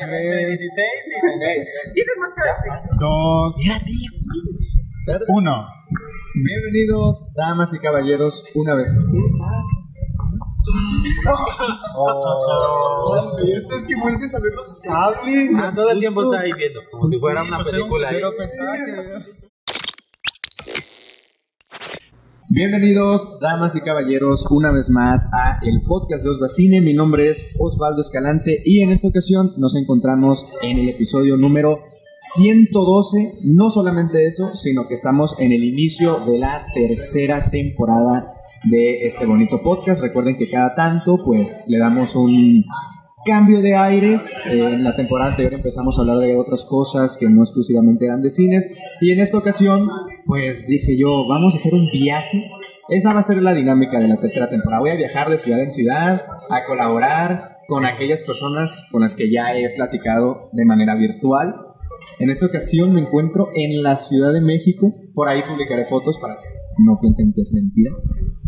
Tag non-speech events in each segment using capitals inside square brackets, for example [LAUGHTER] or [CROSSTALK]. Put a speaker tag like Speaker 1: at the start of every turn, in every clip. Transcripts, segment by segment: Speaker 1: 3,
Speaker 2: Tienes más que decir.
Speaker 1: 2,
Speaker 3: Era así.
Speaker 1: 1.
Speaker 4: Bienvenidos, damas y caballeros, una vez más.
Speaker 3: Oh.
Speaker 4: es que vuelves a ver los cables.
Speaker 3: Ah, todo el tiempo está ahí viendo, como si fuera
Speaker 2: pues
Speaker 4: Pues
Speaker 3: una película. ahí.
Speaker 4: Bienvenidos, damas y caballeros, una vez más a el podcast de Osva Cine. Mi nombre es Osvaldo Escalante y en esta ocasión nos encontramos en el episodio número 112. No solamente eso, sino que estamos en el inicio de la tercera temporada de este bonito podcast. Recuerden que cada tanto, pues, le damos un cambio de aires. Eh, en la temporada anterior empezamos a hablar de otras cosas que no exclusivamente eran de cines. Y en esta ocasión, pues dije yo, vamos a hacer un viaje. Esa va a ser la dinámica de la tercera temporada. Voy a viajar de ciudad en ciudad, a colaborar con aquellas personas con las que ya he platicado de manera virtual. En esta ocasión me encuentro en la Ciudad de México. Por ahí publicaré fotos para que no piensen que es mentira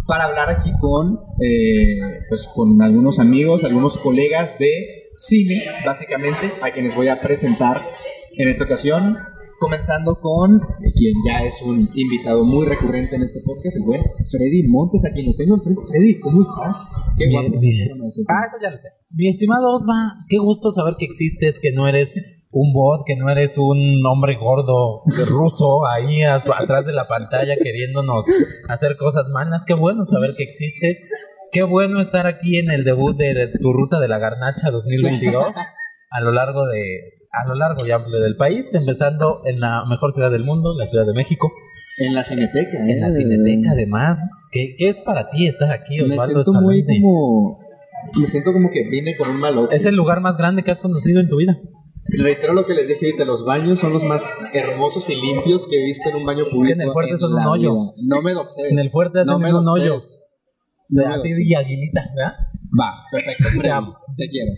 Speaker 4: para hablar aquí con, eh, pues, con algunos amigos, algunos colegas de cine, básicamente, a quienes voy a presentar en esta ocasión, comenzando con eh, quien ya es un invitado muy recurrente en este podcast, el buen Freddy Montes, a quien lo tengo enfrente. Freddy, ¿cómo estás? Qué
Speaker 3: Bien,
Speaker 4: guapo.
Speaker 3: bien.
Speaker 4: Déjame decirte.
Speaker 3: Ah, eso ya lo sé. Mi estimado Osma, qué gusto saber que existes, que no eres un bot, que no eres un hombre gordo ruso ahí a- atrás de la pantalla queriéndonos hacer cosas malas. Qué bueno saber que existes. Qué bueno estar aquí en el debut de tu ruta de la garnacha 2022 a lo largo de a lo largo y amplio del país, empezando en la mejor ciudad del mundo, la Ciudad de México,
Speaker 4: En la Cineteca.
Speaker 3: en la
Speaker 4: eh.
Speaker 3: Cineteca además. ¿Qué, qué es para ti estar aquí?
Speaker 4: Me
Speaker 3: Osvaldo
Speaker 4: siento muy
Speaker 3: Escalante?
Speaker 4: como... Me siento como que vine con un malo.
Speaker 3: Es el lugar más grande que has conocido en tu vida.
Speaker 4: Reitero lo que les dije ahorita, los baños son los más hermosos y limpios que he visto en un baño público.
Speaker 3: en el fuerte
Speaker 4: en
Speaker 3: son un
Speaker 4: la
Speaker 3: hoyo.
Speaker 4: vida. No me doxes.
Speaker 3: En el fuerte hacen
Speaker 4: no me
Speaker 3: un
Speaker 4: doxes.
Speaker 3: hoyo.
Speaker 4: No me
Speaker 3: así
Speaker 4: doxes.
Speaker 3: y aguilita, ¿verdad?
Speaker 4: Va, perfecto. Te amo, te quiero.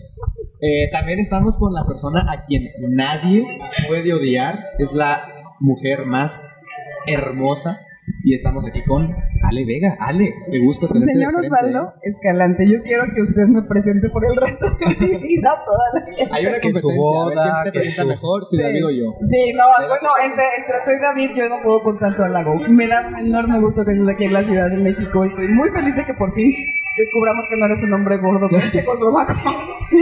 Speaker 4: Eh, también estamos con la persona a quien nadie puede odiar. Es la mujer más hermosa. Y estamos aquí con Ale Vega. Ale, me gusta tenerte. de
Speaker 2: Señor
Speaker 4: frente, ¿eh?
Speaker 2: Osvaldo Escalante, yo quiero que usted me presente por el resto de mi vida toda la
Speaker 4: ¿eh? Hay una
Speaker 3: Que en tu
Speaker 4: competencia. a ver
Speaker 3: boda,
Speaker 4: quién te
Speaker 3: que en
Speaker 4: presenta
Speaker 3: tu-
Speaker 4: mejor, si David o yo.
Speaker 2: Sí, no, bueno, entre, entre tú y David yo no puedo con tanto halago. Me da un enorme gusto que estés aquí en la Ciudad de México. Estoy muy feliz de que por fin descubramos que no eres un hombre gordo, que es checoslovaco. [LAUGHS]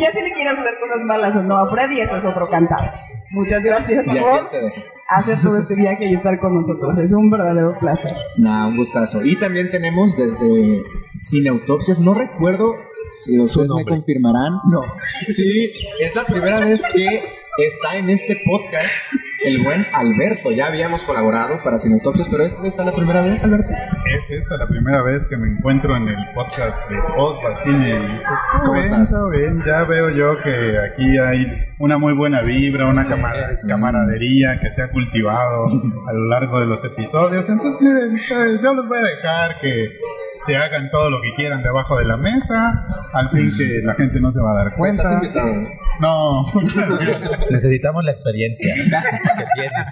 Speaker 2: ya si le quieres hacer cosas malas o no a Freddy, eso es otro cantar. Muchas gracias
Speaker 4: Y así
Speaker 2: por
Speaker 4: él se deja.
Speaker 2: hacer todo este viaje y estar con nosotros. Es un verdadero placer.
Speaker 4: Nah, un gustazo. Y también tenemos desde Sin Autopsias, no recuerdo si ustedes me
Speaker 3: nombre.
Speaker 4: confirmarán. No. Sí, es la primera vez que está en este podcast el buen Alberto. Ya habíamos colaborado para Sin Autopsias, pero esta está la primera vez, Alberto.
Speaker 1: Es esta la primera vez que me encuentro en el podcast de Osva Cine. Y, pues, todo
Speaker 4: ¿Cómo
Speaker 1: bien,
Speaker 4: estás?
Speaker 1: todo bien. Ya veo yo que aquí hay una muy buena vibra, una
Speaker 4: Sí,
Speaker 1: camara-
Speaker 4: sí.
Speaker 1: camaradería que se ha
Speaker 4: [LAUGHS]
Speaker 1: cultivado a lo largo de los episodios. Entonces, miren, eh, yo les voy a dejar que se hagan todo lo que quieran debajo de la mesa, al fin que la gente no se va a dar cuenta.
Speaker 4: Mm. Estás invitado. ¿no?
Speaker 1: No, [LAUGHS] muchas gracias.
Speaker 3: Necesitamos la [LAUGHS] experiencia que tienes.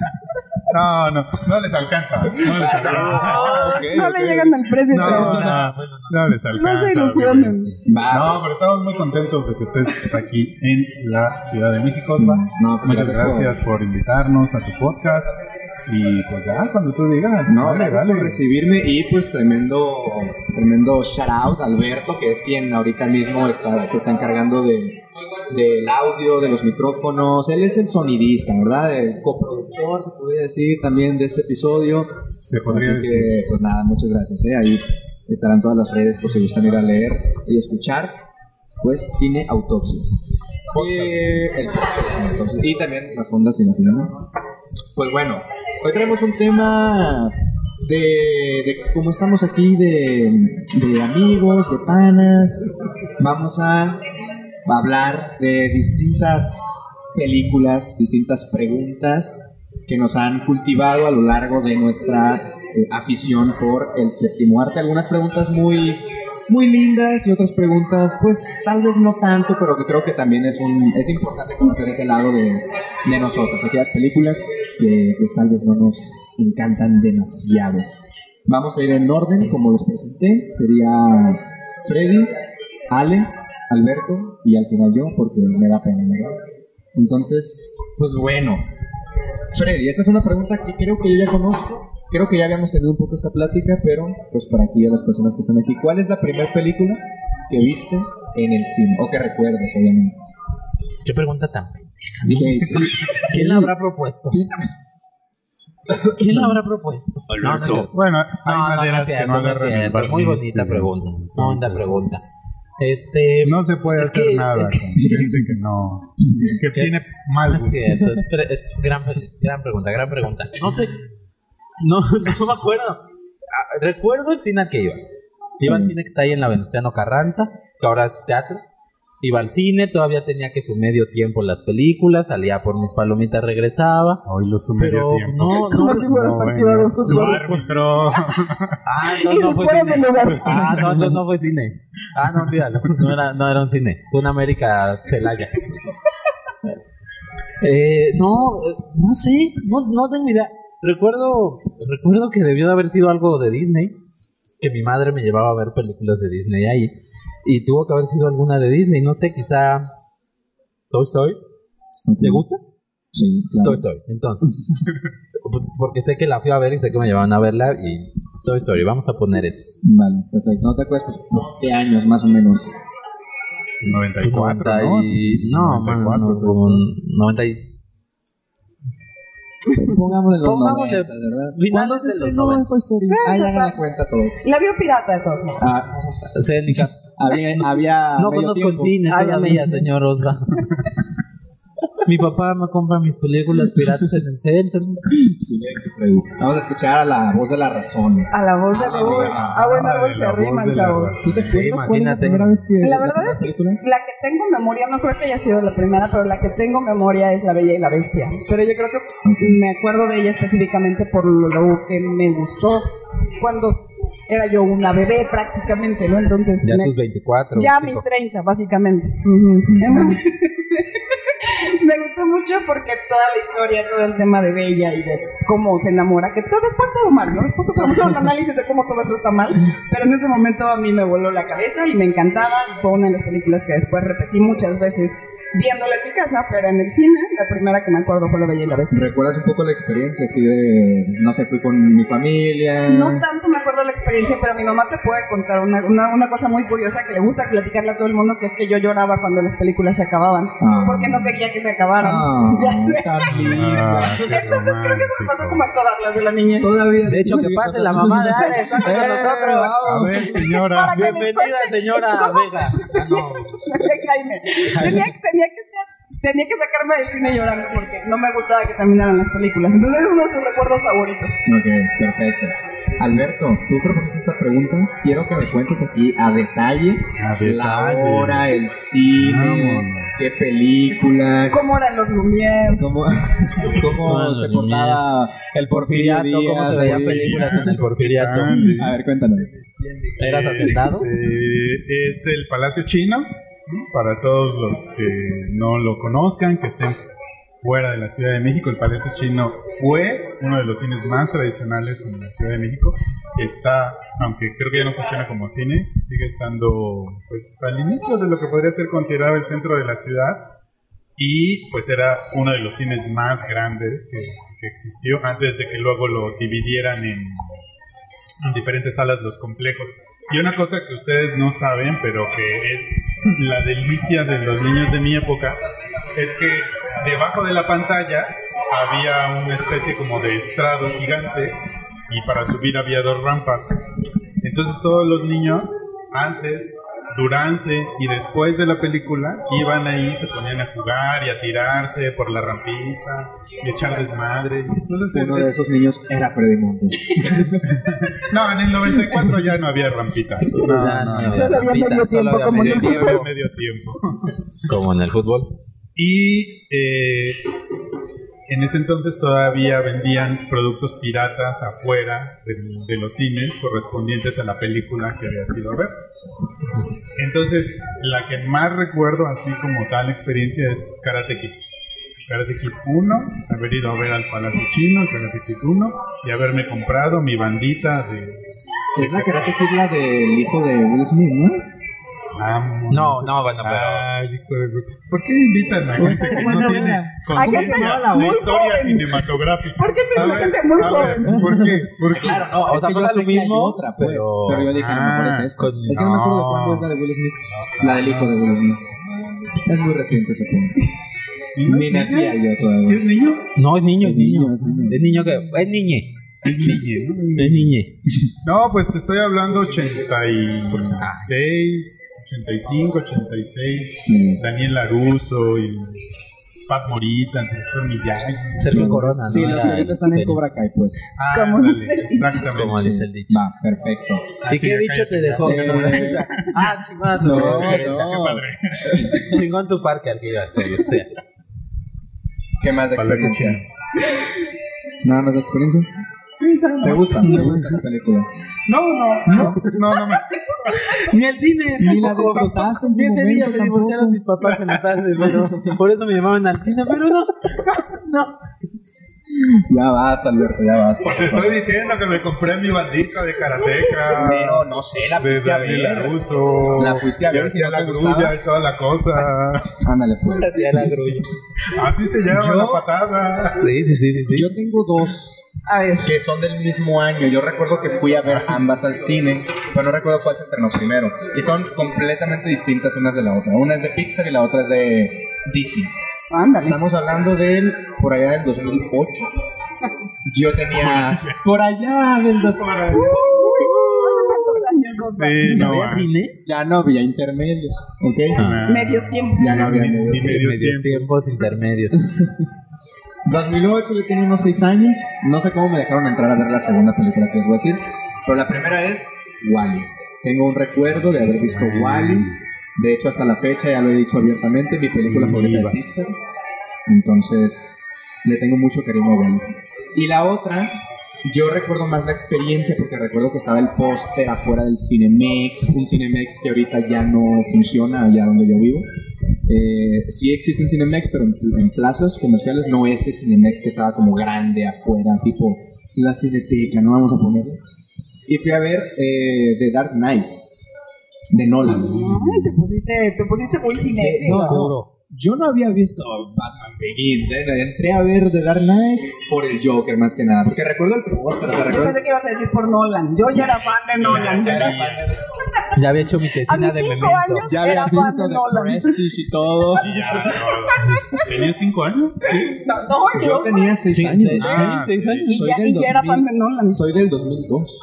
Speaker 1: No, no, no les alcanza. No
Speaker 4: [LAUGHS]
Speaker 1: les alcanza.
Speaker 2: no le llegan al precio,
Speaker 1: No,
Speaker 2: chavos.
Speaker 1: no, no les alcanza.
Speaker 2: No se ilusionen.
Speaker 1: güey.
Speaker 4: Va.
Speaker 1: No, pero estamos muy contentos de que estés aquí en la Ciudad de México. Osva.
Speaker 4: No, pues,
Speaker 1: Muchas
Speaker 4: gracias por-
Speaker 1: gracias por invitarnos a tu podcast. Y pues ya, cuando tú digas.
Speaker 4: No,
Speaker 1: dale,
Speaker 4: gracias
Speaker 1: dale.
Speaker 4: por recibirme y pues tremendo, tremendo shout out a Alberto, que es quien ahorita mismo está, se está encargando de, del audio, de los micrófonos. Él es el sonidista, ¿verdad? El coproductor, se podría decir, también de este episodio.
Speaker 1: Se
Speaker 4: Así
Speaker 1: podría decir.
Speaker 4: que, pues nada, muchas gracias. ¿eh? Ahí estarán todas las redes por si gustan ir a leer y escuchar. Pues Cine Autopsias. Eh, el podcast Cine Autopsias. Y también la Fonda Cine Cinema. Pues bueno, hoy traemos un tema de, de cómo estamos aquí, de, de amigos, de panas. Vamos a hablar de distintas películas, distintas preguntas que nos han cultivado a lo largo de nuestra eh, afición por el séptimo arte. Algunas preguntas muy, muy lindas y otras preguntas, pues tal vez no tanto, pero que creo que también es, un, es importante conocer ese lado de, de nosotros, aquellas películas que pues, tal vez no nos encantan demasiado. Vamos a ir en orden, como los presenté, sería Freddy, Ale, Alberto y al final yo, porque me da pena, ¿verdad? Entonces, pues bueno. Freddy, esta es una pregunta que creo que yo ya conozco. Creo que ya habíamos tenido un poco esta plática, pero pues para aquí a las personas que están aquí, ¿cuál es la primera película que viste en el cine? O que recuerdes, obviamente.
Speaker 3: Qué pregunta tan pendeja.
Speaker 4: Dije,
Speaker 3: ¿Quién la habrá propuesto? ¿Quién la habrá propuesto? No, no es cierto.
Speaker 1: Bueno, hay
Speaker 3: No, no, no es
Speaker 1: maneras que
Speaker 3: cierto,
Speaker 1: no
Speaker 3: no es
Speaker 1: agarran el
Speaker 3: cierto.
Speaker 1: barniz,
Speaker 3: Muy bonita
Speaker 1: sí,
Speaker 3: pregunta.
Speaker 1: sí.
Speaker 3: Muy bonita pregunta. Este.
Speaker 1: No se puede
Speaker 3: Es
Speaker 1: hacer
Speaker 3: que-
Speaker 1: nada
Speaker 3: es que-
Speaker 1: con gente que no. que
Speaker 3: ¿Qué?
Speaker 1: tiene mal
Speaker 3: no es
Speaker 1: gusto.
Speaker 3: cierto. [LAUGHS] Es, Ah, pre- es gran, gran pregunta, gran pregunta. Este, No sé. No, [LAUGHS] no me acuerdo. Ah, Recuerdo el cine al que iba. Iba al cine que está ahí en la Venustiano Carranza, que ahora es teatro. Iba al cine, todavía tenía que su medio tiempo las películas, salía por mis palomitas, regresaba.
Speaker 1: Hoy lo sume
Speaker 3: Pero
Speaker 1: tiempo.
Speaker 3: no,
Speaker 2: Como
Speaker 3: no,
Speaker 2: si fuera
Speaker 1: No,
Speaker 2: partido
Speaker 1: venga.
Speaker 2: de
Speaker 1: Su
Speaker 2: fútbol.
Speaker 1: árbitro.
Speaker 3: Ah, no,
Speaker 2: Y
Speaker 3: no
Speaker 2: se
Speaker 3: fue
Speaker 2: fueron del
Speaker 3: cine.
Speaker 2: lugar.
Speaker 3: Ah, no, no, no fue cine. Ah, no, olvídalo. No era, no era un cine. Fue una América Celaya. Eh, no, eh, no sé. No, no tengo idea. Recuerdo, recuerdo que debió de haber sido algo de Disney. Que mi madre me llevaba a ver películas de Disney ahí. Y tuvo que haber sido alguna de Disney. No sé, quizá. Toy Story. ¿Te gusta?
Speaker 4: Sí, claro.
Speaker 3: Toy Story, entonces. [LAUGHS] Porque sé que la fui a ver y sé que me llevaban a verla y Toy Story, vamos a poner eso.
Speaker 4: Vale, perfecto. ¿No te acuerdas pues, qué años más o menos?
Speaker 1: 94, ¿no?
Speaker 3: y... No, man,
Speaker 1: 94,
Speaker 3: no,
Speaker 1: Toy
Speaker 3: como
Speaker 1: Story.
Speaker 3: un 90 y...
Speaker 4: Pongámosle los 90,
Speaker 3: Pongámosle
Speaker 4: ¿verdad?
Speaker 3: finales
Speaker 4: ¿Cuándo se
Speaker 3: de los
Speaker 4: estrenó en
Speaker 3: 90.
Speaker 4: Toy Story? Ah, ya hagan la cuenta todos.
Speaker 2: La vio pirata de todos modos.
Speaker 4: Ah,
Speaker 3: sé en mi casa.
Speaker 4: había, había
Speaker 3: No
Speaker 4: Ah, medio
Speaker 3: conozco el
Speaker 4: tiempo.
Speaker 3: cine
Speaker 2: Ah, ya
Speaker 3: todavía, señor Osga. [LAUGHS] mi papá me compra mis películas piratas en el centro.
Speaker 4: Silencio, Freddy. Vamos a escuchar a la voz de la razón.
Speaker 2: A la voz de Raúl. A buen árbol se
Speaker 1: Ah, La voz
Speaker 2: arriman,
Speaker 1: de la
Speaker 2: chavos.
Speaker 1: razón.
Speaker 4: ¿Tú te
Speaker 3: Sí,
Speaker 4: acuerdas cuál es la
Speaker 3: imagínate.
Speaker 4: primera vez que
Speaker 2: La verdad
Speaker 4: primera
Speaker 2: es que
Speaker 4: película?
Speaker 2: la que tengo en memoria, no creo que haya sido la primera, pero la que tengo en memoria es La Bella y la Bestia. Pero yo creo que me acuerdo de ella específicamente por lo que me gustó cuando era yo una bebé prácticamente, ¿no? Entonces,
Speaker 3: Ya
Speaker 2: me-
Speaker 3: tus 24.
Speaker 2: ya
Speaker 3: 25.
Speaker 2: mis 30, básicamente. Entonces, [LAUGHS] me gustó mucho porque toda la historia, todo el tema de Bella y de cómo se enamora, que todo después todo mal, ¿no? Después podemos hacer un análisis de cómo todo eso está mal, pero en ese momento a mí me voló la cabeza y me encantaba. Fue una de las películas que después repetí muchas veces viéndola en mi casa, pero en el cine, la primera que me acuerdo fue La Bella y la Bestia.
Speaker 4: ¿Recuerdas un poco la experiencia así de, no sé, fui con mi familia?
Speaker 2: No tanto me acuerdo la experiencia, pero mi mamá te puede contar una, una, una cosa muy curiosa que le gusta platicarle a todo el mundo, que es que yo lloraba cuando las películas se acababan,
Speaker 4: Ah.
Speaker 2: porque no quería que se acabaran.
Speaker 4: Ah,
Speaker 2: [LAUGHS] ya sé.
Speaker 4: tan lindo.
Speaker 1: Ah, qué
Speaker 2: Entonces creo que eso me pasó
Speaker 1: romántico.
Speaker 2: como a todas las de la niña.
Speaker 4: Todavía.
Speaker 3: De hecho, que pase la mamá
Speaker 4: [LAUGHS]
Speaker 3: de
Speaker 2: [LAUGHS]
Speaker 3: Ares, está con
Speaker 4: Eh,
Speaker 3: nosotros.
Speaker 1: A ver, señora.
Speaker 2: que les
Speaker 3: Bienvenida,
Speaker 2: cuente.
Speaker 3: señora
Speaker 2: ¿Cómo?
Speaker 3: Vega. Ah, [LAUGHS] no.
Speaker 2: Jaime. Tenía, tenía que Tenía que sacarme del cine llorando porque no me gustaba que terminaran las películas. Entonces es uno de sus recuerdos favoritos.
Speaker 4: Ok, perfecto. Alberto, tú propusiste esta pregunta. Quiero que me cuentes aquí a detalle,
Speaker 1: A
Speaker 4: la
Speaker 1: detalle.
Speaker 4: hora, el cine,
Speaker 1: Vámonos.
Speaker 4: qué película,
Speaker 2: ¿Cómo eran los Lumière?
Speaker 4: cómo, [LAUGHS] cómo
Speaker 3: Bueno,
Speaker 4: se
Speaker 3: niña.
Speaker 4: portaba
Speaker 3: El Porfiriato, cómo se
Speaker 4: Díaz,
Speaker 3: veían
Speaker 4: ahí.
Speaker 3: películas en el Porfiriato.
Speaker 4: A ver, cuéntanos.
Speaker 3: ¿Eras hacendado?
Speaker 1: Eh, Este, es el Palacio Chino. Para todos los que no lo conozcan, que estén fuera de la Ciudad de México, el Palacio Chino fue uno de los cines más tradicionales en la Ciudad de México. Está, aunque creo que ya no funciona como cine, sigue estando pues al inicio de lo que podría ser considerado el centro de la ciudad y pues era uno de los cines más grandes que, que existió antes de que luego lo dividieran en, en diferentes salas los complejos. Y una cosa que ustedes no saben, pero que es la delicia de los niños de mi época, es que debajo de la pantalla había una especie como de estrado gigante y para subir había dos rampas. Entonces todos los niños, antes, durante y después de la película, iban ahí, se ponían a jugar y a tirarse por la rampita y echar desmadre. Entonces
Speaker 4: Uno de esos niños era Freddy Montes.
Speaker 1: no, en el 94 ya no había rampita.
Speaker 3: Ya, no, no,
Speaker 2: Solo había
Speaker 3: rampita,
Speaker 2: medio
Speaker 3: solo
Speaker 2: tiempo,
Speaker 3: había
Speaker 2: como en el
Speaker 3: medio
Speaker 1: Sí, ya
Speaker 3: tiempo.
Speaker 1: había medio tiempo.
Speaker 3: Como en el fútbol.
Speaker 1: Y eh, en ese entonces todavía vendían productos piratas afuera de, de los cines correspondientes a la película que había sido ver. Entonces, la que más recuerdo así como tal experiencia es Karate Kid. Karate Kid 1, haber ido a ver al Palacio Chino, el Karate Kid 1, y haberme comprado mi bandita de...
Speaker 4: Es la Karate Kid, la del hijo de Will Smith, ¿no?
Speaker 1: Vámonos.
Speaker 3: No, no, bueno, pero-
Speaker 1: Ay, hijo de su- ¿Por qué invitan a gente que no tiene
Speaker 2: Hay gente
Speaker 1: conciencia
Speaker 2: mala,
Speaker 1: de
Speaker 2: muy
Speaker 1: historia
Speaker 2: joven.
Speaker 1: cinematográfica?
Speaker 2: ¿Por qué invitan
Speaker 1: A
Speaker 2: a
Speaker 1: ver,
Speaker 2: gente muy
Speaker 1: a ver,
Speaker 2: joven?
Speaker 1: ¿Por qué? ¿Por qué?
Speaker 3: Claro, no, o
Speaker 4: Es
Speaker 3: sea,
Speaker 4: que yo
Speaker 3: pasa
Speaker 4: sé
Speaker 3: lo
Speaker 4: que hay
Speaker 3: mismo.
Speaker 4: otra, pues,
Speaker 3: pero... ah,
Speaker 4: pero... yo dije, a lo mejor es esta.
Speaker 3: con-
Speaker 4: es que no, me acuerdo de
Speaker 3: no.
Speaker 4: cuándo es la de Will Smith. La del hijo de Will Smith. Es muy reciente, supongo.
Speaker 1: ¿Y no es
Speaker 4: Ni
Speaker 1: niña?
Speaker 4: nacía yo todavía.
Speaker 1: ¿Sí es niño?
Speaker 3: No, es niño, es
Speaker 4: Es
Speaker 3: niño.
Speaker 4: niño, es niño.
Speaker 3: Es niño que... Es niñe.
Speaker 1: Es niño. ¿no?
Speaker 3: [LAUGHS] Es niñe.
Speaker 1: No, pues te estoy hablando 86, 85, 86.
Speaker 4: Sí.
Speaker 1: Daniel Laruso y Pat Morita, Antonio Miyagi.
Speaker 3: Sergio Corona,
Speaker 4: Sí,
Speaker 3: ¿no?
Speaker 4: las
Speaker 3: Era
Speaker 4: que ahorita están
Speaker 3: el-
Speaker 4: en Cobra Kai, pues.
Speaker 1: Ah,
Speaker 2: Como
Speaker 1: ándale,
Speaker 2: dice el-
Speaker 1: exactamente.
Speaker 3: Como dice el dicho.
Speaker 4: Va, perfecto.
Speaker 1: Ah,
Speaker 3: ¿Y
Speaker 1: sí,
Speaker 3: qué
Speaker 1: ya
Speaker 3: dicho
Speaker 1: cállate,
Speaker 3: te dejó?
Speaker 1: ya, chinga tu madre.
Speaker 3: [LAUGHS] Ah, chingada tu
Speaker 4: No,
Speaker 3: madre,
Speaker 1: Sí,
Speaker 3: no.
Speaker 1: qué padre.
Speaker 3: Chingón tu parque, al que iba a ser, o sea.
Speaker 4: ¿Qué más de
Speaker 1: Palabra
Speaker 4: experiencia? ¿Nada más de experiencia?
Speaker 1: Sí, ya,
Speaker 4: ¿Te
Speaker 1: no.
Speaker 4: gusta? ¿Te gusta la película?
Speaker 1: No, no, no, no, no. me-
Speaker 3: Ni al cine.
Speaker 4: Ni la
Speaker 3: Tampoco.
Speaker 4: disfrutaste en su
Speaker 3: Sí, ese día
Speaker 4: momento
Speaker 3: se
Speaker 4: tampoco.
Speaker 3: divorciaron mis papás en la tarde, pero
Speaker 2: [LAUGHS]
Speaker 3: por eso me llamaban al cine, pero no. No.
Speaker 4: Ya basta, Alberto, ya basta.
Speaker 1: Pues te estoy diciendo que me compré mi bandita de karateca.
Speaker 4: Pero no sé, la
Speaker 1: de
Speaker 4: fuiste a
Speaker 1: Daniel
Speaker 4: ver.
Speaker 1: Laruso.
Speaker 4: La fuiste a
Speaker 1: de
Speaker 4: ver, si no
Speaker 1: la
Speaker 4: te gustaba.
Speaker 1: grulla y toda la cosa.
Speaker 4: Ándale, pues.
Speaker 3: [LAUGHS] Ya la grulla.
Speaker 1: Así se llama
Speaker 4: Yo-
Speaker 1: la patada.
Speaker 3: Sí, sí, sí, sí. sí.
Speaker 4: Yo tengo dos
Speaker 2: A ver,
Speaker 4: que son del mismo año. Yo recuerdo que fui a ver ambas al cine, pero no recuerdo cuál se estrenó primero. Y son completamente distintas unas de la otra. Una es de Pixar y la otra es de DC.
Speaker 2: ándale.
Speaker 4: Estamos hablando del por allá del 2008. Yo tenía por allá del 2008.
Speaker 2: ¿Cuántos años, o sea?
Speaker 1: Sí,
Speaker 3: ¿No
Speaker 1: no.
Speaker 3: había
Speaker 1: ah.
Speaker 3: cine?
Speaker 4: Ya no había intermedios, ¿ok?
Speaker 3: Ah.
Speaker 2: Medios tiempos.
Speaker 4: Ya no había
Speaker 1: Ni-
Speaker 4: medios.
Speaker 1: ni medios
Speaker 3: Medios
Speaker 1: tiempos.
Speaker 3: tiempos intermedios.
Speaker 4: 2008, yo tenía unos 6 años. No sé cómo me dejaron entrar a ver la segunda película que les voy a decir. Pero la primera es Wally. Tengo un recuerdo de haber visto Wally. De hecho, hasta la fecha, ya lo he dicho abiertamente, mi película favorita de Pixar. Entonces, le tengo mucho cariño a Wally. Y la otra, yo recuerdo más la experiencia porque recuerdo que estaba el póster afuera del Cinemex, un Cinemex que ahorita ya no funciona allá donde yo vivo. Eh, sí existen Cinemex, pero en, en plazas comerciales no ese Cinemex que estaba como grande afuera, tipo la Cineteca, no vamos a ponerlo. Y fui a ver eh, The Dark Knight, de Nolan.
Speaker 2: Ay, te pusiste, te pusiste muy
Speaker 4: Sí,
Speaker 2: cinéfilo.
Speaker 4: no,
Speaker 3: Oscuro.
Speaker 4: no. Yo no había visto Batman Begins, eh. entré a ver The Dark Knight por el Joker más que nada, porque recuerdo el póster, o sea,
Speaker 2: Yo
Speaker 4: recuerdo
Speaker 2: pensé que ibas a decir por Nolan. Yo ya era fan de Nolan.
Speaker 1: ya
Speaker 4: era
Speaker 1: sabía.
Speaker 4: fan de-
Speaker 3: Ya había hecho mi tesina
Speaker 2: A mis
Speaker 3: de
Speaker 2: cinco
Speaker 3: memento.
Speaker 2: años
Speaker 4: ya
Speaker 2: era
Speaker 4: había
Speaker 2: fan
Speaker 4: visto
Speaker 2: de
Speaker 4: The
Speaker 2: Nolan.
Speaker 4: Prestige y todo.
Speaker 1: Y ya, no. ¿Tenía cinco años?
Speaker 2: No, no,
Speaker 4: Yo tenía 6
Speaker 3: Sí,
Speaker 4: años.
Speaker 3: sí,
Speaker 1: Ah,
Speaker 3: sí,
Speaker 1: sí.
Speaker 3: sí, sí.
Speaker 2: Y
Speaker 4: soy
Speaker 2: ya,
Speaker 4: del
Speaker 2: y ya era
Speaker 4: 2000.
Speaker 2: fan de Nolan.
Speaker 4: Soy del 2002.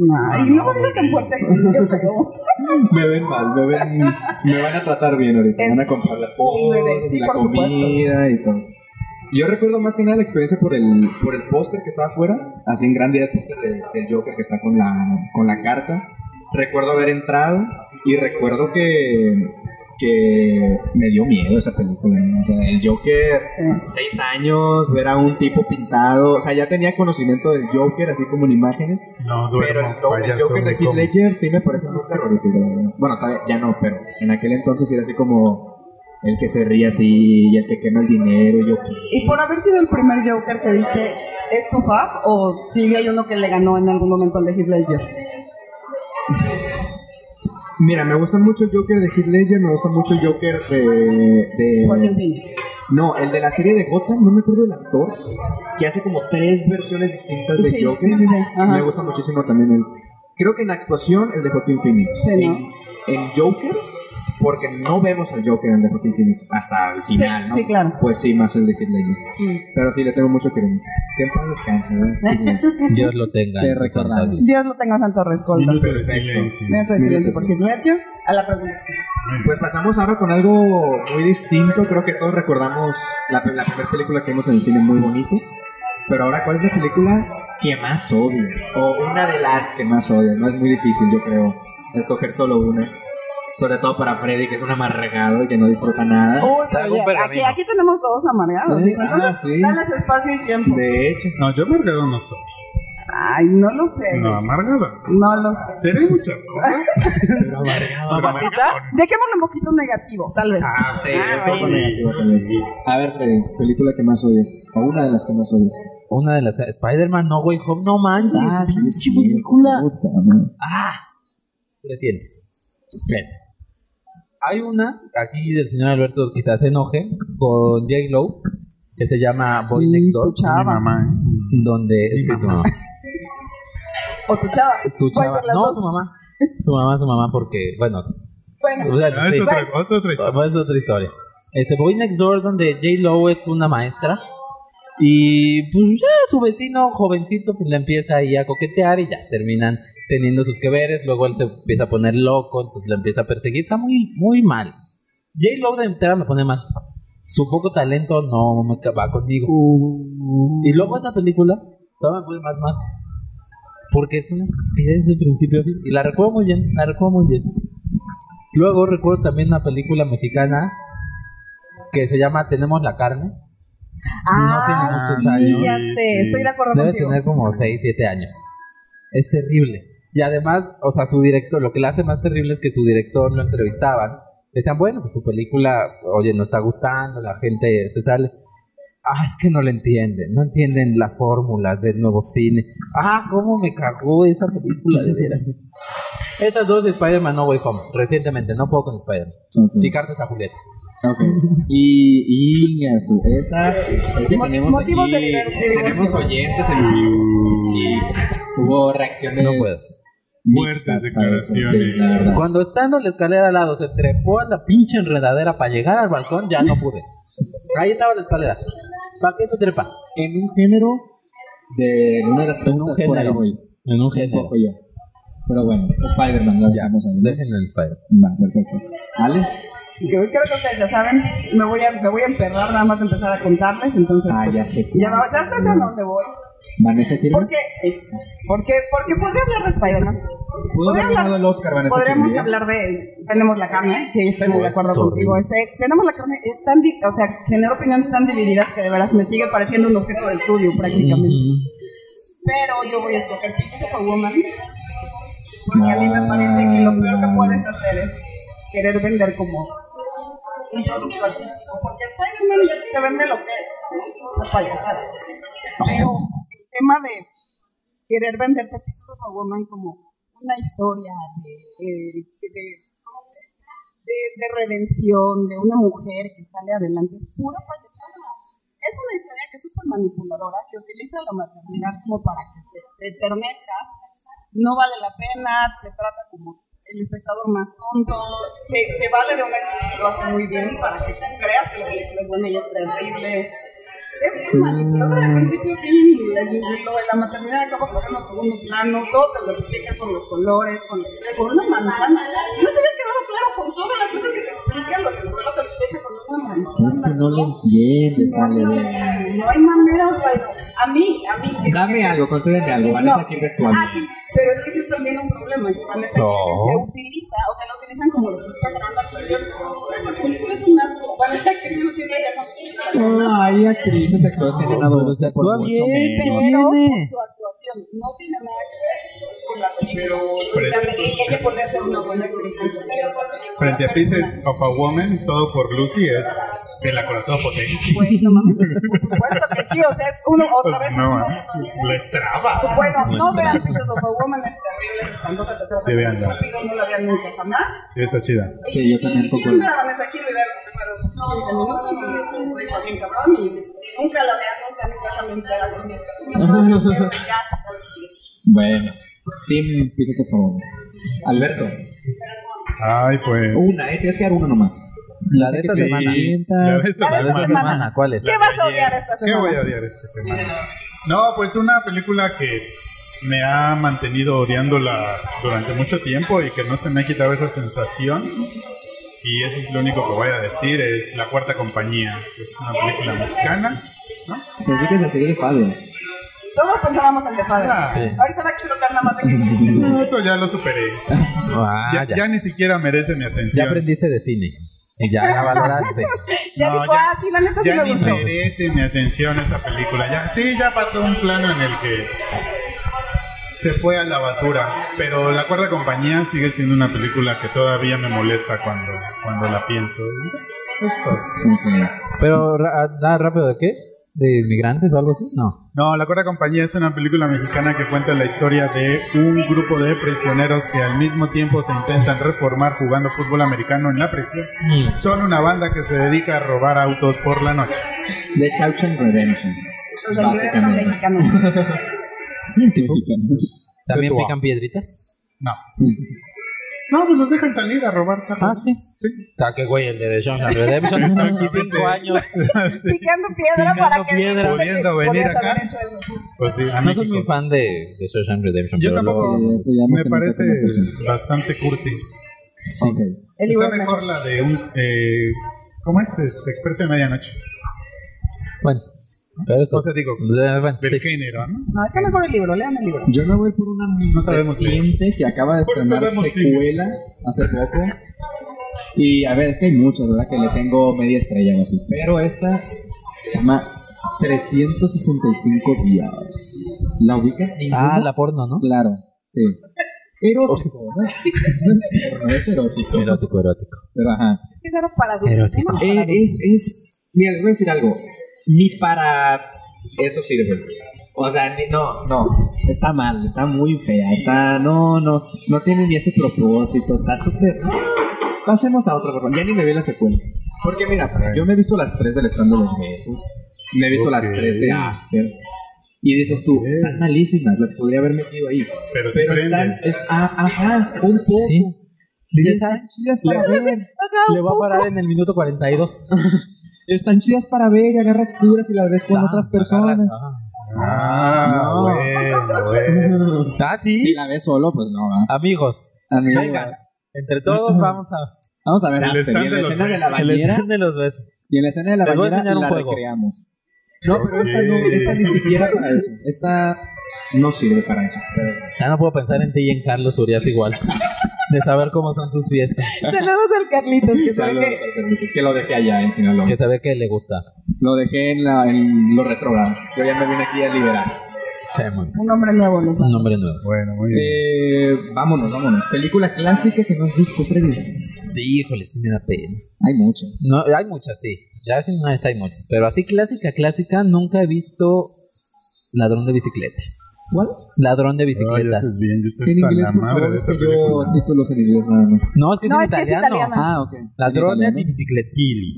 Speaker 3: Ah,
Speaker 2: Ay, no me digas tan fuerte aquí, yo creo.
Speaker 4: Me ven mal, me ven. Me van a tratar bien ahorita. Me van a comprar las cosas,
Speaker 2: Sí,
Speaker 4: la
Speaker 2: por supuesto.
Speaker 4: comida y todo. Yo recuerdo más que nada la experiencia por el, por el póster que estaba afuera. Así en grande era el póster del, del Joker que está con la, con la carta. Recuerdo haber entrado y recuerdo que, que me dio miedo esa película. ¿no? O sea, el Joker
Speaker 2: Sí.
Speaker 4: seis años, ver a un tipo pintado, o sea, ya tenía conocimiento del Joker, así como en imágenes,
Speaker 1: No,
Speaker 4: pero
Speaker 1: duermo,
Speaker 4: el, Joker- el
Speaker 1: payaso,
Speaker 4: Joker de
Speaker 1: me
Speaker 4: Heath
Speaker 1: como.
Speaker 4: Ledger sí me parece muy terrorífico, la verdad. Bueno, todavía- ya no, pero en aquel entonces era así como el que se ríe así y el que quema el dinero y yo qué.
Speaker 2: Y por haber sido el primer Joker que viste, ¿es tu fab o sí hay uno que le ganó en algún momento al de Heath Ledger?
Speaker 4: Mira, me gusta mucho el Joker de Heath Ledger, me gusta mucho el Joker de...
Speaker 2: Joaquin
Speaker 4: de
Speaker 2: Phoenix.
Speaker 4: no, el de la serie de Gotham, no me acuerdo del actor, que hace como tres versiones distintas de
Speaker 2: Sí,
Speaker 4: Joker.
Speaker 2: sí, sí, sí, ajá.
Speaker 4: Me gusta muchísimo también el... Creo que en actuación el de Joaquin Phoenix.
Speaker 2: Sí, ¿no?
Speaker 4: en, en Joker, porque no vemos al Joker en el de Joaquin Phoenix hasta el final, ¿no?
Speaker 2: sí, claro.
Speaker 4: Pues sí, más el de Heath Ledger. Pero sí, le tengo mucho cariño. Que en paz descanse, ¿verdad? Heath
Speaker 2: [LAUGHS]
Speaker 4: Ledger.
Speaker 3: Dios lo tenga.
Speaker 4: Te
Speaker 3: en su
Speaker 4: recordamos.
Speaker 3: santa vida.
Speaker 2: Dios lo tenga en santo rescoldo.
Speaker 1: Minuto de
Speaker 4: Perfecto.
Speaker 1: silencio.
Speaker 2: Minuto de
Speaker 4: Minuto
Speaker 2: silencio
Speaker 4: de
Speaker 2: por Heath Ledger. A la pregunta que sigue.
Speaker 4: Pues pasamos ahora con algo muy distinto. Creo que todos recordamos la, la primera película que vimos en el cine muy bonito. Pero ahora, ¿cuál es la película que más odias? O una de las que más odias. No es muy difícil, yo creo, escoger solo una. Sobre todo para Freddy, que es un amargado y que no disfruta
Speaker 3: Ah,
Speaker 4: nada.
Speaker 2: Uy, pero
Speaker 3: Traigo un
Speaker 2: ya, aquí,
Speaker 3: pergamino.
Speaker 2: aquí tenemos todos amargados.
Speaker 4: Sí,
Speaker 2: ¿eh?
Speaker 4: ah,
Speaker 2: Entonces,
Speaker 4: sí.
Speaker 2: dales espacio y tiempo.
Speaker 4: De hecho,
Speaker 1: No, yo amargado no soy.
Speaker 2: Ay, no lo sé.
Speaker 1: No,
Speaker 2: No,
Speaker 1: amargado.
Speaker 2: lo sé.
Speaker 1: Seré muchas cosas.
Speaker 4: [LAUGHS] pero [LAUGHS] amargado.
Speaker 1: pero amargado no.
Speaker 2: Dejémosle un poquito negativo, tal vez.
Speaker 1: Ah,
Speaker 4: Sí,
Speaker 2: Ah,
Speaker 4: eso
Speaker 2: bueno.
Speaker 4: fue negativo
Speaker 1: Sí,
Speaker 4: también.
Speaker 1: sí, sí.
Speaker 4: A ver, Freddy, película que más odias. O una de las que más odias. Ah,
Speaker 3: Una de las. Spider-Man No Way Home. No manches.
Speaker 2: Ah,
Speaker 3: pinche
Speaker 4: sí,
Speaker 3: película.
Speaker 4: puta madre.
Speaker 3: Ah. Recientes. Esa. Hay una, aquí el señor Alberto quizás se enoje, con J. Lowe, que se llama Boy
Speaker 2: Sí,
Speaker 3: Next
Speaker 2: tu
Speaker 3: Door,
Speaker 1: Mi
Speaker 2: chava.
Speaker 1: mamá.
Speaker 3: donde...
Speaker 1: Mi
Speaker 3: sí, tu
Speaker 1: mamá.
Speaker 3: mamá.
Speaker 2: O tu chava.
Speaker 3: Su
Speaker 2: Puede ser
Speaker 3: chava-
Speaker 2: las
Speaker 3: No,
Speaker 2: dos.
Speaker 3: su mamá. [LAUGHS] Su mamá, su mamá, porque, bueno,
Speaker 2: Bueno,
Speaker 3: o sea,
Speaker 1: Ah, es
Speaker 3: sí.
Speaker 1: otra, otra, otra historia.
Speaker 3: Bueno, es otra historia. Este, Boy Next Door, donde J. Lowe es una maestra. Y pues ya su vecino jovencito pues le empieza ahí a coquetear y ya terminan teniendo sus que veres. Luego él se empieza a poner loco, entonces le empieza a perseguir. Está muy, muy mal. J. Lowe de entrada me pone mal. Su poco talento no me ca- va conmigo.
Speaker 1: Uh.
Speaker 3: Y luego esa película todavía me pone más mal. Porque es una estupidez de principio a fin. Y la recuerdo muy bien, la recuerdo muy bien. Luego recuerdo también una película mexicana que se llama Tenemos la carne.
Speaker 2: ah,
Speaker 3: muchos
Speaker 2: sí,
Speaker 3: años.
Speaker 2: ya
Speaker 1: Sí,
Speaker 2: sé,
Speaker 1: sí.
Speaker 2: estoy de acuerdo
Speaker 3: Debe
Speaker 2: contigo.
Speaker 3: tener como 6, 7 años. Es terrible. Y además, o sea, su director, lo que le hace más terrible es que su director lo entrevistaban. Le decían, bueno, pues tu película, oye, no está gustando, la gente se sale. Ah, es que no lo entienden, no entienden las fórmulas del nuevo cine. Ah, cómo me cagó esa película, de veras. Esas dos, Spider-Man No Way Home, recientemente, no puedo con Spider-Man.
Speaker 4: Ok.
Speaker 3: Y cartas a Julieta.
Speaker 4: Ok. Y, y ya sé, esa es ah, que
Speaker 2: Mo-
Speaker 4: tenemos
Speaker 2: motivos
Speaker 4: aquí, eh,
Speaker 2: de diver- de
Speaker 4: tenemos
Speaker 2: divorcio.
Speaker 4: oyentes en y hubo reacciones
Speaker 3: No puedo.
Speaker 4: mixtas,
Speaker 1: Fuertes
Speaker 4: ¿sabes? Sí,
Speaker 1: declaraciones.
Speaker 4: la verdad.
Speaker 3: Cuando estando en la escalera al lado se trepó a la pinche enredadera para llegar al balcón, ya no pude. Ahí estaba la escalera. ¿Para qué se trepa?
Speaker 4: en un género de una de las
Speaker 3: En un
Speaker 4: preguntas por ahí
Speaker 3: género.
Speaker 4: voy,
Speaker 3: En un
Speaker 4: un
Speaker 3: género.
Speaker 4: poco yo. Pero bueno, Spider-Man, ya vamos ahí. ¿no?
Speaker 3: Déjenlo en Spider.
Speaker 4: Va, perfecto. ¿Ale?
Speaker 2: Y Creo creo que ustedes ya saben, me voy, a, me voy a emperrar nada más de empezar a contarles, entonces
Speaker 4: Ah,
Speaker 2: pues,
Speaker 4: ya sé.
Speaker 2: ya me- ya hasta sé a dónde voy.
Speaker 4: Vanessa tiene.
Speaker 2: ¿Por qué? Sí. Porque, porque podría hablar de Spider-Man.
Speaker 4: Pudo haber
Speaker 2: Podría
Speaker 4: ganado
Speaker 2: hablar,
Speaker 4: el Oscar, Vanessa.
Speaker 2: podríamos
Speaker 4: Kirby, ¿eh?
Speaker 2: hablar de Tenemos la carne, sí, estoy muy de acuerdo
Speaker 3: Es
Speaker 2: contigo.
Speaker 3: horrible.
Speaker 2: Ese- tenemos la carne, es tan, di- o sea, genera opiniones tan divididas que de veras me sigue pareciendo un objeto de estudio prácticamente. Pero yo voy a escoger Pieces of a Woman. Porque a mí me parece que lo peor que puedes hacer es querer vender como un producto artístico. Porque Spider-Man te vende lo que es, ¿no? las payasadas. Pero el tema de querer venderte Pieces of a Woman como una historia de, eh, de- de, de redención de una mujer que sale adelante es pura payasada. Es una historia que es súper manipuladora, que utiliza la maternidad como para que te, te enternezcas. No vale la pena, te trata como el espectador más tonto. Se, se vale de una actriz que lo hace muy bien para que tú creas que la película es buena y es terrible. Es manipuladora de principio a fin. La, lo de la maternidad acaba por en segundo plano. Todo te lo explica con los colores, con, la- con una manzana. Si no te había quedado claro con todas las cosas que te explican, lo que el modelo te lo explica con una manzana.
Speaker 4: Es que no le entiendes, Ale.
Speaker 2: No hay manera, Osvaldo. A mí, a mí. que-
Speaker 4: Dame algo, concédeme algo. Vanessa Kirby actuando.
Speaker 2: Ah, sí, pero es que ese es también un problema. que Vanessa
Speaker 3: No.
Speaker 2: Kirby se utiliza, o sea, lo utilizan como lo que está grabando anterior. La película es un asco. Vanessa Kirby no tiene ganas.
Speaker 4: No, Ah, hay actrices, actores que han ganado el Oscar por
Speaker 3: actúa
Speaker 4: mucho
Speaker 3: bien,
Speaker 2: Pero
Speaker 4: menos.
Speaker 2: su actuación no tiene nada que ver con la película. Ella ella podría ser una buena actriz.
Speaker 1: Frente a Pieces of a Woman, todo por Lucy es de la corazón potente.
Speaker 2: Pues, no mames, por supuesto que sí, o sea, es uno otra vez. Pues, es
Speaker 1: No,
Speaker 2: uno,
Speaker 1: eh,
Speaker 2: otra vez.
Speaker 1: les traba.
Speaker 2: Bueno, no vean Pieces of a Woman, es terrible, es espantosa, te trata
Speaker 1: Sí,
Speaker 2: como
Speaker 1: véanla.
Speaker 2: estúpido, no la vean nunca jamás.
Speaker 1: Sí, está chida.
Speaker 4: Sí, yo
Speaker 2: Y
Speaker 4: también
Speaker 2: si quieren
Speaker 4: concuerdo.
Speaker 2: ver a Vanessa aquí, vean pero 15 minutos y es un rifa bien cabrón y nunca la vean, nunca, nunca jamás se hagan con esto. No, pero ya.
Speaker 4: Bueno, Tim, empieza a favor. Alberto,
Speaker 1: Ay, pues.
Speaker 4: una, eh, tienes que dar una nomás.
Speaker 3: La
Speaker 4: Sé que
Speaker 3: de esta
Speaker 4: te
Speaker 3: semana.
Speaker 4: sientas.
Speaker 1: Ya ves, esta
Speaker 2: La de esta
Speaker 1: semana.
Speaker 2: semana.
Speaker 3: ¿Cuál es?
Speaker 2: ¿Qué vas a odiar esta
Speaker 1: ¿Qué voy a
Speaker 2: semana?
Speaker 1: odiar esta semana? No, pues una película que me ha mantenido odiándola durante mucho tiempo y que no se me ha quitado esa sensación. Y eso es lo único que voy a decir, es La Cuarta Compañía. Es una película mexicana, ¿no?
Speaker 4: Pensé que se te de Fabio.
Speaker 2: Todos pensábamos en The Father.
Speaker 1: Ah,
Speaker 3: sí.
Speaker 2: Ahorita va a explotar nada más
Speaker 1: [LAUGHS]
Speaker 2: de que
Speaker 1: No, Eso ya lo superé.
Speaker 3: Ah,
Speaker 1: Ya,
Speaker 3: ya.
Speaker 1: ya ni siquiera merece mi
Speaker 3: Ya
Speaker 1: atención.
Speaker 3: aprendiste de cine. Y ya la valoraste.
Speaker 2: Ya
Speaker 1: No,
Speaker 2: dijo,
Speaker 1: ya-
Speaker 2: ah, sí, la neta sí
Speaker 1: Ya
Speaker 2: me
Speaker 1: ni
Speaker 2: gustó.
Speaker 1: merece mi atención esa película. Ya, sí, ya pasó un plano en el que se fue a la basura. Pero La Cuarta Compañía sigue siendo una película que todavía me molesta cuando, cuando la pienso. Justo.
Speaker 4: Ok.
Speaker 3: Pero, ra- ah, nada rápido, ¿de qué? de inmigrantes o algo así? No.
Speaker 1: No, La Cuarta Compañía es una película mexicana que cuenta la historia de un grupo de prisioneros que al mismo tiempo se intentan reformar jugando fútbol americano en la prisión.
Speaker 3: Mm.
Speaker 1: Son una banda que se dedica a robar autos por la noche.
Speaker 4: De Shawshank Redemption.
Speaker 2: Los alquileres son
Speaker 4: [LAUGHS]
Speaker 1: [LAUGHS]
Speaker 2: mexicanos.
Speaker 4: Mexicanos.
Speaker 3: ¿También
Speaker 1: Se tuvo.
Speaker 3: pican piedritas?
Speaker 1: No. No, pues los dejan salir a robar tarde.
Speaker 3: Ah, sí.
Speaker 1: Sí. [LAUGHS]
Speaker 3: Ta, qué güey, el de The John Redemption.
Speaker 1: Exacto, sí,
Speaker 3: 25
Speaker 1: te-
Speaker 3: años.
Speaker 1: ah, Sí.
Speaker 2: Picando piedra
Speaker 3: Picando
Speaker 2: para que.
Speaker 3: piedra.
Speaker 1: Pudiendo venir
Speaker 2: Podrías haber
Speaker 1: acá.
Speaker 2: hecho eso.
Speaker 1: Pues sí, a
Speaker 3: No soy
Speaker 1: México.
Speaker 3: muy fan de, de Shawshank Redemption.
Speaker 1: Yo
Speaker 3: pero
Speaker 1: tampoco.
Speaker 3: luego-
Speaker 4: Sí, eso ya no
Speaker 1: me
Speaker 4: se me
Speaker 1: parece
Speaker 4: hace
Speaker 1: bastante cursi.
Speaker 4: Ok.
Speaker 2: El
Speaker 1: Está
Speaker 2: Iberman.
Speaker 1: mejor la de un. eh, ¿Cómo es? Este, Expreso de Medianoche.
Speaker 3: Bueno. Pero eso.
Speaker 1: O sea, digo,
Speaker 3: Eh, bueno,
Speaker 1: del
Speaker 3: sí.
Speaker 1: género, ¿no?
Speaker 2: No, está mejor el libro, lean el libro.
Speaker 4: Yo me voy por una
Speaker 1: No sabemos
Speaker 4: reciente que acaba de
Speaker 1: Por eso
Speaker 4: estrenar
Speaker 1: vemos
Speaker 4: secuela hace poco. Y a ver, es que hay muchas, ¿verdad? Que le tengo media estrella o así. Pero esta se llama 365 días. ¿La ubica?
Speaker 3: Ah, la porno, ¿no?
Speaker 4: Claro, sí. Erótico, ¿no?
Speaker 3: [LAUGHS]
Speaker 4: No es porno, es erótico.
Speaker 3: Erótico, erótico.
Speaker 4: Pero ajá.
Speaker 2: Es que claro, para adultos.
Speaker 3: Erótico.
Speaker 2: ¿no?
Speaker 4: Eh,
Speaker 2: Para
Speaker 4: es, es, mira, les voy a decir algo. Ni para eso sirve. O sea, ni- no, no. Está mal, está muy fea. Está, no, no. No tiene ni ese propósito. Está súper. no. Pasemos a otra cosa. Ya ni me vi la secuela. Porque mira, yo me he visto las tres del estando los besos. Me he visto las
Speaker 1: Ok.
Speaker 4: tres de After. Y dices tú, están malísimas, las podría haber metido ahí.
Speaker 1: Pero se
Speaker 4: Pero
Speaker 1: prende.
Speaker 4: están, es- ah, ajá, un poco.
Speaker 3: Sí.
Speaker 4: Dices,
Speaker 3: Sí,
Speaker 4: están chidas para ver.
Speaker 2: adultos.
Speaker 3: Le va a parar en el minuto 42.
Speaker 4: Están chidas para ver, y agarras curas y las ves con
Speaker 3: Ah,
Speaker 4: otras personas.
Speaker 3: agarras, ah.
Speaker 1: Ah,
Speaker 4: No.
Speaker 1: bueno,
Speaker 3: [LAUGHS]
Speaker 1: bueno.
Speaker 3: Ah, sí.
Speaker 4: Si la ves solo, pues no, va.
Speaker 3: Amigos,
Speaker 4: Amigos,
Speaker 3: Ah, venga. Entre todos vamos a...
Speaker 4: Vamos a ver,
Speaker 1: El
Speaker 4: After,
Speaker 1: stand
Speaker 4: y en la
Speaker 1: de los
Speaker 4: escena de la
Speaker 1: besos.
Speaker 3: El
Speaker 4: bañera,
Speaker 3: stand de los besos.
Speaker 4: y
Speaker 1: [LAUGHS]
Speaker 4: en la escena de la
Speaker 3: Les voy a
Speaker 4: bañera
Speaker 3: enseñar un
Speaker 4: la
Speaker 3: juego.
Speaker 4: recreamos. No, pero esta no, esta ni siquiera para eso. Esta no sirve para eso. Pero
Speaker 3: Ya no puedo pensar en ti y en Carlos Urias igual. De saber cómo son sus fiestas.
Speaker 2: Saludos al Carlitos, que sabe
Speaker 4: Saludos,
Speaker 2: que.
Speaker 4: Alberto. es que lo dejé allá en Sinaloa.
Speaker 3: Que se ve que le gusta.
Speaker 4: Lo dejé en, la, en lo retrógrado. Yo ya me vine aquí a liberar.
Speaker 3: Sí, muy bien.
Speaker 2: Un hombre nuevo nos va.
Speaker 3: Un nombre nuevo.
Speaker 1: Bueno, muy bien.
Speaker 4: Eh, vámonos, vámonos. Película clásica que no has visto, Freddy.
Speaker 3: Eh, Híjole, sí me da pena.
Speaker 4: Hay muchas.
Speaker 3: No, hay muchas, sí. Ya sin una de estas hay muchas. Pero así clásica, clásica, nunca he visto Ladrón de Bicicletas.
Speaker 4: ¿Cuál?
Speaker 3: Ladrón de
Speaker 1: Ay,
Speaker 3: Bicicletas.
Speaker 1: haces bien, yo estoy
Speaker 4: En
Speaker 1: hasta
Speaker 4: inglés,
Speaker 1: la
Speaker 4: por
Speaker 1: madre
Speaker 4: favor,
Speaker 1: de
Speaker 4: es
Speaker 1: esta
Speaker 4: que yo
Speaker 1: película.
Speaker 4: títulos en inglés nada más.
Speaker 3: No, es que
Speaker 2: No,
Speaker 3: es,
Speaker 2: es que es
Speaker 3: italiano.
Speaker 2: italiana.
Speaker 4: Ah, ok.
Speaker 3: Ladrón
Speaker 4: En
Speaker 3: de
Speaker 4: italiano.
Speaker 3: Bicicletili.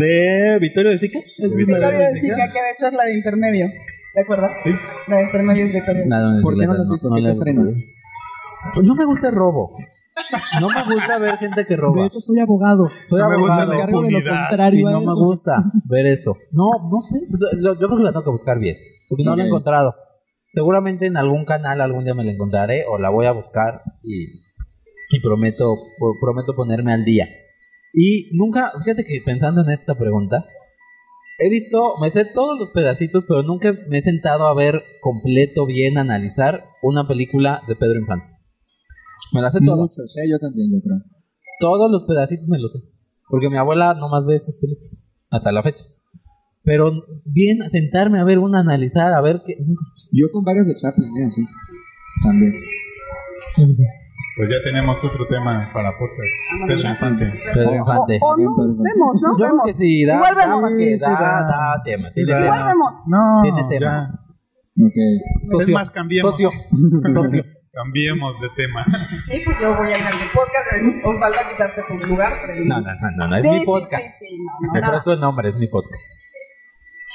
Speaker 3: de Vittorio de Sica. Es
Speaker 1: De
Speaker 2: Victoria
Speaker 1: Vittorio
Speaker 3: Vittorio de
Speaker 2: de
Speaker 3: Sica.
Speaker 2: Sica, que de hecho es la de intermedio. ¿Te acuerdas?
Speaker 1: Sí.
Speaker 2: La de intermedio es Victoria.
Speaker 3: Ladrón de
Speaker 4: ¿Por qué no
Speaker 3: Bicicletas,
Speaker 4: lo has visto? ¿Qué te
Speaker 3: le-
Speaker 4: frena?
Speaker 3: Pues no me gusta el robo. No me gusta ver gente que
Speaker 4: De
Speaker 3: roba.
Speaker 4: hecho, soy abogado.
Speaker 3: Soy
Speaker 1: no me gusta
Speaker 3: abogado
Speaker 4: Me
Speaker 1: la
Speaker 4: encargo de lo
Speaker 1: impunidad
Speaker 3: y
Speaker 4: contrario a
Speaker 3: no me
Speaker 4: eso. [LAUGHS]
Speaker 3: gusta ver eso. No, no sé. Yo, yo creo que la tengo que buscar bien. Porque no la he
Speaker 4: Ok.
Speaker 3: encontrado. Seguramente en algún canal algún día me la encontraré o la voy a buscar y, y prometo, pro- prometo ponerme al día. Y nunca, fíjate que pensando en esta pregunta, he visto, me sé todos los pedacitos, pero nunca me he sentado a ver completo, bien, analizar una película de Pedro Infante. Me la sé toda.
Speaker 4: Muchos, eh, yo también, yo creo.
Speaker 3: Todos los pedacitos me los sé. Porque mi abuela nomás ve esas películas. Hasta la fecha. Pero bien, sentarme a ver una, analizar, a ver qué. nunca.
Speaker 4: Yo con varios de Chaplin, eh, así. También.
Speaker 1: Pues ya tenemos otro tema para podcast. Pedro Infante.
Speaker 3: Pedro
Speaker 4: Ojo.
Speaker 3: Infante.
Speaker 2: O, o no,
Speaker 4: Bien, Pedro.
Speaker 2: vemos,
Speaker 3: pues, Yo
Speaker 2: ¿no?
Speaker 3: creo
Speaker 2: Vemos.
Speaker 3: que sí, da,
Speaker 2: Igual
Speaker 3: da-
Speaker 2: vemos.
Speaker 3: que
Speaker 1: Sí,
Speaker 3: da,
Speaker 1: da.
Speaker 3: da tema. sí,
Speaker 1: Sí,
Speaker 3: da
Speaker 1: da.
Speaker 3: tema.
Speaker 2: Igual vemos.
Speaker 1: No,
Speaker 3: Tiene tema.
Speaker 1: ya.
Speaker 4: Ok.
Speaker 1: Es
Speaker 3: Socio,
Speaker 1: más,
Speaker 2: [LAUGHS]
Speaker 1: cambiemos.
Speaker 3: socio, socio.
Speaker 1: Cambiemos de tema.
Speaker 2: Sí, pues yo voy a ir al podcast. eh, Osvaldo a quitarte tu lugar. pero-
Speaker 3: No, no, no, no, no, es
Speaker 2: Sí,
Speaker 3: mi
Speaker 2: sí,
Speaker 3: podcast.
Speaker 2: Sí, sí, no, no,
Speaker 3: Me
Speaker 2: nada.
Speaker 3: presto el nombre, es mi podcast.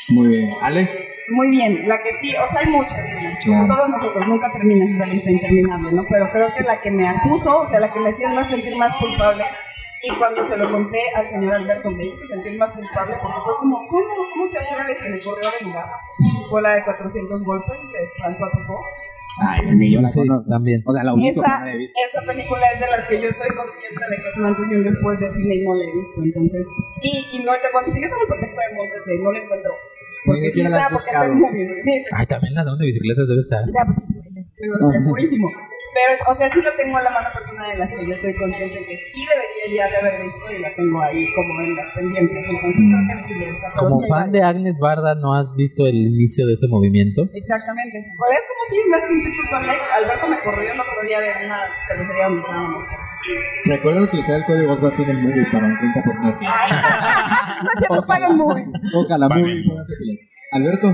Speaker 4: Muy bien. Ale.
Speaker 2: Muy bien, la que sí, o sea, hay muchas, como
Speaker 4: Claro.
Speaker 2: todos nosotros, nunca terminas esa lista interminable, ¿no? Pero creo que la que me acuso, o sea, la que me hacía más sentir más culpable, y cuando se lo conté al señor Alberto, me hizo sentir más culpable, porque fue como, ¿cómo, cómo te atreves que le corrió de lugar? Fue la de 400 golpes de François Truffaut.
Speaker 4: Ay, es que yo la
Speaker 3: Sí,
Speaker 4: conozco.
Speaker 3: también.
Speaker 4: O sea, la ubico, pero no
Speaker 2: Esa,
Speaker 4: la he visto.
Speaker 2: esa película es de las que yo estoy consciente de que es un antes y un después de cine y no la he visto, entonces. Y, y no, cuando sigue todo el pretexto de Montes, de no la encuentro.
Speaker 4: Ni
Speaker 2: Porque sí
Speaker 4: siquiera la
Speaker 2: está,
Speaker 4: has
Speaker 2: porque está en
Speaker 4: buscado.
Speaker 2: movie, sí,
Speaker 3: Ay, también la de bicicletas debe estar.
Speaker 2: ya, pues, seguro, segurísimo. Pero, o sea, sí la tengo en la mano persona de las que yo estoy consciente que sí debería ya de haber visto y la tengo ahí como en las pendientes. Entonces, creo que sí, o sea,
Speaker 3: Como
Speaker 2: todos
Speaker 3: fan de
Speaker 2: iguales.
Speaker 3: Agnes Barda, ¿no has visto el inicio de ese movimiento?
Speaker 2: Exactamente. Pues es como si me sentí culpable. Alberto me corrió el otro día de una cervecería donde estábamos.
Speaker 4: Recuerda utilizar el código Osva en el movie para un 30% así.
Speaker 2: [LAUGHS] haciendo para el movie.
Speaker 4: Ojalá,
Speaker 1: Vale.
Speaker 4: muy bien, pónganse pilas. Alberto,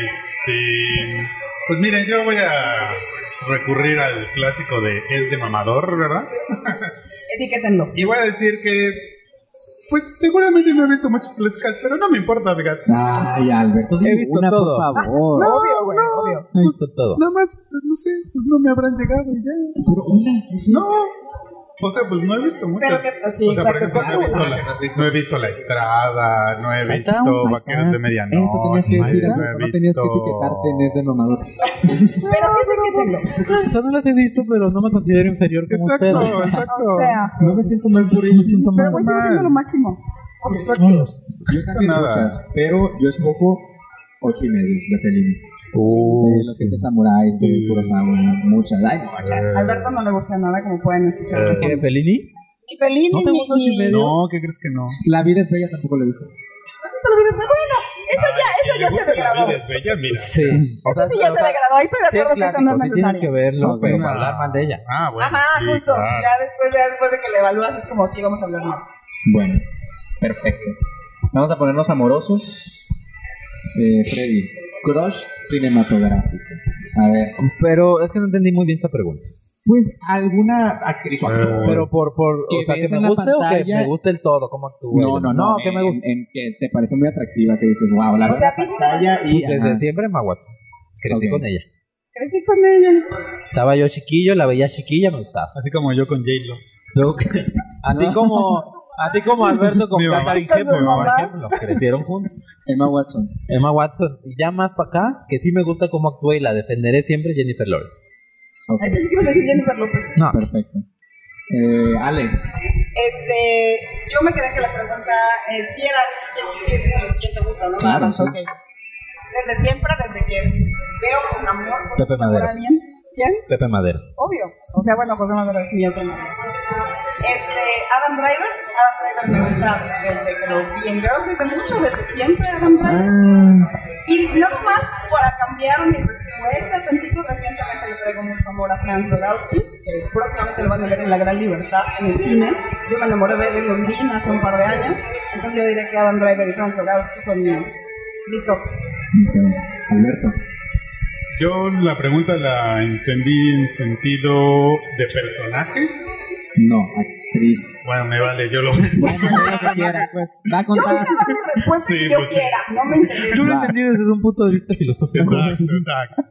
Speaker 1: Este. Pues miren, yo voy a recurrir al clásico de es de mamador, ¿verdad?
Speaker 2: Etiquétenlo.
Speaker 1: Y voy a decir que. Pues seguramente no he visto muchas clásicas, pero no me importa, fíjate.
Speaker 4: ay, Alberto,
Speaker 3: He
Speaker 4: dime
Speaker 3: visto
Speaker 4: una,
Speaker 3: todo.
Speaker 4: por favor.
Speaker 2: Obvio, güey, obvio.
Speaker 3: Ahí está todo.
Speaker 1: Nada más, no sé, pues no me habrán llegado y ya.
Speaker 4: Pero una,
Speaker 1: Pues no. O sea, pues no he visto muchas.
Speaker 2: Pero que- sí,
Speaker 1: o sea, por
Speaker 2: exacto,
Speaker 1: ejemplo, no he,
Speaker 2: es como
Speaker 1: visto la, no he visto La Estrada, no he
Speaker 3: Ahí
Speaker 1: visto
Speaker 3: está,
Speaker 4: ahí
Speaker 1: Vaqueros
Speaker 4: está.
Speaker 1: de Medianoche.
Speaker 4: Eso tenías que
Speaker 1: no he
Speaker 4: decir,
Speaker 1: visto-
Speaker 4: Alberto, no tenías que etiquetarte en este mamador.
Speaker 2: Pero sí etiquétenlo.
Speaker 3: O sea, no las he visto, pero no me considero inferior como
Speaker 1: Exacto,
Speaker 3: ustedes.
Speaker 1: exacto.
Speaker 2: O sea,
Speaker 4: No me siento mal por ello.
Speaker 3: Me siento
Speaker 2: pero
Speaker 3: mal.
Speaker 2: güey, sigue siendo lo máximo.
Speaker 1: Exacto.
Speaker 4: Yo
Speaker 1: pasa
Speaker 4: también
Speaker 1: nada.
Speaker 4: muchas, pero yo escojo ocho y medio de Felino.
Speaker 3: Uh,
Speaker 4: de los siete samuráis, de Kurosawa, muchas, hay muchas.
Speaker 2: Alberto no le gusta nada, como pueden
Speaker 1: Eh.
Speaker 2: escuchar.
Speaker 3: ¿Qué, Fellini?
Speaker 2: Y Pelini.
Speaker 3: ¿No te gusta ocho y medio?
Speaker 1: No, ¿qué crees que no?
Speaker 4: La vida es bella tampoco le gusta.
Speaker 2: te lo olvides, no, Bueno, esa
Speaker 1: Ah,
Speaker 2: ya, esa ya se degradó.
Speaker 1: vida es bella, mira.
Speaker 3: Sí. O
Speaker 2: Esa sí ya se degradó. Ahí estoy de
Speaker 3: sí es
Speaker 2: acuerdo que esa
Speaker 3: clásico,
Speaker 2: no es
Speaker 3: sí tienes que
Speaker 2: necesaria.
Speaker 3: verlo,
Speaker 4: No,
Speaker 3: pero
Speaker 1: no.
Speaker 3: para hablar mal de ella.
Speaker 1: Ah, bueno.
Speaker 2: Ajá,
Speaker 1: sí,
Speaker 2: justo.
Speaker 1: claro.
Speaker 2: Ya después de, después de que le evalúas es como si vamos a hablar mal.
Speaker 4: Bueno, perfecto. Vamos a ponernos amorosos. Eh, Freddy, crush cinematográfico. A ver,
Speaker 3: Pero es que no entendí muy bien esta pregunta.
Speaker 4: pues alguna actriz o actor.
Speaker 3: Pero por, por
Speaker 4: Que
Speaker 3: o sea, que
Speaker 4: ves en
Speaker 3: me
Speaker 4: la
Speaker 3: guste o que
Speaker 4: pantalla-
Speaker 3: me guste el todo, cómo actúa.
Speaker 4: no, no, no,
Speaker 3: que me guste.
Speaker 4: En, en que te parece muy atractiva, que dices, wow, la
Speaker 2: O
Speaker 4: verdad.
Speaker 2: sea, pues, físicamente
Speaker 4: pantalla y.
Speaker 3: Desde
Speaker 4: ajá.
Speaker 3: siempre en Maguato. Crecí
Speaker 4: Ok.
Speaker 3: con ella.
Speaker 2: crecí con ella.
Speaker 3: Estaba yo chiquillo, la veía chiquilla, me gustaba.
Speaker 1: Así como yo con J-Lo.
Speaker 4: [LAUGHS]
Speaker 3: Luego que- así como así como Alberto con
Speaker 1: Mi mamá.
Speaker 3: Katharine
Speaker 2: Con su
Speaker 3: Hepburn, por
Speaker 2: mamá.
Speaker 3: ejemplo, crecieron juntos.
Speaker 4: Emma Watson.
Speaker 3: Emma Watson. Y ya más para acá, que sí me gusta cómo actúa y la defenderé siempre, Jennifer Lawrence.
Speaker 4: Ok,
Speaker 2: Ay, pensé que ibas a decir Jennifer López.
Speaker 3: No,
Speaker 4: perfecto. Eh, Ale,
Speaker 2: Este, yo me quedé que la pregunta eh, si era quién, quién- quién te gusta, ¿no?
Speaker 4: Claro,
Speaker 2: Nada más,
Speaker 4: sí.
Speaker 2: ok. Desde siempre, desde que veo con amor con
Speaker 3: Pepe
Speaker 2: amor a
Speaker 3: Madero.
Speaker 2: alguien. ¿Quién?
Speaker 3: Pepe Madero.
Speaker 2: Obvio. O sea, bueno, José Madero es mi otro nombre. Este, Adam Driver. Adam Driver me gusta desde que lo vi en Girls, desde mucho, desde siempre Adam Driver.
Speaker 4: ah,
Speaker 2: Y nada más para cambiar mi respuesta, tantito recientemente le traigo mucho amor a Franz Dodowski, que próximamente lo van a ver en La Gran Libertad en el cine. Yo me enamoré de él en Londrina hace un par de años, entonces yo diré que Adam Driver y Franz Dodowski son mis, mis top.
Speaker 4: ok. Alberto.
Speaker 1: Yo la pregunta la entendí en sentido de personaje.
Speaker 4: No, actriz.
Speaker 1: Bueno, me vale, yo lo voy
Speaker 3: [LAUGHS]
Speaker 1: a decir.
Speaker 4: pues. Va a
Speaker 2: Yo voy a
Speaker 4: contar.
Speaker 2: dar mi respuesta
Speaker 1: Sí,
Speaker 2: que yo
Speaker 1: pues sí.
Speaker 2: quiera, no me interesa.
Speaker 3: Yo lo
Speaker 4: Va.
Speaker 3: entendí desde un punto de vista filosófico.
Speaker 1: Exacto, exacto.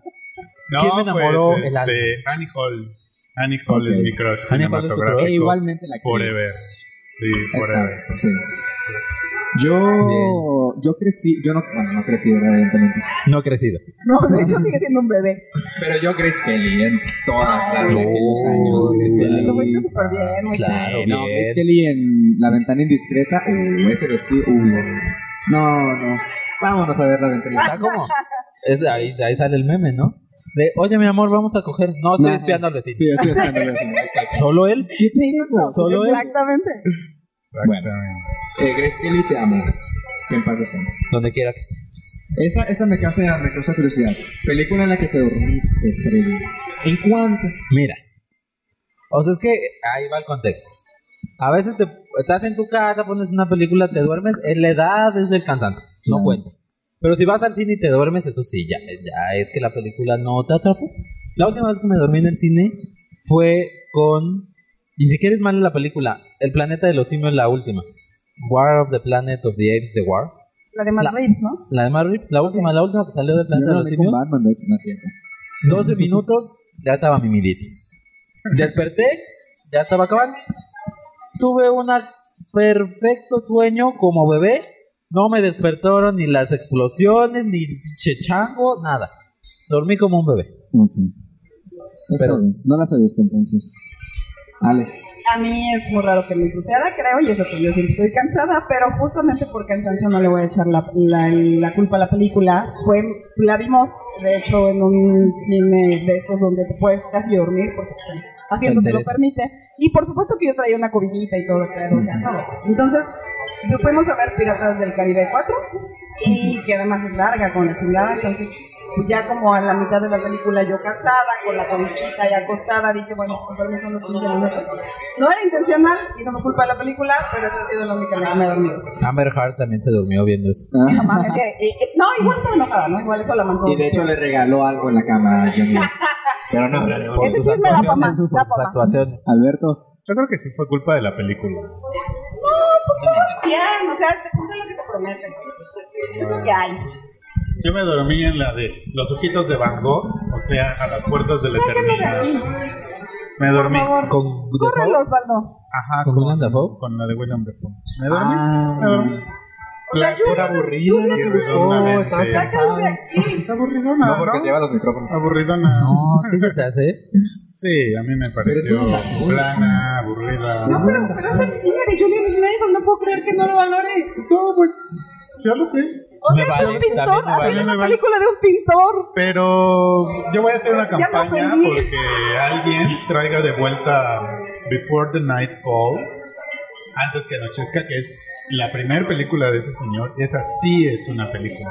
Speaker 1: No,
Speaker 3: ¿Quién me enamoró?
Speaker 1: pues,
Speaker 3: El alma.
Speaker 1: este, Annie Hall. Annie Hall
Speaker 4: Ok.
Speaker 1: es mi crush
Speaker 3: Annie Hall es tu
Speaker 1: cinematográfico.
Speaker 3: crush. Eh,
Speaker 4: E igualmente la actriz.
Speaker 1: Forever. Sí,
Speaker 4: Está,
Speaker 1: forever.
Speaker 4: sí. Yo, yo crecí, yo no, bueno, no crecí, ¿verdad? evidentemente.
Speaker 3: No he crecido.
Speaker 2: No, de hecho sigue siendo un bebé.
Speaker 4: Pero yo Grace Kelly en todas las
Speaker 2: No,
Speaker 4: de aquellos años. Grace
Speaker 3: sí,
Speaker 4: Kelly.
Speaker 2: Lo viste súper bien, muy
Speaker 3: Claro.
Speaker 4: Sí, no,
Speaker 3: bien.
Speaker 4: Grace Kelly en La Ventana Indiscreta. Uh, ese vestido. Uh, no, no. Vámonos a ver La Ventana
Speaker 3: Está
Speaker 4: Indiscreta.
Speaker 3: como. Es, de ahí, de ahí sale el meme, ¿no? De, oye, mi amor, vamos a coger. No, estoy
Speaker 4: Ajá.
Speaker 3: espiando al vecino.
Speaker 4: Sí, estoy haciendo Exacto.
Speaker 3: Solo él.
Speaker 4: ¿Qué te digo?
Speaker 3: Solo él.
Speaker 2: Exactamente.
Speaker 4: Bueno, eh, Grace Kelly, te amo. Que en paz descanse.
Speaker 3: Donde quiera que estés.
Speaker 4: Esta, esta me, causa, me causa curiosidad. Película en la que te dormiste, Freddy. ¿En cuántas?
Speaker 3: Mira. O sea, es que ahí va el contexto. A veces te, estás en tu casa, pones una película, te duermes. En la edad es del cansancio. No
Speaker 4: Claro.
Speaker 3: cuenta. Pero si vas al cine y te duermes, eso sí, ya, ya es que la película no te atrapó. La última vez que me dormí en el cine fue con. Ni siquiera es mala la película. El planeta de los simios, la última. War of the Planet of the Apes, The War.
Speaker 2: La de Matt
Speaker 3: La-
Speaker 2: Reeves, ¿no?
Speaker 3: La de Matt Reeves, la última, la última que salió del
Speaker 4: Yo
Speaker 3: planeta de
Speaker 4: no
Speaker 3: los
Speaker 4: hablé con
Speaker 3: simios.
Speaker 4: Batman, de hecho, no es cierto.
Speaker 3: 12 minutos, ya estaba mi milito. Desperté, ya estaba acabando. Tuve un perfecto sueño como bebé. No me despertaron ni las explosiones, ni el pinche chango, nada. Dormí como un bebé.
Speaker 4: Ok. Está
Speaker 3: Pero-
Speaker 4: bien. No las he visto entonces. Ale.
Speaker 2: A mí es muy raro que me suceda, creo, y eso que yo siempre estoy cansada, pero justamente por cansancio no le voy a echar la, la- la culpa a la película. Fue, la vimos, de hecho, en un cine de estos donde te puedes casi dormir, porque pues, el asiento te lo
Speaker 3: interesa.
Speaker 2: permite. Y por supuesto que yo traía una cobijita y todo, claro, o sea, todo. Entonces, fuimos a ver Piratas del Caribe 4, y que además es larga con la chingada, entonces ya como a la mitad de la película yo cansada, con la cobijita y acostada, dije, bueno, pues, con permiso, unos 15 minutos. No era intencional y no me culpa de la película, pero esa ha sido la única manera que me he dormido.
Speaker 3: Amber Heart también se durmió viendo esto.
Speaker 2: No mames, que- eh, eh, no, igual estaba enojada, ¿no? Igual eso la mantuvo.
Speaker 4: Ah. Y de hecho le regaló algo en la cama a [LAUGHS] Johnny. Pero no hablaremos.
Speaker 3: Por
Speaker 2: Ese
Speaker 3: sus
Speaker 2: chisme da pa'
Speaker 3: actuaciones,
Speaker 2: más, da pa'
Speaker 3: por sus
Speaker 2: más.
Speaker 3: actuaciones.
Speaker 4: Alberto.
Speaker 1: Yo creo que sí fue culpa de la película.
Speaker 2: pues, Bien, o sea, te cumplen lo que te prometen. Es lo que hay.
Speaker 1: Yo me dormí en la de Los Ojitos de Van Gogh, o sea, a las puertas de la
Speaker 2: Sáquenlo de
Speaker 1: eternidad.
Speaker 2: aquí.
Speaker 1: Me dormí.
Speaker 2: Por favor.
Speaker 3: Con
Speaker 2: Córrelo, Osvaldo.
Speaker 1: Ajá,
Speaker 3: ¿Con Willem Dafoe?
Speaker 1: Con la de William Dafoe. Me dormí.
Speaker 4: Ah.
Speaker 1: me dormí.
Speaker 2: O sea, yo
Speaker 4: Era
Speaker 2: no-
Speaker 4: aburrida, no
Speaker 1: yo
Speaker 4: te
Speaker 1: creo que
Speaker 4: gustó,
Speaker 1: solamente-
Speaker 4: estabas
Speaker 2: Sáquenlo de
Speaker 4: cansado.
Speaker 2: aquí.
Speaker 1: Es aburridona.
Speaker 4: No, porque se lleva los micrófonos.
Speaker 1: Aburridona.
Speaker 3: No, sí se te hace.
Speaker 1: Sí, a mí me pareció plana, aburrida.
Speaker 2: No, pero, pero es el cine de Julian Schnabel, no puedo creer que no lo valore.
Speaker 1: No, pues, yo lo sé.
Speaker 2: O sea,
Speaker 3: Me
Speaker 2: es
Speaker 3: vale,
Speaker 2: un pintor,
Speaker 3: también me
Speaker 2: hacer
Speaker 1: vale.
Speaker 2: una película de un pintor.
Speaker 1: Pero yo voy a hacer una
Speaker 2: Ya me
Speaker 1: campaña
Speaker 2: ofendí.
Speaker 1: porque alguien [LAUGHS] traiga de vuelta Before the Night Falls, antes que anochezca, que es la primera película de ese señor. Esa sí es una película.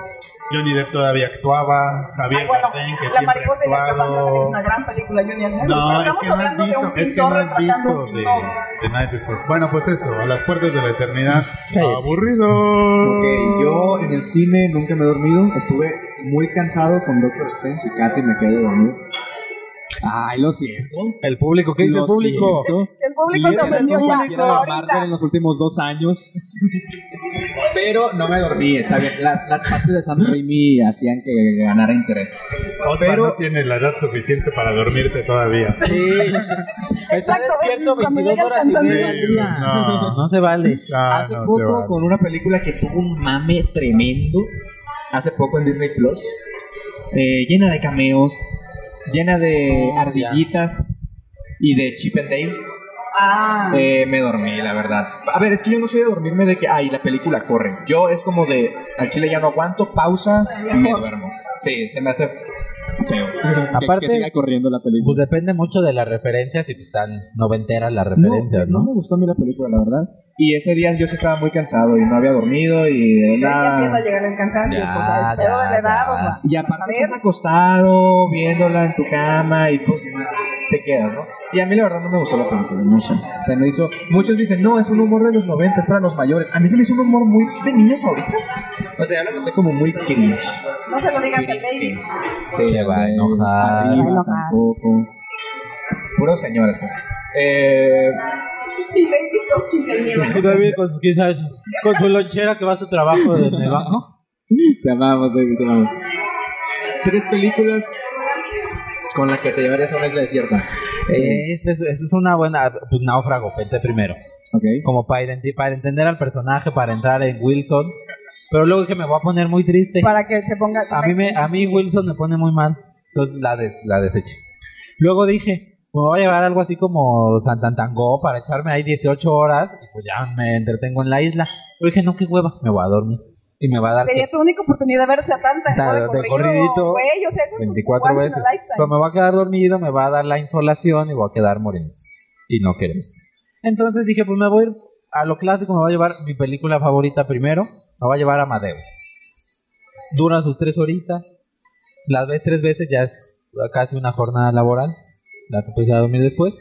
Speaker 1: Johnny Depp todavía actuaba, Javier
Speaker 2: Ah, bueno,
Speaker 1: Bardem, que
Speaker 2: La
Speaker 1: siempre
Speaker 2: mariposa y la
Speaker 1: ha
Speaker 2: escapante también es
Speaker 1: actuado.
Speaker 2: una gran película, Julian Schnabel.
Speaker 1: No, es
Speaker 2: estamos
Speaker 1: que no has
Speaker 2: hablando de
Speaker 1: visto,
Speaker 2: un
Speaker 1: es que no
Speaker 2: pintor
Speaker 1: has
Speaker 2: retratando a
Speaker 1: visto
Speaker 2: un
Speaker 1: de
Speaker 2: pintor.
Speaker 1: The Night Before. Bueno, pues eso, a las puertas de la eternidad.
Speaker 3: Cállate.
Speaker 1: Aburrido.
Speaker 4: Ok, yo en el cine nunca me he dormido. Estuve muy cansado con Doctor Strange y casi me quedé dormido. Ay, lo siento.
Speaker 3: El público, ¿qué dice el
Speaker 4: Lo
Speaker 3: público?
Speaker 4: siento.
Speaker 2: El público se
Speaker 4: Líder del
Speaker 2: ofendió
Speaker 4: público
Speaker 2: ya.
Speaker 4: de
Speaker 2: Ahorita.
Speaker 4: Marvel en los últimos dos años. Pero no me dormí, está bien. Las, las partes de Sam Raimi hacían que ganara interés.
Speaker 1: Oscar no tiene la edad suficiente para dormirse todavía.
Speaker 3: Sí. Está
Speaker 2: Exacto,
Speaker 3: despierto
Speaker 2: ven, cuando
Speaker 3: 22
Speaker 2: llegue el
Speaker 3: horas y
Speaker 2: cansancio.
Speaker 3: media al día.
Speaker 1: No.
Speaker 3: No se vale.
Speaker 1: Ah,
Speaker 4: hace
Speaker 1: no se
Speaker 4: poco,
Speaker 1: vale.
Speaker 4: con una película que tuvo un mame tremendo, hace poco en Disney Plus, eh, llena de cameos, llena
Speaker 1: Oh,
Speaker 4: de
Speaker 3: ya.
Speaker 4: ardillitas y de Chip and Dales.
Speaker 2: Ah,
Speaker 4: Eh, me dormí, la verdad. A ver, es que yo no soy de dormirme de que, ay, la película corre. Yo es como de, al chile ya no aguanto, pausa y me duermo. Sí, se me hace feo. Que-
Speaker 3: Aparte-
Speaker 4: que siga corriendo la película.
Speaker 3: Pues depende mucho de las referencias y pues tan noventeras las referencias,
Speaker 4: no,
Speaker 3: ¿no?
Speaker 4: me gustó a mí la película, la verdad. Y ese día yo sí estaba muy cansado y no había dormido y de
Speaker 2: ya empieza a
Speaker 4: nada.
Speaker 2: llegar el cansancio,
Speaker 3: Ya,
Speaker 2: esposa. Espero
Speaker 3: ya,
Speaker 2: de la edad,
Speaker 3: ya.
Speaker 2: o sea.
Speaker 4: Y aparte
Speaker 2: A ver.
Speaker 4: estás acostado, viéndola en tu cama y pues te quedas, ¿no? Y a mí la verdad no me gustó la película, no sé. Se me hizo... Muchos dicen, no, es un humor de los 90, es para los mayores. A mí se me hizo un humor muy de niños ahorita. O sea, yo lo noté como muy cringe.
Speaker 2: No se lo digas al
Speaker 4: cringe.
Speaker 2: baby.
Speaker 4: Sí,
Speaker 3: Se va a
Speaker 4: eh,
Speaker 3: enojar.
Speaker 2: Se va
Speaker 4: arriba
Speaker 2: a enojar.
Speaker 4: tampoco. Puros señores, pues. Eh,
Speaker 2: Y baby con quinceañera.
Speaker 3: Todavía con sus 15 años, con su lonchera que va a su trabajo en el banco.
Speaker 4: Te amamos, David, te amamos. Tres películas con las que te llevarías a una isla desierta.
Speaker 3: Esa Eh, es, esa es una buena, pues náufrago, pensé primero.
Speaker 4: Ok.
Speaker 3: Como para, identi- para entender al personaje, para entrar en Wilson. Pero luego que me voy a poner muy triste.
Speaker 2: Para que se ponga.
Speaker 3: A mí, me, a mí Wilson me pone muy mal. Entonces la, des- la deseché. Luego dije, me voy a llevar algo así como Santantangó para echarme ahí 18 horas y pues ya me entretengo en la isla. Pero dije, no, qué hueva, me voy a dormir. Y me va a dar
Speaker 2: Sería tu única oportunidad de verse a tanta.
Speaker 3: Ta-
Speaker 2: ¿no?
Speaker 3: de corridito,
Speaker 2: Güey, o sea, eso es
Speaker 3: 24
Speaker 2: once in a
Speaker 3: veces.
Speaker 2: lifetime.
Speaker 3: Pero me voy a quedar dormido, me va a dar la insolación y voy a quedar moriendo. Y no queremos. Entonces dije, pues me voy a ir a lo clásico, me voy a llevar mi película favorita primero, me voy a llevar a Amadeo. Dura sus tres horitas, las ves tres veces, ya es casi una jornada laboral, la que empecé a dormir después.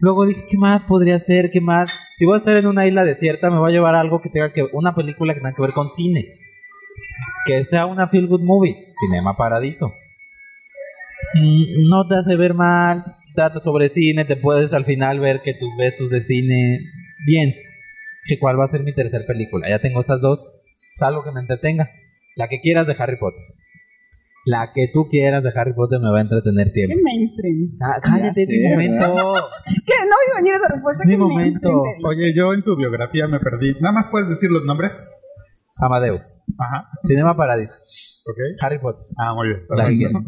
Speaker 3: Luego dije, ¿qué más podría hacer? ¿Qué más? Si voy a estar en una isla desierta, me voy a llevar algo que tenga que una película que tenga que ver con cine. Que sea una feel good movie, Cinema Paradiso. Mm, no te hace ver mal, trata sobre cine, te puedes al final ver que tus besos de cine, bien, que cuál va a ser mi tercer película, ya tengo esas dos, salvo que me entretenga, la que quieras de Harry Potter, la que tú quieras de Harry Potter me va a entretener
Speaker 2: Qué
Speaker 3: siempre.
Speaker 2: mainstream.
Speaker 3: Cá- Cállate,
Speaker 4: Ya
Speaker 3: es mi
Speaker 4: sé,
Speaker 3: momento.
Speaker 2: ¿Qué? No iba a venir esa respuesta.
Speaker 3: Mi
Speaker 2: qué
Speaker 3: momento.
Speaker 2: mainstream te-
Speaker 1: Oye, yo en tu biografía me perdí. Nada más puedes decir los nombres.
Speaker 3: Amadeus,
Speaker 1: Ajá.
Speaker 3: Cinema Paradiso,
Speaker 1: Ok.
Speaker 3: Harry Potter,
Speaker 1: Ah, muy bien.
Speaker 4: [LAUGHS]
Speaker 3: la que
Speaker 1: perfecto.
Speaker 3: quieras.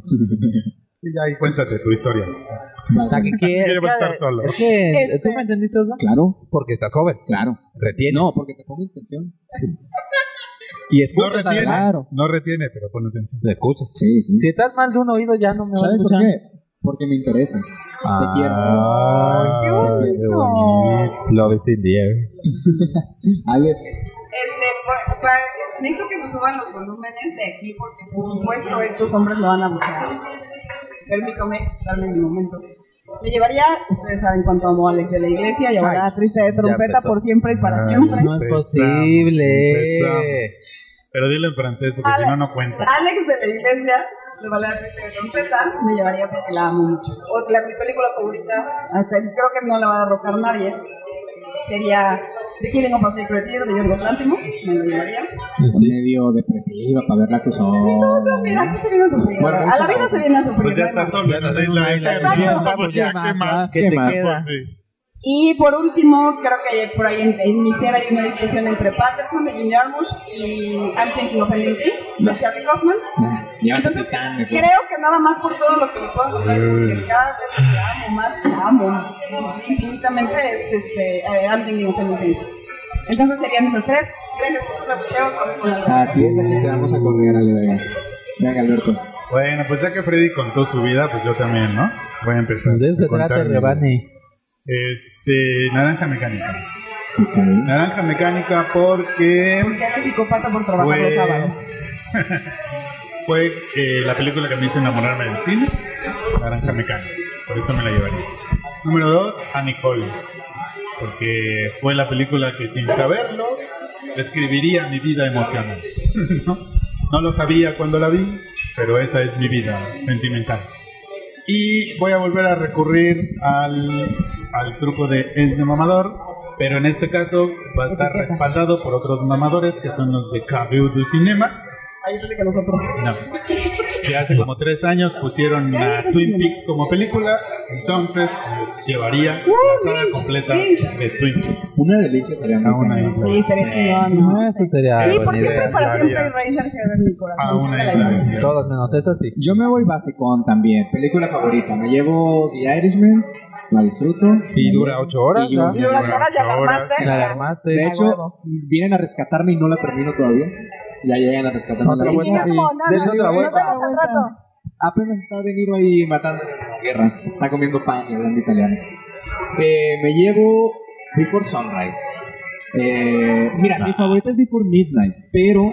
Speaker 1: Y ya ahí cuéntate tu historia.
Speaker 3: La que quieras.
Speaker 1: [LAUGHS] Quiero estar
Speaker 3: Es que-
Speaker 1: solo.
Speaker 3: Es que,
Speaker 2: Este.
Speaker 3: ¿tú me entendiste, Osva?
Speaker 4: Claro,
Speaker 3: Porque estás joven,
Speaker 4: claro.
Speaker 3: retienes.
Speaker 4: No, porque te pongo intención.
Speaker 3: y
Speaker 1: No
Speaker 3: escuchas,
Speaker 1: retiene,
Speaker 3: además.
Speaker 4: claro.
Speaker 1: no retiene, pero pon atención.
Speaker 3: escuchas.
Speaker 4: Sí, sí.
Speaker 3: Si estás mal de un oído, ya no me vas a
Speaker 4: ¿Sabes por
Speaker 3: escuchar.
Speaker 4: qué? Porque me interesas.
Speaker 3: Ah,
Speaker 4: Te quiero.
Speaker 2: qué bonito.
Speaker 3: Love is in the air.
Speaker 2: Ah,
Speaker 4: Ale,
Speaker 2: Este, pa- necesito que se suban los volúmenes de aquí porque por supuesto estos hombres lo van a buscar. Permítame darme mi momento. Me llevaría, ustedes saben cuánto amo a Alex de la iglesia, llevaría a Triste de Trompeta
Speaker 3: empezó.
Speaker 2: por siempre y para
Speaker 1: Ay,
Speaker 2: siempre.
Speaker 3: Ah, No es
Speaker 1: Empezamos,
Speaker 3: posible.
Speaker 1: empezamos. Pero dilo en francés porque si no, no cuenta.
Speaker 2: Alex de la iglesia, le vale a Triste de Trompeta, me llevaría porque la amo mucho. Otra, mi película favorita, hasta creo que no la va a derrocar nadie, sería The Killing of a Sacred Deer de Yorgos Lanthimos, me lo llevaría.
Speaker 4: medio depresiva para verla que son.
Speaker 2: Sí, no, no, mira, aquí se viene a sufrir.
Speaker 4: Bueno,
Speaker 2: a la vida se viene a sufrir.
Speaker 1: Pues
Speaker 2: no
Speaker 1: ya
Speaker 2: hay
Speaker 1: está
Speaker 2: más.
Speaker 1: solo en la isla esa.
Speaker 2: Exacto.
Speaker 1: Ya, pues ya, ¿qué más?
Speaker 3: ¿Qué
Speaker 4: ¿Qué
Speaker 3: te
Speaker 4: más?
Speaker 3: queda?
Speaker 1: Sí.
Speaker 2: Y por último, creo que por ahí en, en mi ser hay una discusión entre Patterson de Jim Jarmusch y I'm Thinking of Ending Things de Charlie Kaufman.
Speaker 4: Llévate
Speaker 2: Entonces,
Speaker 4: Titán, mejor.
Speaker 2: creo que nada más por todo lo que le puedo contar, porque cada vez que la amo más, la amo infinitamente, es este, eh, I'm Thinking of Ending Things. Entonces serían esas tres. Gracias por tus abucheos, por eso la
Speaker 4: A ti Ah, es la que te vamos a correr, Ale Vega. Venga, Alberto.
Speaker 1: Bueno, pues ya que Freddy contó su vida, pues yo también, ¿no? Voy a empezar.
Speaker 3: De eso
Speaker 1: a
Speaker 3: se trata
Speaker 1: contar
Speaker 3: el
Speaker 1: mi-
Speaker 3: rebane.
Speaker 1: Este, naranja mecánica.
Speaker 4: Ok.
Speaker 1: Naranja mecánica porque
Speaker 2: Porque eres psicópata por trabajar los
Speaker 1: fue,
Speaker 2: sábados.
Speaker 1: fue eh, la película que me hizo enamorarme del cine, Naranja Mecánica, por eso me la llevaría. Número 2, a Nicole, porque fue la película que sin saberlo describiría mi vida emocional. [LAUGHS] ¿no? No lo sabía cuando la vi, pero esa es mi vida sentimental. Y voy a volver a recurrir al, al truco de es de mamador, pero en este caso va a estar
Speaker 2: Etiqueta.
Speaker 1: respaldado por otros mamadores que son los de Cabeu du Cinema.
Speaker 2: Ahí pensé que nosotros.
Speaker 1: No. Que hace como tres años pusieron a Twin Peaks como película, entonces llevaría
Speaker 2: Uh,
Speaker 1: la saga
Speaker 2: Lynch,
Speaker 1: completa
Speaker 2: Lynch.
Speaker 1: de Twin Peaks.
Speaker 4: Una delicia sería
Speaker 1: A una
Speaker 4: muy
Speaker 1: isla.
Speaker 2: Sí, estaría chingón, ¿no?
Speaker 3: No, eso sería
Speaker 2: Sí, por
Speaker 3: buena
Speaker 2: siempre y
Speaker 3: idea.
Speaker 2: para siempre
Speaker 1: Claro,
Speaker 2: Ranger Head en mi corazón.
Speaker 1: A una
Speaker 2: siempre la
Speaker 1: isla
Speaker 2: llevo.
Speaker 1: desierta.
Speaker 3: Todos menos esa sí.
Speaker 4: Yo me voy basicón también. Película favorita. Me llevo The Irishman. La disfruto.
Speaker 3: Y dura ocho horas,
Speaker 4: Y yo-
Speaker 3: ¿no?
Speaker 2: Y las horas ya la
Speaker 1: Ahora,
Speaker 2: armaste.
Speaker 3: La
Speaker 2: ya.
Speaker 3: armaste.
Speaker 4: De
Speaker 2: A
Speaker 4: hecho,
Speaker 2: huevo.
Speaker 4: vienen a rescatarme y no la termino todavía. Ya llegan a rescatarme.
Speaker 3: Otra
Speaker 4: la
Speaker 3: vuelta.
Speaker 4: isla y-
Speaker 2: No, no,
Speaker 4: Le
Speaker 2: no,
Speaker 4: doy
Speaker 3: otra
Speaker 4: la
Speaker 3: vuelta.
Speaker 4: vuelta,
Speaker 2: Nos vemos
Speaker 4: la
Speaker 2: al
Speaker 4: vuelta. Apenas está De Niro ahí matando en la guerra. Está comiendo pan y hablando italiano. Eh, me llevo Before Sunrise. Eh, mira, mi favorita es Before Midnight, pero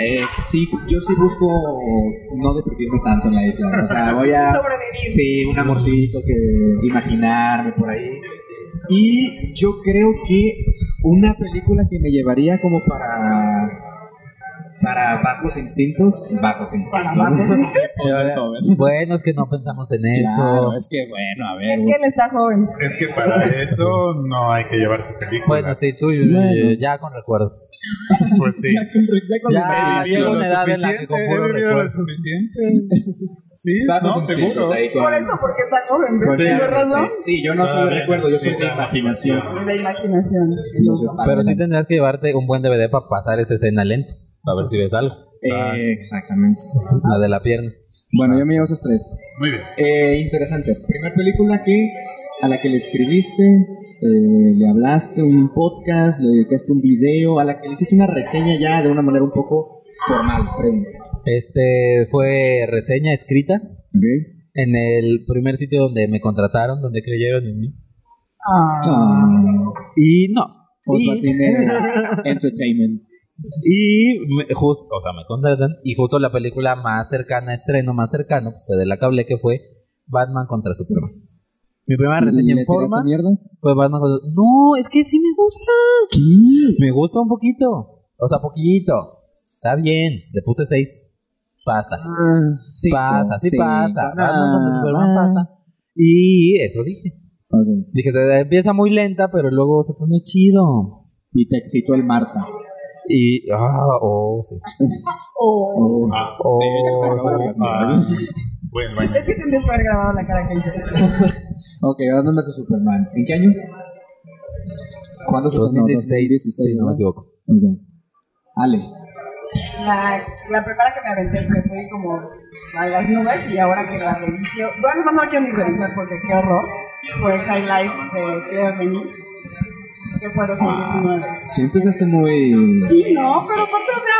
Speaker 4: eh, sí, yo sí busco no deprimirme tanto en la isla. O sea,
Speaker 2: [LAUGHS]
Speaker 4: voy a...
Speaker 2: Sobrevivir.
Speaker 4: Sí, un amorcito que imaginarme por ahí. Y yo creo que una película que me llevaría como para para bajos instintos, bajos
Speaker 2: Para
Speaker 4: instintos. [LAUGHS]
Speaker 2: bajos instintos.
Speaker 3: Y ahora, Bueno, es que no pensamos en eso.
Speaker 4: Claro, es que bueno, a ver.
Speaker 2: Es que él está joven.
Speaker 1: Es que para eso no hay que llevarse películas.
Speaker 3: Bueno, sí, tú eh,
Speaker 4: Bueno.
Speaker 3: ya con recuerdos.
Speaker 1: pues sí.
Speaker 4: Ya con, ya con
Speaker 3: Ya,
Speaker 4: la
Speaker 1: He vivido
Speaker 3: llegó
Speaker 1: lo
Speaker 3: una edad en la que
Speaker 1: suficiente,
Speaker 3: con puro
Speaker 1: he vivido lo
Speaker 3: recuerdo.
Speaker 1: suficiente. Sí,
Speaker 4: Bajos
Speaker 1: no,
Speaker 4: instintos
Speaker 1: seguro.
Speaker 4: ahí con-
Speaker 2: Por eso, porque está joven.
Speaker 4: con
Speaker 2: ¿Ves?
Speaker 1: Sí.
Speaker 2: Tiene
Speaker 4: Charles,
Speaker 2: razón.
Speaker 4: Sí, yo no soy Ah, de
Speaker 1: Todavía
Speaker 4: recuerdo, yo soy de
Speaker 1: necesita
Speaker 4: imaginación.
Speaker 2: De imaginación.
Speaker 4: Yo soy para
Speaker 3: Pero sí
Speaker 4: adelante.
Speaker 3: tendrás que llevarte un buen DVD para pasar esa escena lento. A ver si ves algo.
Speaker 4: Eh, exactamente.
Speaker 3: La de la pierna.
Speaker 4: Bueno, yo me llevo esos tres.
Speaker 1: Muy bien.
Speaker 4: Eh, interesante. Primera película que a la que le escribiste, eh, le hablaste un podcast, le dedicaste un video, a la que le hiciste una reseña ya de una manera un poco formal, Freddy.
Speaker 3: Este fue reseña escrita
Speaker 4: ¿Ok?
Speaker 3: en el primer sitio donde me contrataron, donde creyeron en mí.
Speaker 2: Ah.
Speaker 4: Ah,
Speaker 3: Y no.
Speaker 4: Osva
Speaker 3: Y,
Speaker 4: Cine Entertainment.
Speaker 3: [LAUGHS] y me- justo, o sea, me contratan. Y justo la película más cercana, estreno más cercano, pues, fue de la cable que fue Batman contra Superman. Mi primera reseña
Speaker 4: Mm, ¿Le
Speaker 3: en forma
Speaker 4: tiraste mierda?
Speaker 3: fue Batman contra No, es que sí me gusta.
Speaker 4: ¿Qué?
Speaker 3: Me gusta un poquito. O sea, poquito. Está bien. Le puse 6. Pasa.
Speaker 4: Ah, sí,
Speaker 3: pasa, sí,
Speaker 4: sí, Ah.
Speaker 3: pasa.
Speaker 4: va,
Speaker 3: Batman contra Superman
Speaker 4: va.
Speaker 3: pasa. Y eso dije.
Speaker 4: Ok.
Speaker 3: Dije, se empieza muy lenta, pero luego se pone chido.
Speaker 4: Y te excitó el Marta.
Speaker 3: Y, ah, oh, sí.
Speaker 2: Oh.
Speaker 4: Oh.
Speaker 1: Ah,
Speaker 3: Oh, sí.
Speaker 1: ah, bueno, bueno.
Speaker 2: Es que siempre es haber grabado la cara que hizo.
Speaker 4: Ok, Batman vs Superman. ¿En qué año? ¿Cuándo se estrenó?
Speaker 3: 2016, si no me
Speaker 4: ¿verdad?
Speaker 3: equivoco.
Speaker 4: Ok. Ale.
Speaker 2: La, la primera que me aventé me fue como a las nubes y ahora que la reviso. Bueno, no, no la quiero ni revisar porque qué horror. Fue High Life de Claire Denis, que fue 2019.
Speaker 4: Sí, empezaste este muy.
Speaker 2: Sí, no, pero aparte, o sea,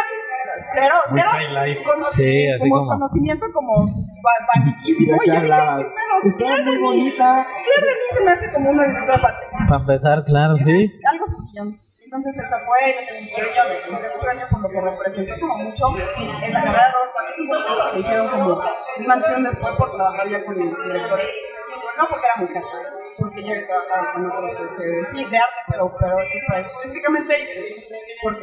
Speaker 2: cero,
Speaker 1: Muy
Speaker 2: cero
Speaker 1: high life.
Speaker 2: conoci-
Speaker 3: Sí, así como-
Speaker 2: conocimiento como ba- basiquísimo.
Speaker 4: ¿De
Speaker 2: Yo
Speaker 4: qué
Speaker 2: dije,
Speaker 4: hablabas?
Speaker 2: "Menos,
Speaker 4: Estaba
Speaker 2: Claire
Speaker 4: muy
Speaker 2: Denis".
Speaker 4: bonita.
Speaker 2: Claire Denis se me hace como una directora patricia.
Speaker 3: Para empezar, claro, sí.
Speaker 2: Algo sencillo. Entonces esa fue y me extraño, me extraño por lo que representó como mucho en la carrera de Robert Pattinson, que hicieron como un mantión después por trabajar ya con directores, pues no porque era mujer, porque yo he trabajado con otros, este, sí, de arte, pero, pero eso está específicamente porque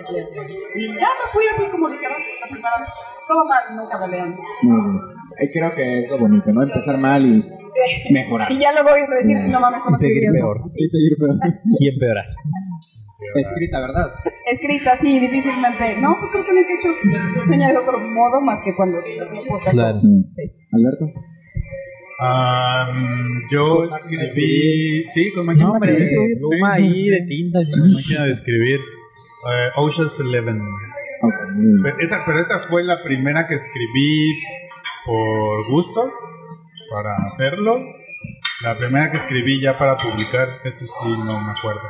Speaker 2: y ya me fui así como dije, "Ah, la primera vez, todo mal, nunca me lean.
Speaker 4: Muy bien. Eh, Creo que es lo bonito, ¿no? Empezar mal y
Speaker 2: Sí.
Speaker 4: mejorar.
Speaker 2: Y ya luego ir a decir, no mames, ¿cómo escribí
Speaker 3: Seguir
Speaker 2: eso?
Speaker 3: peor.
Speaker 4: Sí, seguir
Speaker 2: [LAUGHS]
Speaker 4: peor.
Speaker 3: Y empeorar.
Speaker 4: Escrita, ¿verdad?
Speaker 2: escrita así difícilmente. No, pues creo que nunca he hecho reseña de otro modo más que cuando hacemos podcast.
Speaker 3: Claro.
Speaker 4: Alberto.
Speaker 1: Ah, yo escribí. Sí, con máquina
Speaker 3: No, hombre,
Speaker 1: de escribir.
Speaker 3: pluma
Speaker 1: Sí,
Speaker 3: ahí
Speaker 1: sí.
Speaker 3: de tinta.
Speaker 1: Con Máquina de escribir. Eh, Ocean's Eleven.
Speaker 4: Ok, muy bien.
Speaker 1: Pero esa, pero esa fue la primera que escribí por gusto, para hacerlo. La primera que escribí ya para publicar, eso sí, no me acuerdo.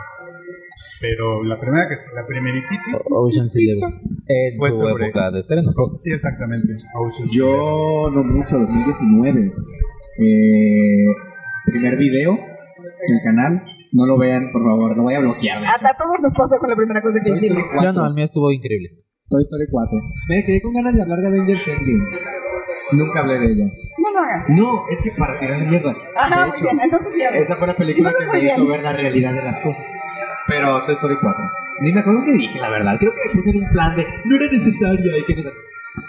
Speaker 1: Pero la primera que la primeritita.
Speaker 3: Ocean's Eleven. En
Speaker 1: Fue
Speaker 3: su
Speaker 1: sobre-
Speaker 3: época de estreno.
Speaker 1: Sí, exactamente. Ocean's
Speaker 4: Yo no mucho, 2019. Eh, primer video del canal. No lo vean, por favor, lo voy a bloquear. de hecho.
Speaker 2: Hasta a todos nos pasa con la primera cosa que
Speaker 4: Toy Story
Speaker 2: hicimos.
Speaker 4: 4.
Speaker 3: Yo no, el mío estuvo increíble.
Speaker 4: Toy Story 4. Me quedé con ganas de hablar de Avengers Endgame. Nunca hablé de ella.
Speaker 2: No lo hagas.
Speaker 4: No, es que para tirarle mierda.
Speaker 2: Ajá,
Speaker 4: de
Speaker 2: muy
Speaker 4: hecho,
Speaker 2: bien, entonces sí.
Speaker 4: esa fue la película que
Speaker 2: Entonces,
Speaker 4: me
Speaker 2: muy
Speaker 4: hizo
Speaker 2: bien.
Speaker 4: ver la realidad de las cosas. Pero Toy Story 4. Ni me acuerdo qué dije, la verdad. Creo que le puse en un plan de no era necesaria y que no era-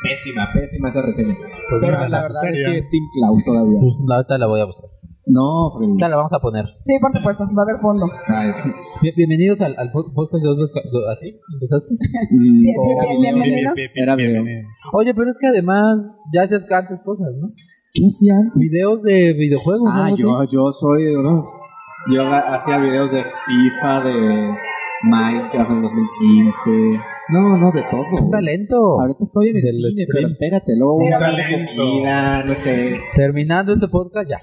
Speaker 4: Pésima, pésima esa reseña. Pero
Speaker 1: no,
Speaker 4: la
Speaker 1: la
Speaker 4: verdad es
Speaker 1: reseña.
Speaker 4: que Tim Klaus todavía.
Speaker 3: Pues, la ahorita la voy a buscar.
Speaker 4: No, Freddy.
Speaker 3: Ya la vamos a poner.
Speaker 2: Sí, por supuesto, va a haber fondo.
Speaker 4: Ah, es-
Speaker 3: Bien- bienvenidos al, al po- podcast de dos Desca- do- ¿Así? ¿Empezaste?
Speaker 4: Mm,
Speaker 2: Bien,
Speaker 4: era
Speaker 2: bien, bien,
Speaker 4: video.
Speaker 2: bien.
Speaker 4: Era video.
Speaker 3: Oye, pero es que además ya hacías antes cosas, ¿no?
Speaker 4: ¿Qué hacía antes?
Speaker 3: Videos de videojuegos, ¿no?
Speaker 4: Ah,
Speaker 3: Algo
Speaker 4: yo,
Speaker 3: así.
Speaker 4: yo soy. uf. Yo ha- hacía videos de FIFA, de Minecraft en 2015. No, no, de todo.
Speaker 3: Es un talento.
Speaker 4: Ahorita estoy en el
Speaker 3: Del
Speaker 4: cine,
Speaker 3: stream.
Speaker 4: pero espérate, luego voy a hablar de
Speaker 1: Talento.
Speaker 4: comida, no sé.
Speaker 3: Terminando este podcast ya.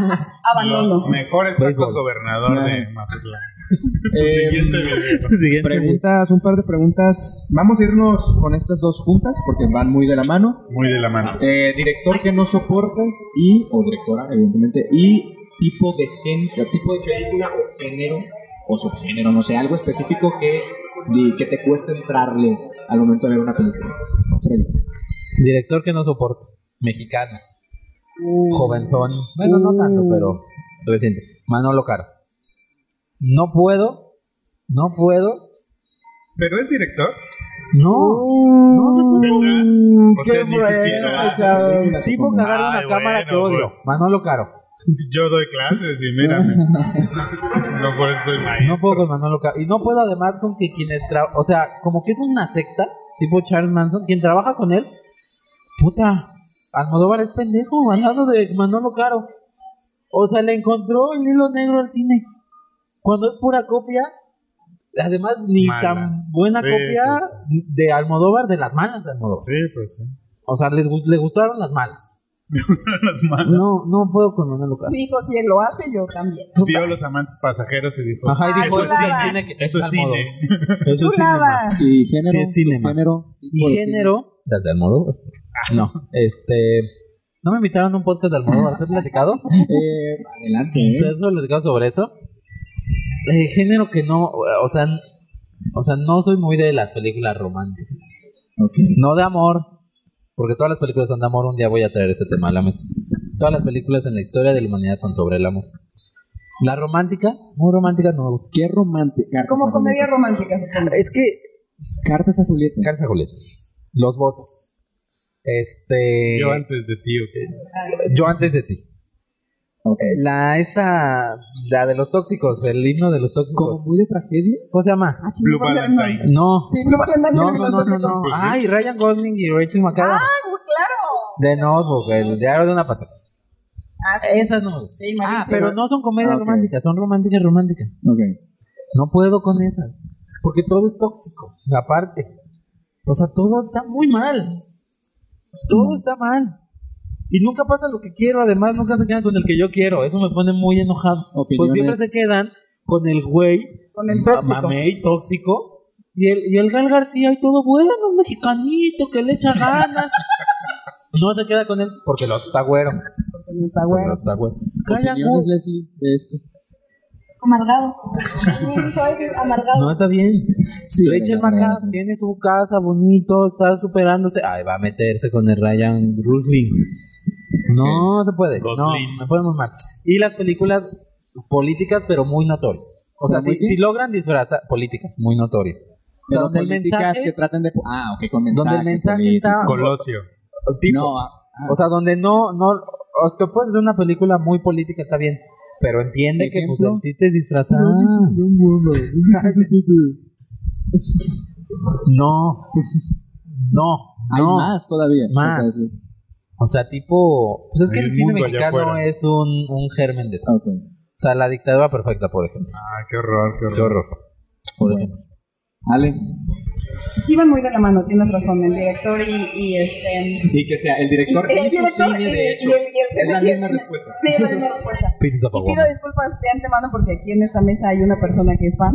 Speaker 2: Abandono.
Speaker 1: Mejor es
Speaker 3: Béisbol.
Speaker 1: gobernador de
Speaker 4: Ajá.
Speaker 1: Mazatlán.
Speaker 4: Eh,
Speaker 1: Siguiente
Speaker 4: [LAUGHS]
Speaker 1: video.
Speaker 3: Siguiente.
Speaker 4: preguntas, un par de preguntas. Vamos a irnos con estas dos juntas porque van muy de la mano.
Speaker 1: Muy de la mano.
Speaker 4: Eh, director que no soportas y, o directora, evidentemente, y tipo de, gen, tipo de película o género o subgénero, no sé, algo específico que, di- que te cuesta entrarle al momento de ver una película. Freddy.
Speaker 3: Director que no soporto. Mexicano.
Speaker 2: Uh,
Speaker 3: Jovenzón. Bueno,
Speaker 4: Uh.
Speaker 3: no tanto, pero reciente. Manolo Caro. No puedo. No puedo.
Speaker 1: Pero es director.
Speaker 3: No. No, es
Speaker 1: O sea, ni siquiera hace
Speaker 4: películas,
Speaker 3: tipo
Speaker 4: supongo.
Speaker 3: cagar una
Speaker 1: Ay,
Speaker 3: cámara
Speaker 1: bueno,
Speaker 3: que odio.
Speaker 1: pues.
Speaker 3: Manolo Caro.
Speaker 1: Yo doy clases y
Speaker 4: [LAUGHS]
Speaker 1: mírame. no por eso soy maestro.
Speaker 3: No puedo con Manolo Caro. Y no puedo además con que quienes tra- O sea, como que es una secta, tipo Charles Manson, quien trabaja con él. Puta, Almodóvar es pendejo, al lado de Manolo Caro. O sea, le encontró el hilo negro al cine. Cuando es pura copia, además ni
Speaker 1: Mala.
Speaker 3: tan buena
Speaker 1: Sí,
Speaker 3: copia de Almodóvar, de las malas de Almodóvar.
Speaker 1: Sí, pues sí. [LAUGHS]
Speaker 3: O sea, les, gust- le gustaron las malas.
Speaker 1: Me usaron las manos.
Speaker 3: No, no puedo con Manolo Caro.
Speaker 2: Mi hijo, si él lo hace, yo también.
Speaker 1: Vio a los amantes pasajeros y dijo:
Speaker 3: Ajá, y
Speaker 2: Ah,
Speaker 3: dijo,
Speaker 2: eso
Speaker 3: "Ese
Speaker 2: es
Speaker 3: es el
Speaker 2: cine.
Speaker 3: cine que-
Speaker 1: Eso es
Speaker 3: Almodóvar".
Speaker 1: cine.
Speaker 3: Eso es cine, ma.
Speaker 2: Chulada.
Speaker 4: Y género,
Speaker 3: Sí, es cinema.
Speaker 4: subgénero, tipo
Speaker 3: y
Speaker 4: de cine.
Speaker 3: género. Las de Almodóvar. No, este. ¿No me invitaron a un podcast de Almodóvar? ¿Te he [LAUGHS] platicado?
Speaker 4: Eh, adelante. ¿eh?
Speaker 3: O sea, ¿Eso he platicado sobre eso? Eh, género que no. O sea, n- o sea, no soy muy de las películas románticas.
Speaker 4: Ok.
Speaker 3: No de amor. Porque todas las películas son de amor. Un día voy a traer ese tema a la mesa. Todas las películas en la historia de la humanidad son sobre el amor. Las románticas, muy románticas, no me gustan.
Speaker 4: Qué romántico. Cartas
Speaker 2: Como
Speaker 4: a
Speaker 2: comedia
Speaker 4: Julieta.
Speaker 2: romántica, supongo.
Speaker 3: Es que
Speaker 4: Cartas a Julieta.
Speaker 3: Cárcel Julieta. Los votos. Este.
Speaker 1: Yo antes de ti, ok.
Speaker 2: Ah,
Speaker 3: Yo antes de ti.
Speaker 4: Ok.
Speaker 3: La esta. La de los tóxicos. El himno de los
Speaker 4: Como
Speaker 3: tóxicos.
Speaker 4: muy de tragedia.
Speaker 3: ¿Cómo se llama?
Speaker 2: Ah,
Speaker 1: Blue
Speaker 2: chingo, ¿cuál era el
Speaker 1: Valentine.
Speaker 2: nombre?
Speaker 3: No.
Speaker 2: Sí, Blue Valentine.
Speaker 3: No,
Speaker 2: era
Speaker 3: no,
Speaker 2: el
Speaker 3: no, no,
Speaker 2: nombre.
Speaker 4: [LAUGHS]
Speaker 3: no. Ay, Ryan Gosling y Rachel McAdams.
Speaker 2: Ah, güey, claro.
Speaker 3: De Notebook, el diario de una pasada.
Speaker 2: Ah, sí.
Speaker 3: Esas no.
Speaker 2: Sí,
Speaker 4: Ah,
Speaker 2: malísimo.
Speaker 3: Pero no son comedias
Speaker 4: Ah, ok.
Speaker 3: románticas, son románticas, románticas.
Speaker 4: Ok.
Speaker 3: No puedo con esas. Porque todo es tóxico, aparte. O sea, todo está muy mal. Todo está mal. Y nunca pasa lo que quiero, además nunca se quedan con el que yo quiero. Eso me pone muy enojado. Pues
Speaker 4: Opiniones.
Speaker 3: siempre se quedan con el güey
Speaker 2: Con el tóxico.
Speaker 3: mamey Mm, tóxico. Y el, y el Gal García y todo bueno, un mexicanito que le echa ganas. [LAUGHS] no se queda con él porque el otro está güero.
Speaker 2: Porque no está
Speaker 3: Porque el
Speaker 2: bueno.
Speaker 3: otro está güero. Ryan
Speaker 4: Opiniones,
Speaker 3: Gosling,
Speaker 4: Leslie, de esto.
Speaker 5: amargado. amargado.
Speaker 3: No, está bien.
Speaker 4: Sí,
Speaker 3: Rachel
Speaker 4: no, no, no.
Speaker 3: McAdams tiene su casa bonito, está superándose. Ay, va a meterse con el Ryan Rusling. No se puede. No,
Speaker 1: Gosling.
Speaker 3: no podemos mal. Y las películas políticas, pero muy notorias. O sea,
Speaker 4: ¿Pero
Speaker 3: si,
Speaker 4: muy qué?
Speaker 3: si logran disfrazar políticas, muy notorio. O sea,
Speaker 4: Pero
Speaker 3: donde el
Speaker 4: políticas
Speaker 3: mensaje,
Speaker 4: que traten de... Ah, ok, con mensaje.
Speaker 3: donde el mensaje
Speaker 4: político.
Speaker 3: está.
Speaker 1: Colosio.
Speaker 3: tipo,
Speaker 4: No, ah, ah,
Speaker 3: O sea, donde no, no, o sea, puedes hacer una película muy política, está bien, pero entiende que pues,
Speaker 4: Ejemplo.
Speaker 3: el chiste es disfrazar. No, no,
Speaker 4: [LAUGHS] hay
Speaker 3: no.
Speaker 4: más todavía.
Speaker 3: Más.
Speaker 4: O sea, sí.
Speaker 3: O sea, tipo, pues es que
Speaker 1: Hay
Speaker 3: el
Speaker 1: un
Speaker 3: cine
Speaker 1: mundo allá
Speaker 3: mexicano
Speaker 1: afuera.
Speaker 3: es un, un germen de eso.
Speaker 4: Ok.
Speaker 3: O sea, la dictadura perfecta, por ejemplo.
Speaker 1: Ah, qué horror, qué
Speaker 3: Qué
Speaker 1: horror.
Speaker 3: horror. Por ejemplo.
Speaker 4: pues Ale.
Speaker 2: Sí van muy de la mano, tienes razón, el director y, y este...
Speaker 4: Y que sea el director
Speaker 2: El
Speaker 4: y su
Speaker 2: director eh,
Speaker 4: cine,
Speaker 2: y-
Speaker 4: de hecho.
Speaker 2: y el- y el-
Speaker 4: Es la misma respuesta.
Speaker 2: Sí, es la misma
Speaker 4: [LAUGHS]
Speaker 2: respuesta.
Speaker 3: Pieces of a
Speaker 2: Y pido
Speaker 3: Woman.
Speaker 2: disculpas de antemano porque aquí en esta mesa hay una persona que es fan.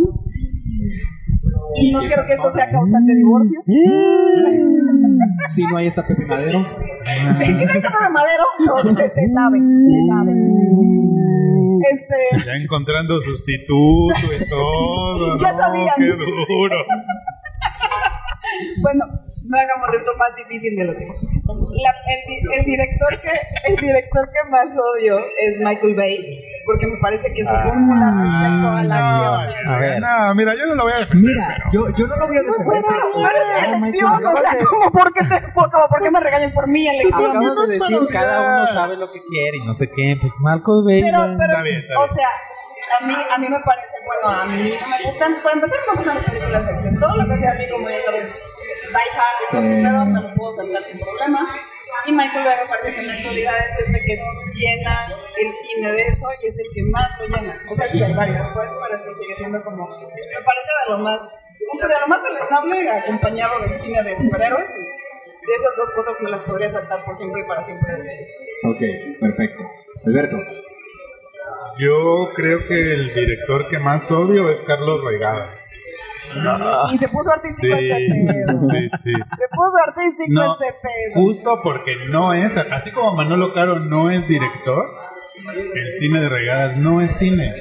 Speaker 2: Y no
Speaker 4: ¿Qué
Speaker 2: quiero que esto
Speaker 4: persona?
Speaker 2: sea causante de
Speaker 4: [LAUGHS]
Speaker 2: divorcio. [LAUGHS]
Speaker 4: Si no hay esta Pepe Madero.
Speaker 2: ¿Quién es Cámara Madero? No, se, se sabe, se
Speaker 4: [LAUGHS]
Speaker 2: sabe. Este,
Speaker 1: Ya encontrando sustituto
Speaker 3: [LAUGHS]
Speaker 1: y todo.
Speaker 2: Ya
Speaker 1: no,
Speaker 2: sabían.
Speaker 1: Qué duro.
Speaker 2: bueno, no hagamos esto más difícil de lo que es. La- el, di- el director que, el director que más odio es Michael Bay, porque me parece que su fórmula respecto a la
Speaker 1: Ah,
Speaker 2: acción
Speaker 1: no,
Speaker 3: A ver.
Speaker 1: no, mira, yo no lo voy a defender.
Speaker 4: Mira, yo, yo no lo voy a
Speaker 2: Pues
Speaker 4: defender. pero-
Speaker 2: Pero eres
Speaker 4: Ah,
Speaker 2: de
Speaker 4: Michael
Speaker 2: elección, o sea, como por qué te, por, como por qué me regañas por mi elección.
Speaker 3: Acabas de decir, cada uno sabe lo que quiere y no sé qué, pues Marco Bay.
Speaker 2: Pero,
Speaker 3: ya.
Speaker 2: pero,
Speaker 1: Está bien, está
Speaker 2: o
Speaker 1: bien.
Speaker 2: sea, a mí, a mí me parece, bueno, a mí no me gustan, para empezar no me gustan las películas de acción, todo lo que sea así como ya sabes, Die Hard, y todo
Speaker 4: Sí.
Speaker 2: ese pedo, me lo puedo saltar sin problema. Y Michael Bay me parece que en la actualidad es este que llena el cine de eso y es el que más lo llena. O sea, es verdad, después, pues, pero esto sigue siendo como, me parece de lo más, de lo más deleznable acompañado del cine de superhéroes. De esas dos cosas me las podría saltar por siempre y para siempre.
Speaker 4: Ok, perfecto. Alberto.
Speaker 1: Yo creo que el director que más odio es Carlos Reigada.
Speaker 2: Y se puso
Speaker 1: Ah, Sí,
Speaker 2: artístico este pedo.
Speaker 1: sí, sí.
Speaker 2: Se puso artístico
Speaker 1: No,
Speaker 2: este pedo.
Speaker 1: justo porque no es, así como Manolo Caro no es director, el cine de regadas no es cine.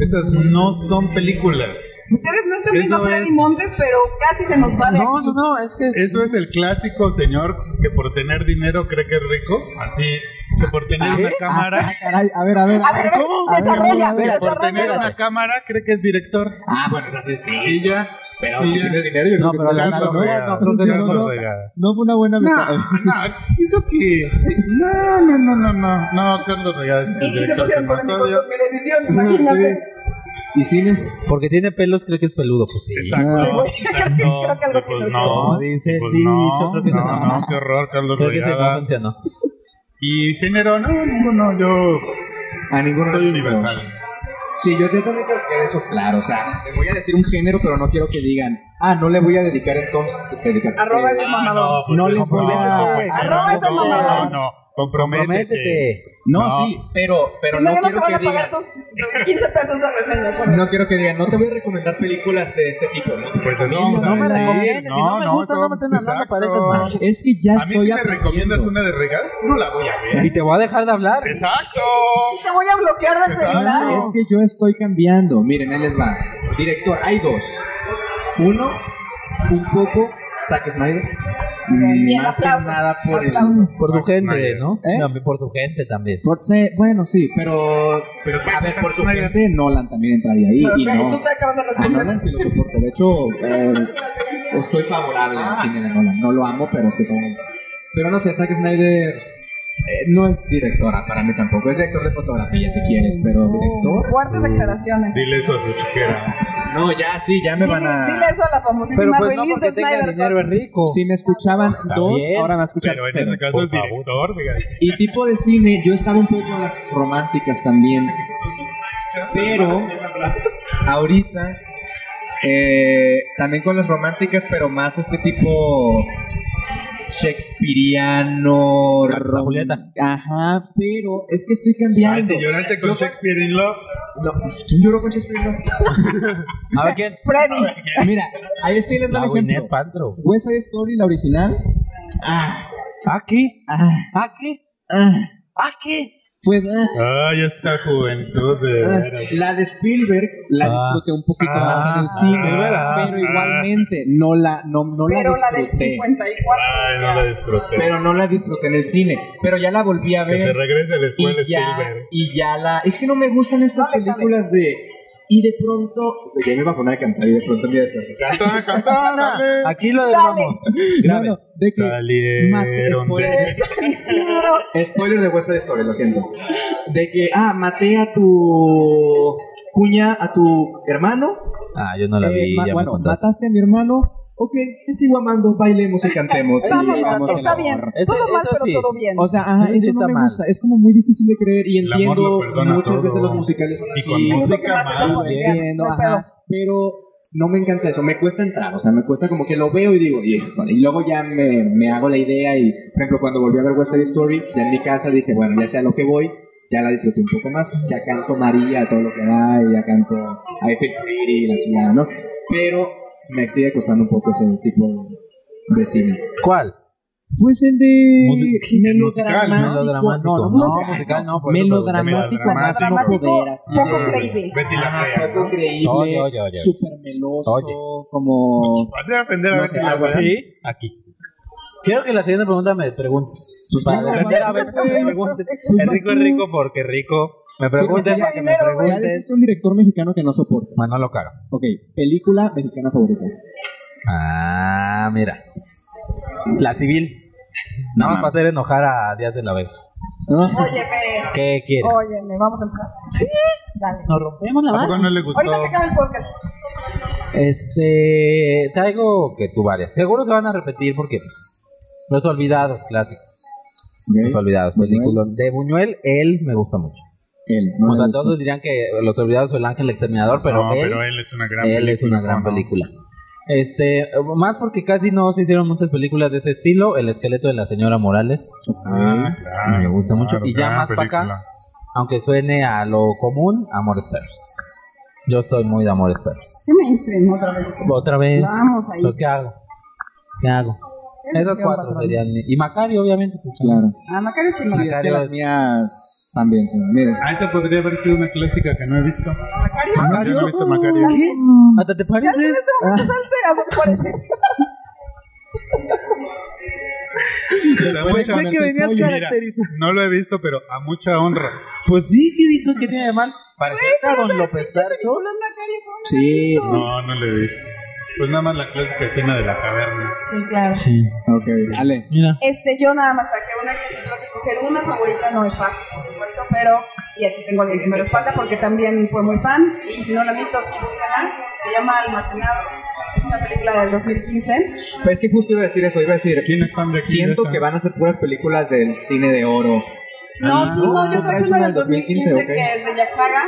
Speaker 1: Esas no son películas.
Speaker 2: Ustedes no están viendo a
Speaker 1: Eso
Speaker 2: Freddy
Speaker 1: es-
Speaker 2: Montes, pero casi se nos va de
Speaker 3: No,
Speaker 2: aquí.
Speaker 3: no, no, es que.
Speaker 1: Eso es el clásico señor que por tener dinero cree que es rico, así que por tener una
Speaker 4: Ah,
Speaker 1: cámara,
Speaker 4: caray, a ver, a ver,
Speaker 2: A ver, a ver,
Speaker 4: A ver,
Speaker 2: desarrolla,
Speaker 4: a ver, a ver.
Speaker 1: por tener una cámara cree que es director.
Speaker 4: Ah, bueno, es así,
Speaker 1: Y
Speaker 4: sí.
Speaker 1: ya.
Speaker 4: Pero
Speaker 1: y
Speaker 4: si
Speaker 1: ya.
Speaker 4: tienes dinero, yo creo
Speaker 3: No,
Speaker 4: que
Speaker 3: pero
Speaker 4: sí.
Speaker 3: la
Speaker 1: Carlos
Speaker 3: no,
Speaker 1: Reigada.
Speaker 3: no, pero
Speaker 4: te-
Speaker 1: Carlos
Speaker 4: no.
Speaker 1: Reigada.
Speaker 4: No fue una buena
Speaker 1: No,
Speaker 4: meta.
Speaker 1: no, eso que. No, no, no, no, no. No, Carlos Regal es
Speaker 2: Y,
Speaker 1: el
Speaker 2: y se
Speaker 1: director que
Speaker 2: pusieron
Speaker 1: más
Speaker 2: polémicos
Speaker 1: odio.
Speaker 2: con mi decisión,
Speaker 4: Ah,
Speaker 2: imagínate.
Speaker 4: ¿Y cine?
Speaker 3: Porque tiene pelos, cree que es peludo, pues sí.
Speaker 1: Exacto.
Speaker 3: [LAUGHS]
Speaker 1: exacto.
Speaker 2: Creo que algo
Speaker 1: Y pues
Speaker 2: que
Speaker 1: no,
Speaker 3: no dice,
Speaker 1: pues
Speaker 3: sí,
Speaker 1: no,
Speaker 3: yo creo que
Speaker 1: no,
Speaker 3: no.
Speaker 1: no, qué horror, Carlos
Speaker 3: Creo que sí, no
Speaker 1: Regadas.
Speaker 3: funcionó.
Speaker 1: Y género, no, ninguno, yo
Speaker 4: A ninguno. de
Speaker 1: soy
Speaker 4: los dos.
Speaker 1: universal.
Speaker 4: Sí, yo, yo también creo que eso claro. O sea, le voy a decir un género, pero no quiero que digan, ah, no le voy a dedicar entonces. Dedicar,
Speaker 2: Arroba
Speaker 4: eh,
Speaker 2: ese mamador.
Speaker 1: pues
Speaker 4: No
Speaker 1: es
Speaker 4: les voy
Speaker 1: como-
Speaker 4: a-
Speaker 1: pues,
Speaker 2: Arroba ese
Speaker 1: no,
Speaker 2: mamador.
Speaker 1: No, no, comprométete.
Speaker 3: Prométete.
Speaker 4: no,
Speaker 1: no.
Speaker 4: sí, pero, pero
Speaker 2: Si
Speaker 4: no,
Speaker 2: no, no te
Speaker 4: quiero
Speaker 2: van
Speaker 4: que
Speaker 2: a pagar
Speaker 4: digan.
Speaker 2: tus 15 pesos de reseña. acuérdate.
Speaker 4: No quiero que digan, no te voy a recomendar películas de este tipo, ¿no?
Speaker 1: Pues eso
Speaker 4: No
Speaker 1: vamos a
Speaker 3: me
Speaker 1: decir.
Speaker 3: recomiendes, si no me gusta,
Speaker 1: eso-
Speaker 3: no me estén hablando,
Speaker 1: exacto.
Speaker 3: pareces mal.
Speaker 4: Es que ya
Speaker 1: A mí si
Speaker 4: estoy
Speaker 1: me recomiendas una de regadas, no la voy a ver.
Speaker 3: Y te voy a dejar de hablar.
Speaker 1: Exacto.
Speaker 2: Y te voy a bloquear del
Speaker 1: Exacto.
Speaker 2: celular.
Speaker 4: No, es que yo estoy cambiando. Miren, ahí les va. Director, hay dos. Uno, un poco Zack Snyder.
Speaker 2: Bien,
Speaker 4: más que
Speaker 2: aplausos,
Speaker 4: nada por el.
Speaker 2: aplausos.
Speaker 3: Por su
Speaker 1: Zack
Speaker 3: gente,
Speaker 1: Snyder.
Speaker 3: ¿no?
Speaker 4: ¿Eh?
Speaker 3: También por su gente también.
Speaker 4: por- sí, bueno, sí, pero.
Speaker 1: Pero
Speaker 4: a ver, por su
Speaker 1: Zack Snyder.
Speaker 4: gente, Nolan también entraría ahí.
Speaker 2: Pero,
Speaker 4: y
Speaker 2: pero
Speaker 4: no.
Speaker 2: tú te acabas de
Speaker 4: A Nolan
Speaker 2: responder.
Speaker 4: sí lo soporto. De hecho, eh, estoy favorable
Speaker 2: Ah.
Speaker 4: al cine de Nolan. No lo amo, pero estoy favorable. Pero no sé, Zack Snyder. eh, no es directora para mí tampoco, es director de fotografía si quieres, pero
Speaker 2: Oh.
Speaker 4: director.
Speaker 2: Fuertes declaraciones.
Speaker 1: Dile eso a su chiquera.
Speaker 4: No, ya sí, ya me
Speaker 2: Dile,
Speaker 4: van a.
Speaker 2: dile eso a la
Speaker 3: Pero
Speaker 2: famosísima
Speaker 3: pues no
Speaker 2: release
Speaker 3: porque
Speaker 2: de
Speaker 3: tenga
Speaker 2: Snyder.
Speaker 3: dinero es
Speaker 2: Cut.
Speaker 3: rico.
Speaker 4: Si me escuchaban dos,
Speaker 3: bien,
Speaker 4: ahora me va a escuchar
Speaker 1: Pero en
Speaker 4: cero.
Speaker 1: ese caso
Speaker 3: por
Speaker 1: es director, diga.
Speaker 4: Y tipo de cine, yo estaba un poco en las románticas también. Pero ahorita, eh, también con las románticas, pero más este tipo shakespeariano.
Speaker 3: Cartas a
Speaker 4: rom-
Speaker 3: Julieta.
Speaker 4: Ajá, pero es que estoy
Speaker 1: Ay,
Speaker 4: cambiando.
Speaker 1: si lloraste con
Speaker 4: Yo-
Speaker 1: Shakespeare in Love.
Speaker 4: No, pues, ¿Quién lloró con Shakespeare?
Speaker 1: [LAUGHS]
Speaker 4: No.
Speaker 3: A ver quién.
Speaker 2: Freddy.
Speaker 4: Mira, ahí es que les da
Speaker 3: La
Speaker 4: el ejemplo.
Speaker 3: Gwyneth Paltrow.
Speaker 4: West Side Story, la original. Ah,
Speaker 3: Aquí.
Speaker 4: ah,
Speaker 3: Aquí.
Speaker 4: ah.
Speaker 3: Aquí.
Speaker 4: Pues, ah,
Speaker 1: Ay, esta juventud de
Speaker 4: ah,
Speaker 1: veras.
Speaker 4: la de Spielberg la
Speaker 3: Ah.
Speaker 4: disfruté un poquito
Speaker 1: Ah,
Speaker 4: más en el cine,
Speaker 1: de veras.
Speaker 4: pero igualmente no la, no, no
Speaker 2: Pero
Speaker 4: la
Speaker 2: la del
Speaker 4: disfruté.
Speaker 2: 54.
Speaker 1: Ay, no la disfruté.
Speaker 4: pero no la disfruté en el cine, pero ya la volví a
Speaker 1: que se
Speaker 4: ver
Speaker 1: regrese a la
Speaker 4: y
Speaker 1: escuela
Speaker 4: ya,
Speaker 1: Spielberg.
Speaker 4: y ya la... Es que no me gustan estas
Speaker 2: No le sabe.
Speaker 4: películas de... Y de pronto... Ya me iba a poner a cantar y de pronto me iba a decir...
Speaker 1: Canta, canta, dale.
Speaker 3: Aquí lo dejamos.
Speaker 4: No, no, de que... Mate,
Speaker 1: Salieron
Speaker 4: spoiler.
Speaker 1: de...
Speaker 4: Spoiler de West Side Story, lo siento. De que, ah, maté a tu cuña, a tu hermano.
Speaker 3: Ah, yo no la
Speaker 4: Eh,
Speaker 3: vi,
Speaker 4: ma-
Speaker 3: ya me
Speaker 4: bueno,
Speaker 3: contaste.
Speaker 4: mataste a mi hermano. Ok, te sigo amando, bailemos y cantemos. y
Speaker 2: Vamos,
Speaker 4: hagamos el
Speaker 2: está
Speaker 4: amor.
Speaker 2: bien.
Speaker 3: Ese-
Speaker 2: todo mal,
Speaker 3: eso
Speaker 2: pero
Speaker 3: sí.
Speaker 2: todo bien.
Speaker 4: O sea, ajá,
Speaker 3: Eso sí
Speaker 4: eso no
Speaker 3: está
Speaker 4: me
Speaker 3: mal.
Speaker 4: gusta. Es como muy difícil de creer y
Speaker 1: El amor
Speaker 4: entiendo
Speaker 1: lo perdona
Speaker 4: muchas
Speaker 1: todo.
Speaker 4: veces los musicales son
Speaker 1: Y
Speaker 4: así.
Speaker 1: con música
Speaker 2: Porque matas a
Speaker 1: mal.
Speaker 2: Juan.
Speaker 4: Entiendo,
Speaker 2: no hay
Speaker 4: ajá, pero no me encanta eso, me cuesta entrar, o sea, me cuesta como que lo veo y digo, "Híjole", y luego ya me, me hago la idea y, por ejemplo, cuando volví a ver West Side Story, ya en mi casa dije, bueno, ya sé a lo que voy, ya la disfruté un poco más, ya canto María, todo lo que da, y ya canto I Feel Pretty, la chingada, ¿no? Pero me sigue costando un poco ese tipo de cine.
Speaker 3: ¿Cuál?
Speaker 4: Pues el de
Speaker 3: Musi-
Speaker 4: melodramático.
Speaker 1: musical, ¿no?
Speaker 4: No, no,
Speaker 3: No,
Speaker 4: musical,
Speaker 3: musical no, por eso
Speaker 4: melodramático,
Speaker 1: pregunté.
Speaker 4: a más no
Speaker 2: Melodramático,
Speaker 4: poder, así
Speaker 2: poco
Speaker 4: de-
Speaker 2: creíble.
Speaker 1: Betty la
Speaker 4: Ajá,
Speaker 1: fea.
Speaker 4: poco
Speaker 1: ¿no?
Speaker 4: creíble,
Speaker 3: Oye, oye, oye.
Speaker 4: súper meloso,
Speaker 3: Oye.
Speaker 4: como...
Speaker 1: Vas a aprender a
Speaker 4: No
Speaker 1: Betty
Speaker 4: sé,
Speaker 1: la
Speaker 4: algo
Speaker 1: fea.
Speaker 4: así.
Speaker 3: Sí, aquí. Quiero que la siguiente pregunta me preguntes.
Speaker 4: Pues
Speaker 3: Para
Speaker 4: venga,
Speaker 3: defender a
Speaker 4: vas,
Speaker 3: ver,
Speaker 4: güey.
Speaker 3: me preguntes.
Speaker 4: Pues
Speaker 3: El
Speaker 4: vas
Speaker 3: rico es
Speaker 4: tú.
Speaker 3: rico porque rico. Me preguntes
Speaker 4: porque
Speaker 3: para que me
Speaker 2: primero, güey.
Speaker 4: Ya
Speaker 3: preguntes.
Speaker 4: dijiste un director mexicano que no soporta.
Speaker 3: Manolo Caro.
Speaker 4: Ok, película mexicana favorita.
Speaker 3: Ah, mira. La civil. Nada más para hacer enojar a Díaz de la Vega.
Speaker 4: Ah,
Speaker 2: Óyeme,
Speaker 3: ¿Qué quieres?
Speaker 2: óyeme, vamos a empezar. Sí, dale.
Speaker 3: Nos rompemos la
Speaker 1: ¿A
Speaker 3: mano.
Speaker 1: poco no le gustó?
Speaker 2: Ahorita que acaba el podcast.
Speaker 3: Este, traigo que tú varias. Seguro se van a repetir porque pues, los olvidados, clásico. Los
Speaker 4: ok.
Speaker 3: olvidados,
Speaker 4: Buñuel.
Speaker 3: película de Buñuel, él me gusta mucho.
Speaker 4: Él, no
Speaker 3: o
Speaker 4: le
Speaker 3: sea,
Speaker 4: gustó.
Speaker 3: todos dirían que Los olvidados o El ángel exterminador, pero,
Speaker 1: no,
Speaker 3: él,
Speaker 1: pero él es una gran
Speaker 3: él es una gran
Speaker 1: ¿no?
Speaker 3: película. Este, más porque casi no se hicieron muchas películas de ese estilo, El esqueleto de la señora Morales,
Speaker 1: Ah, claro,
Speaker 3: Me gusta mucho.
Speaker 1: claro,
Speaker 3: Y ya
Speaker 1: gran
Speaker 3: más pa' acá.
Speaker 1: película.
Speaker 3: aunque suene a lo común, Amores Perros. Yo soy muy de Amores Perros.
Speaker 2: ¿Qué mainstream otra vez?
Speaker 3: Otra vez.
Speaker 2: Vamos ahí.
Speaker 3: ¿Lo ¿Qué hago? ¿Qué hago?
Speaker 2: Esa
Speaker 3: Esas
Speaker 2: sí,
Speaker 3: cuatro
Speaker 2: patrón.
Speaker 3: serían. mi- Y Macario, obviamente.
Speaker 4: Claro.
Speaker 2: Ah, Macario es chingón.
Speaker 4: Sí, es que las mías también son. Mire,
Speaker 1: Ah, esa podría haber sido una clásica que no he visto.
Speaker 2: Macario.
Speaker 1: Yo no he visto Macario.
Speaker 2: ¿Qué?
Speaker 3: ¿Hasta te pareces?
Speaker 2: este Salte, ¿a dónde pareces?
Speaker 1: A mucha
Speaker 3: pensé que
Speaker 1: honra.
Speaker 3: venías
Speaker 1: Mira,
Speaker 3: caracterizado.
Speaker 1: no lo he visto, pero a mucha honra.
Speaker 3: Pues sí, ¿qué dijo que tiene de mal? Parecerte a Don López Tarso.
Speaker 4: sí, sí.
Speaker 1: No, no lo he visto. Pues nada más la clásica escena de la caverna.
Speaker 2: Sí, claro.
Speaker 3: Sí,
Speaker 4: Ok, Ale.
Speaker 3: mira.
Speaker 2: Este, yo nada más saqué una que sí creo que escoger una favorita no es fácil, por supuesto, pero y aquí tengo alguien que me respalda porque también fue muy fan y si no la han visto, sí, búscala. Se llama Almacenados. Es una película del 2015.
Speaker 4: Pues es que justo iba a decir eso, iba a decir.
Speaker 1: ¿Quién es fan de quién
Speaker 4: Siento
Speaker 1: esa?
Speaker 4: que van a ser puras películas del cine de oro.
Speaker 2: No,
Speaker 4: Ah,
Speaker 2: sí, no, yo traje
Speaker 4: ¿no traes
Speaker 2: una
Speaker 4: una
Speaker 2: del
Speaker 4: del 2015,
Speaker 2: 2015
Speaker 4: ok.
Speaker 2: que es de Jack Saga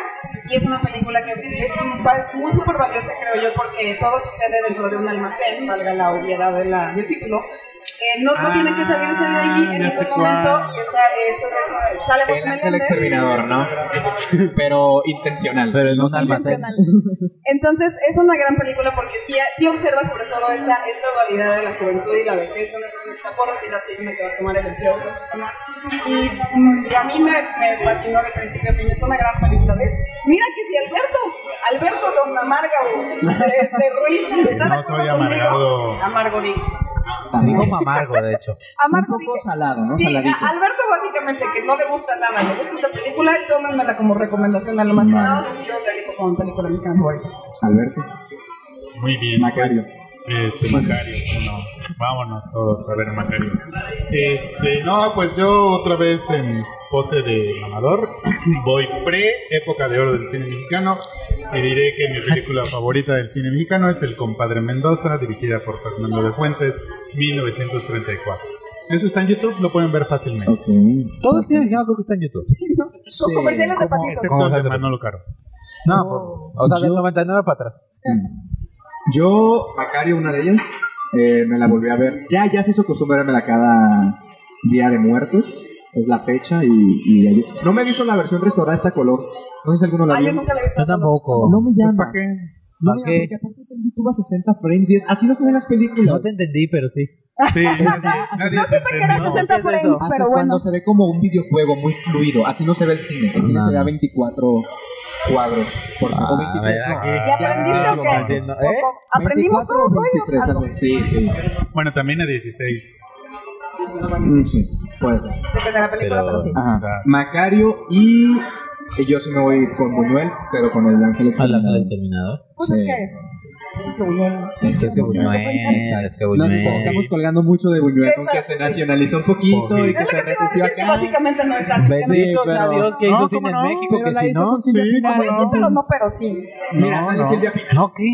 Speaker 2: y es una película que es muy, va- muy súper valiosa, creo yo, porque todo sucede dentro de un almacén, valga la obviedad de la- del título. Eh, no, no tiene que salirse de ahí
Speaker 1: Ah,
Speaker 2: en
Speaker 1: ya sé
Speaker 2: ningún
Speaker 1: cuál.
Speaker 2: momento. Y está, eso, eso, sale José
Speaker 4: El ángel
Speaker 2: Meléndez.
Speaker 4: exterminador, ¿no? [LAUGHS] Pero intencional.
Speaker 3: Pero en un almacén.
Speaker 2: Intencional. Entonces es una gran película porque sí, sí observa sobre todo esta, esta dualidad de la juventud y la vejez, una persona que está por retirarse y una que va a tomar el empleo de otra persona. Y, mm, y a mí me, me fascinó de principio a fin, es una gran película. ¿ves? Mira que si Alberto, Alberto Don Amarga o este, Ruiz, está de acuerdo
Speaker 1: No soy
Speaker 2: conmigo.
Speaker 1: amargado.
Speaker 2: Amargo digo.
Speaker 4: También.
Speaker 3: Dijo Mamargo, de hecho.
Speaker 4: Un
Speaker 2: Amargo
Speaker 4: poco
Speaker 2: dije.
Speaker 4: salado, ¿no?
Speaker 2: Sí,
Speaker 4: Saladito.
Speaker 2: a- Alberto básicamente que no le gusta nada, le gusta esta película, tómenmela como recomendación a lo más nada, yo la elijo como película mexicana favorita.
Speaker 4: Alberto.
Speaker 1: Muy bien.
Speaker 4: Macario.
Speaker 1: Este, Macario, no. Vámonos todos a ver a Macario. Este, no, pues yo otra vez en pose de mamador [CLEARS THROAT] voy pre época de oro del cine mexicano y diré que mi película favorita del cine mexicano es El compadre Mendoza, dirigida por Fernando de Fuentes, 1934. Eso está en YouTube, lo pueden ver fácilmente.
Speaker 4: Ok.
Speaker 3: Todo el cine mexicano creo que está en YouTube.
Speaker 2: Son comerciales de
Speaker 3: ¿cómo?
Speaker 2: patitos.
Speaker 1: Excepto el de Manolo Caro.
Speaker 3: No, por- o sea, del
Speaker 4: Yo-
Speaker 3: 99 para atrás.
Speaker 4: Yo, Macario, una de ellas, eh, me la volví a ver. Ya, ya se hizo costumbre vermela cada Día de Muertos. Es la fecha y, y ahí- No me he visto la versión restaurada esta color. No sé si alguno la
Speaker 2: Ah, yo
Speaker 4: vio.
Speaker 2: nunca la he visto.
Speaker 3: Yo tampoco.
Speaker 4: No me llama.
Speaker 1: ¿Para qué?
Speaker 4: No,
Speaker 3: Ok.
Speaker 4: mira, porque aparte está en YouTube a 60 frames y es así no se ven las películas.
Speaker 3: No te entendí, pero sí.
Speaker 1: Sí, nadie, nadie
Speaker 2: No
Speaker 1: se
Speaker 2: supe que era
Speaker 1: entendió.
Speaker 2: 60
Speaker 3: ¿qué es
Speaker 2: frames,
Speaker 3: eso?
Speaker 4: Así
Speaker 2: pero bueno.
Speaker 4: es
Speaker 2: ¿eh?
Speaker 4: cuando se ve como un videojuego muy fluido. Así no se ve el cine. El cine
Speaker 3: No,
Speaker 4: se ve a
Speaker 3: no.
Speaker 4: 24 cuadros por segundo.
Speaker 3: Ah, a ver, aquí.
Speaker 2: ¿Y aprendiste o
Speaker 3: Ah,
Speaker 2: qué?
Speaker 3: entiendo. ¿Eh?
Speaker 2: Poco. ¿Aprendimos todos hoy? o algo?
Speaker 4: Sí, sí.
Speaker 1: Bueno, también a 16.
Speaker 4: Mm, sí, puede ser.
Speaker 2: Depende de la película, pero,
Speaker 3: Pero-
Speaker 2: sí.
Speaker 4: Ajá.
Speaker 1: Exacto.
Speaker 4: Macario y... y yo sí me voy con Buñuel, pero con el Ángel
Speaker 3: Habla
Speaker 4: Exterminador.
Speaker 3: del terminador.
Speaker 2: Pues
Speaker 4: Sí.
Speaker 2: es que. Pues es que bueno.
Speaker 4: Es que es Buñuel.
Speaker 3: Buñuel, es que
Speaker 4: Nos
Speaker 3: Buñuel.
Speaker 4: estamos colgando mucho de Buñuel,
Speaker 2: Sí,
Speaker 4: con
Speaker 2: pero-
Speaker 4: que se nacionalizó un poquito y que
Speaker 2: Es lo
Speaker 4: se
Speaker 2: que te iba a
Speaker 4: repitió
Speaker 2: decir, que
Speaker 4: acá.
Speaker 2: básicamente no está. Sí,
Speaker 3: Benditos
Speaker 4: pero-
Speaker 3: a Dios que
Speaker 1: No,
Speaker 3: hizo
Speaker 1: ¿cómo
Speaker 3: cine
Speaker 1: no?
Speaker 3: en México,
Speaker 4: Pero
Speaker 3: que
Speaker 4: la
Speaker 3: si
Speaker 4: hizo
Speaker 3: no...
Speaker 4: con Silvia
Speaker 1: sí,
Speaker 4: Pinal,
Speaker 1: ¿cómo no?
Speaker 4: es-
Speaker 2: pero no, pero sí.
Speaker 4: Mira,
Speaker 1: No,
Speaker 4: sale
Speaker 1: no.
Speaker 4: Silvia Pinal.
Speaker 3: ¿No qué?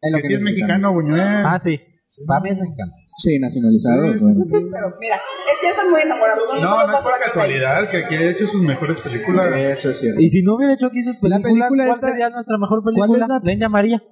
Speaker 4: Es lo
Speaker 1: Que
Speaker 4: que
Speaker 1: si es
Speaker 4: necesitan.
Speaker 1: mexicano, Buñuel.
Speaker 3: Ah, sí. Papi es mexicano.
Speaker 4: Sí, nacionalizado.
Speaker 1: Sí, sí,
Speaker 4: bueno.
Speaker 2: Pues sí, pero mira, es que ya están muy enamorados.
Speaker 1: No,
Speaker 2: nos
Speaker 1: no es
Speaker 2: pasó
Speaker 1: por
Speaker 2: la cosa ahí.
Speaker 1: casualidad que aquí ha hecho sus mejores películas.
Speaker 4: Eso es cierto.
Speaker 3: Y si no hubiera hecho aquí sus
Speaker 4: La
Speaker 3: películas,
Speaker 4: película
Speaker 3: ¿cuál
Speaker 4: esta-
Speaker 3: sería nuestra mejor
Speaker 4: ¿Cuál es
Speaker 3: película?
Speaker 4: la-
Speaker 3: La India María.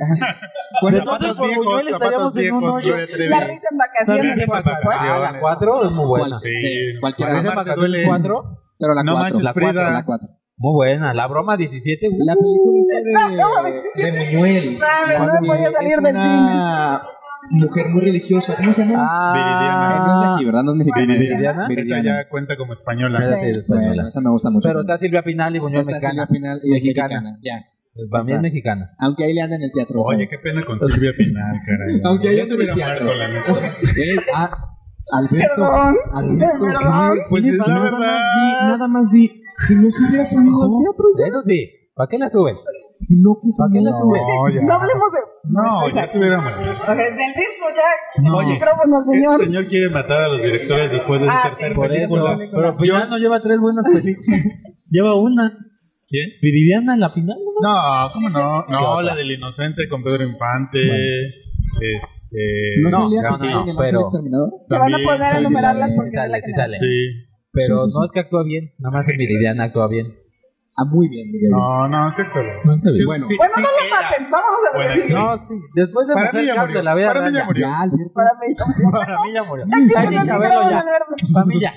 Speaker 4: ¿Cuál es-
Speaker 3: Entonces, por
Speaker 1: viejos,
Speaker 3: Buñuel estaríamos
Speaker 1: zapatos
Speaker 3: en un
Speaker 1: viejos,
Speaker 3: hoyo.
Speaker 1: Gloria Trevi.
Speaker 2: La risa en vacaciones.
Speaker 1: Sí,
Speaker 3: Ah,
Speaker 1: vacaciones.
Speaker 3: la 4 es muy buena.
Speaker 4: ¿Cuál?
Speaker 1: Sí,
Speaker 4: Sí, cualquiera.
Speaker 3: La
Speaker 1: Marta
Speaker 3: risa en vacaciones
Speaker 1: Tulli.
Speaker 3: 4,
Speaker 4: Pero la
Speaker 1: No
Speaker 4: 4.
Speaker 1: manches,
Speaker 4: la 4.
Speaker 1: Frida.
Speaker 4: La 4.
Speaker 3: muy buena. La broma 17, uh,
Speaker 4: La película
Speaker 2: [LAUGHS]
Speaker 4: está de, de Buñuel.
Speaker 2: Mames, no me
Speaker 4: Buñuel
Speaker 2: podía salir
Speaker 4: es
Speaker 2: del
Speaker 4: una mujer muy religiosa. ¿Cómo se llama?
Speaker 3: Ah.
Speaker 4: Eh,
Speaker 1: Viridiana.
Speaker 4: Ah. no es de aquí, ¿verdad? No es mexicana.
Speaker 3: Viridiana.
Speaker 1: Ah. Esa ya cuenta como española.
Speaker 3: Esa sí es
Speaker 4: Bueno,
Speaker 3: española.
Speaker 4: esa me gusta mucho.
Speaker 3: Pero está Silvia Pinal y Buñuel
Speaker 4: Esta Silvia
Speaker 3: mexicana.
Speaker 4: Pinal y es
Speaker 3: Mexicana.
Speaker 4: mexicana. Ya.
Speaker 3: Para mí es
Speaker 4: Está.
Speaker 3: mexicana.
Speaker 4: Aunque ahí le andan en el teatro.
Speaker 1: Oye, qué pena con Silvia Pinal, caray.
Speaker 4: Aunque
Speaker 1: ya
Speaker 4: ella
Speaker 1: se
Speaker 4: se
Speaker 1: hubiera
Speaker 4: teatro.
Speaker 1: muerto, la neta.
Speaker 4: Eh, ah, Alberto,
Speaker 2: Perdón.
Speaker 4: Alberto,
Speaker 2: Perdón.
Speaker 4: ¿qué?
Speaker 1: Pues es la
Speaker 4: nada
Speaker 1: verdad.
Speaker 4: más di, nada más di que no se hubiera salido al teatro.
Speaker 3: Eso sí. ¿Para qué la suben?
Speaker 4: No quiso.
Speaker 3: ¿Para qué la
Speaker 4: No.
Speaker 3: suben?
Speaker 1: No, ya.
Speaker 2: No hablemos de.
Speaker 1: No, ya se hubiera muerto.
Speaker 2: O sea, del disco ya.
Speaker 3: No.
Speaker 2: El micrófono,
Speaker 1: El
Speaker 2: señor.
Speaker 1: señor quiere matar a los directores después de su
Speaker 2: Ah,
Speaker 1: tercer
Speaker 2: sí,
Speaker 3: [LAUGHS] Por eso.
Speaker 1: película.
Speaker 3: Pero Pinal no lleva tres buenas
Speaker 4: [LAUGHS]
Speaker 3: películas. lleva una.
Speaker 1: ¿Quién?
Speaker 3: Viridiana, la Pinal. ¿no?
Speaker 1: No, ¿cómo no?
Speaker 3: ¿Qué
Speaker 1: No,
Speaker 3: otra?
Speaker 1: la del inocente con Pedro Infante. Este.
Speaker 4: No,
Speaker 1: no,
Speaker 4: salía
Speaker 1: ya
Speaker 4: también
Speaker 1: no,
Speaker 4: en el
Speaker 3: pero-
Speaker 4: ángel exterminador.
Speaker 2: Se van a
Speaker 1: también
Speaker 2: poner a
Speaker 4: sí,
Speaker 2: enumerarlas
Speaker 4: sí,
Speaker 2: porque
Speaker 3: sale,
Speaker 2: era la
Speaker 3: sí
Speaker 2: que
Speaker 3: sale.
Speaker 1: Sí.
Speaker 3: Pero
Speaker 4: Sí, sí,
Speaker 3: no
Speaker 4: sí.
Speaker 3: es que actúa bien. Nada más en Viridiana actúa bien.
Speaker 4: Ah, muy bien, muy bien.
Speaker 1: No, no, es cierto.
Speaker 3: No está bien.
Speaker 4: Bueno.
Speaker 2: Bueno, no
Speaker 1: era.
Speaker 2: lo maten, vamos a
Speaker 1: Buena
Speaker 2: ver.
Speaker 1: actriz.
Speaker 3: No, sí. Después de
Speaker 1: Para mí
Speaker 3: Mujer
Speaker 1: ya
Speaker 3: Cárcel,
Speaker 1: murió.
Speaker 3: la voy a
Speaker 1: Para mí
Speaker 3: dar
Speaker 1: ya
Speaker 3: ya.
Speaker 1: murió.
Speaker 4: Ya, Alberto.
Speaker 2: Para mí.
Speaker 3: [LAUGHS] Para mí ya murió.
Speaker 2: Ya
Speaker 3: Ay,
Speaker 2: tiene
Speaker 3: Chabelo,
Speaker 2: micrófono,
Speaker 3: ya.
Speaker 2: la verdad.
Speaker 3: Para mí ya.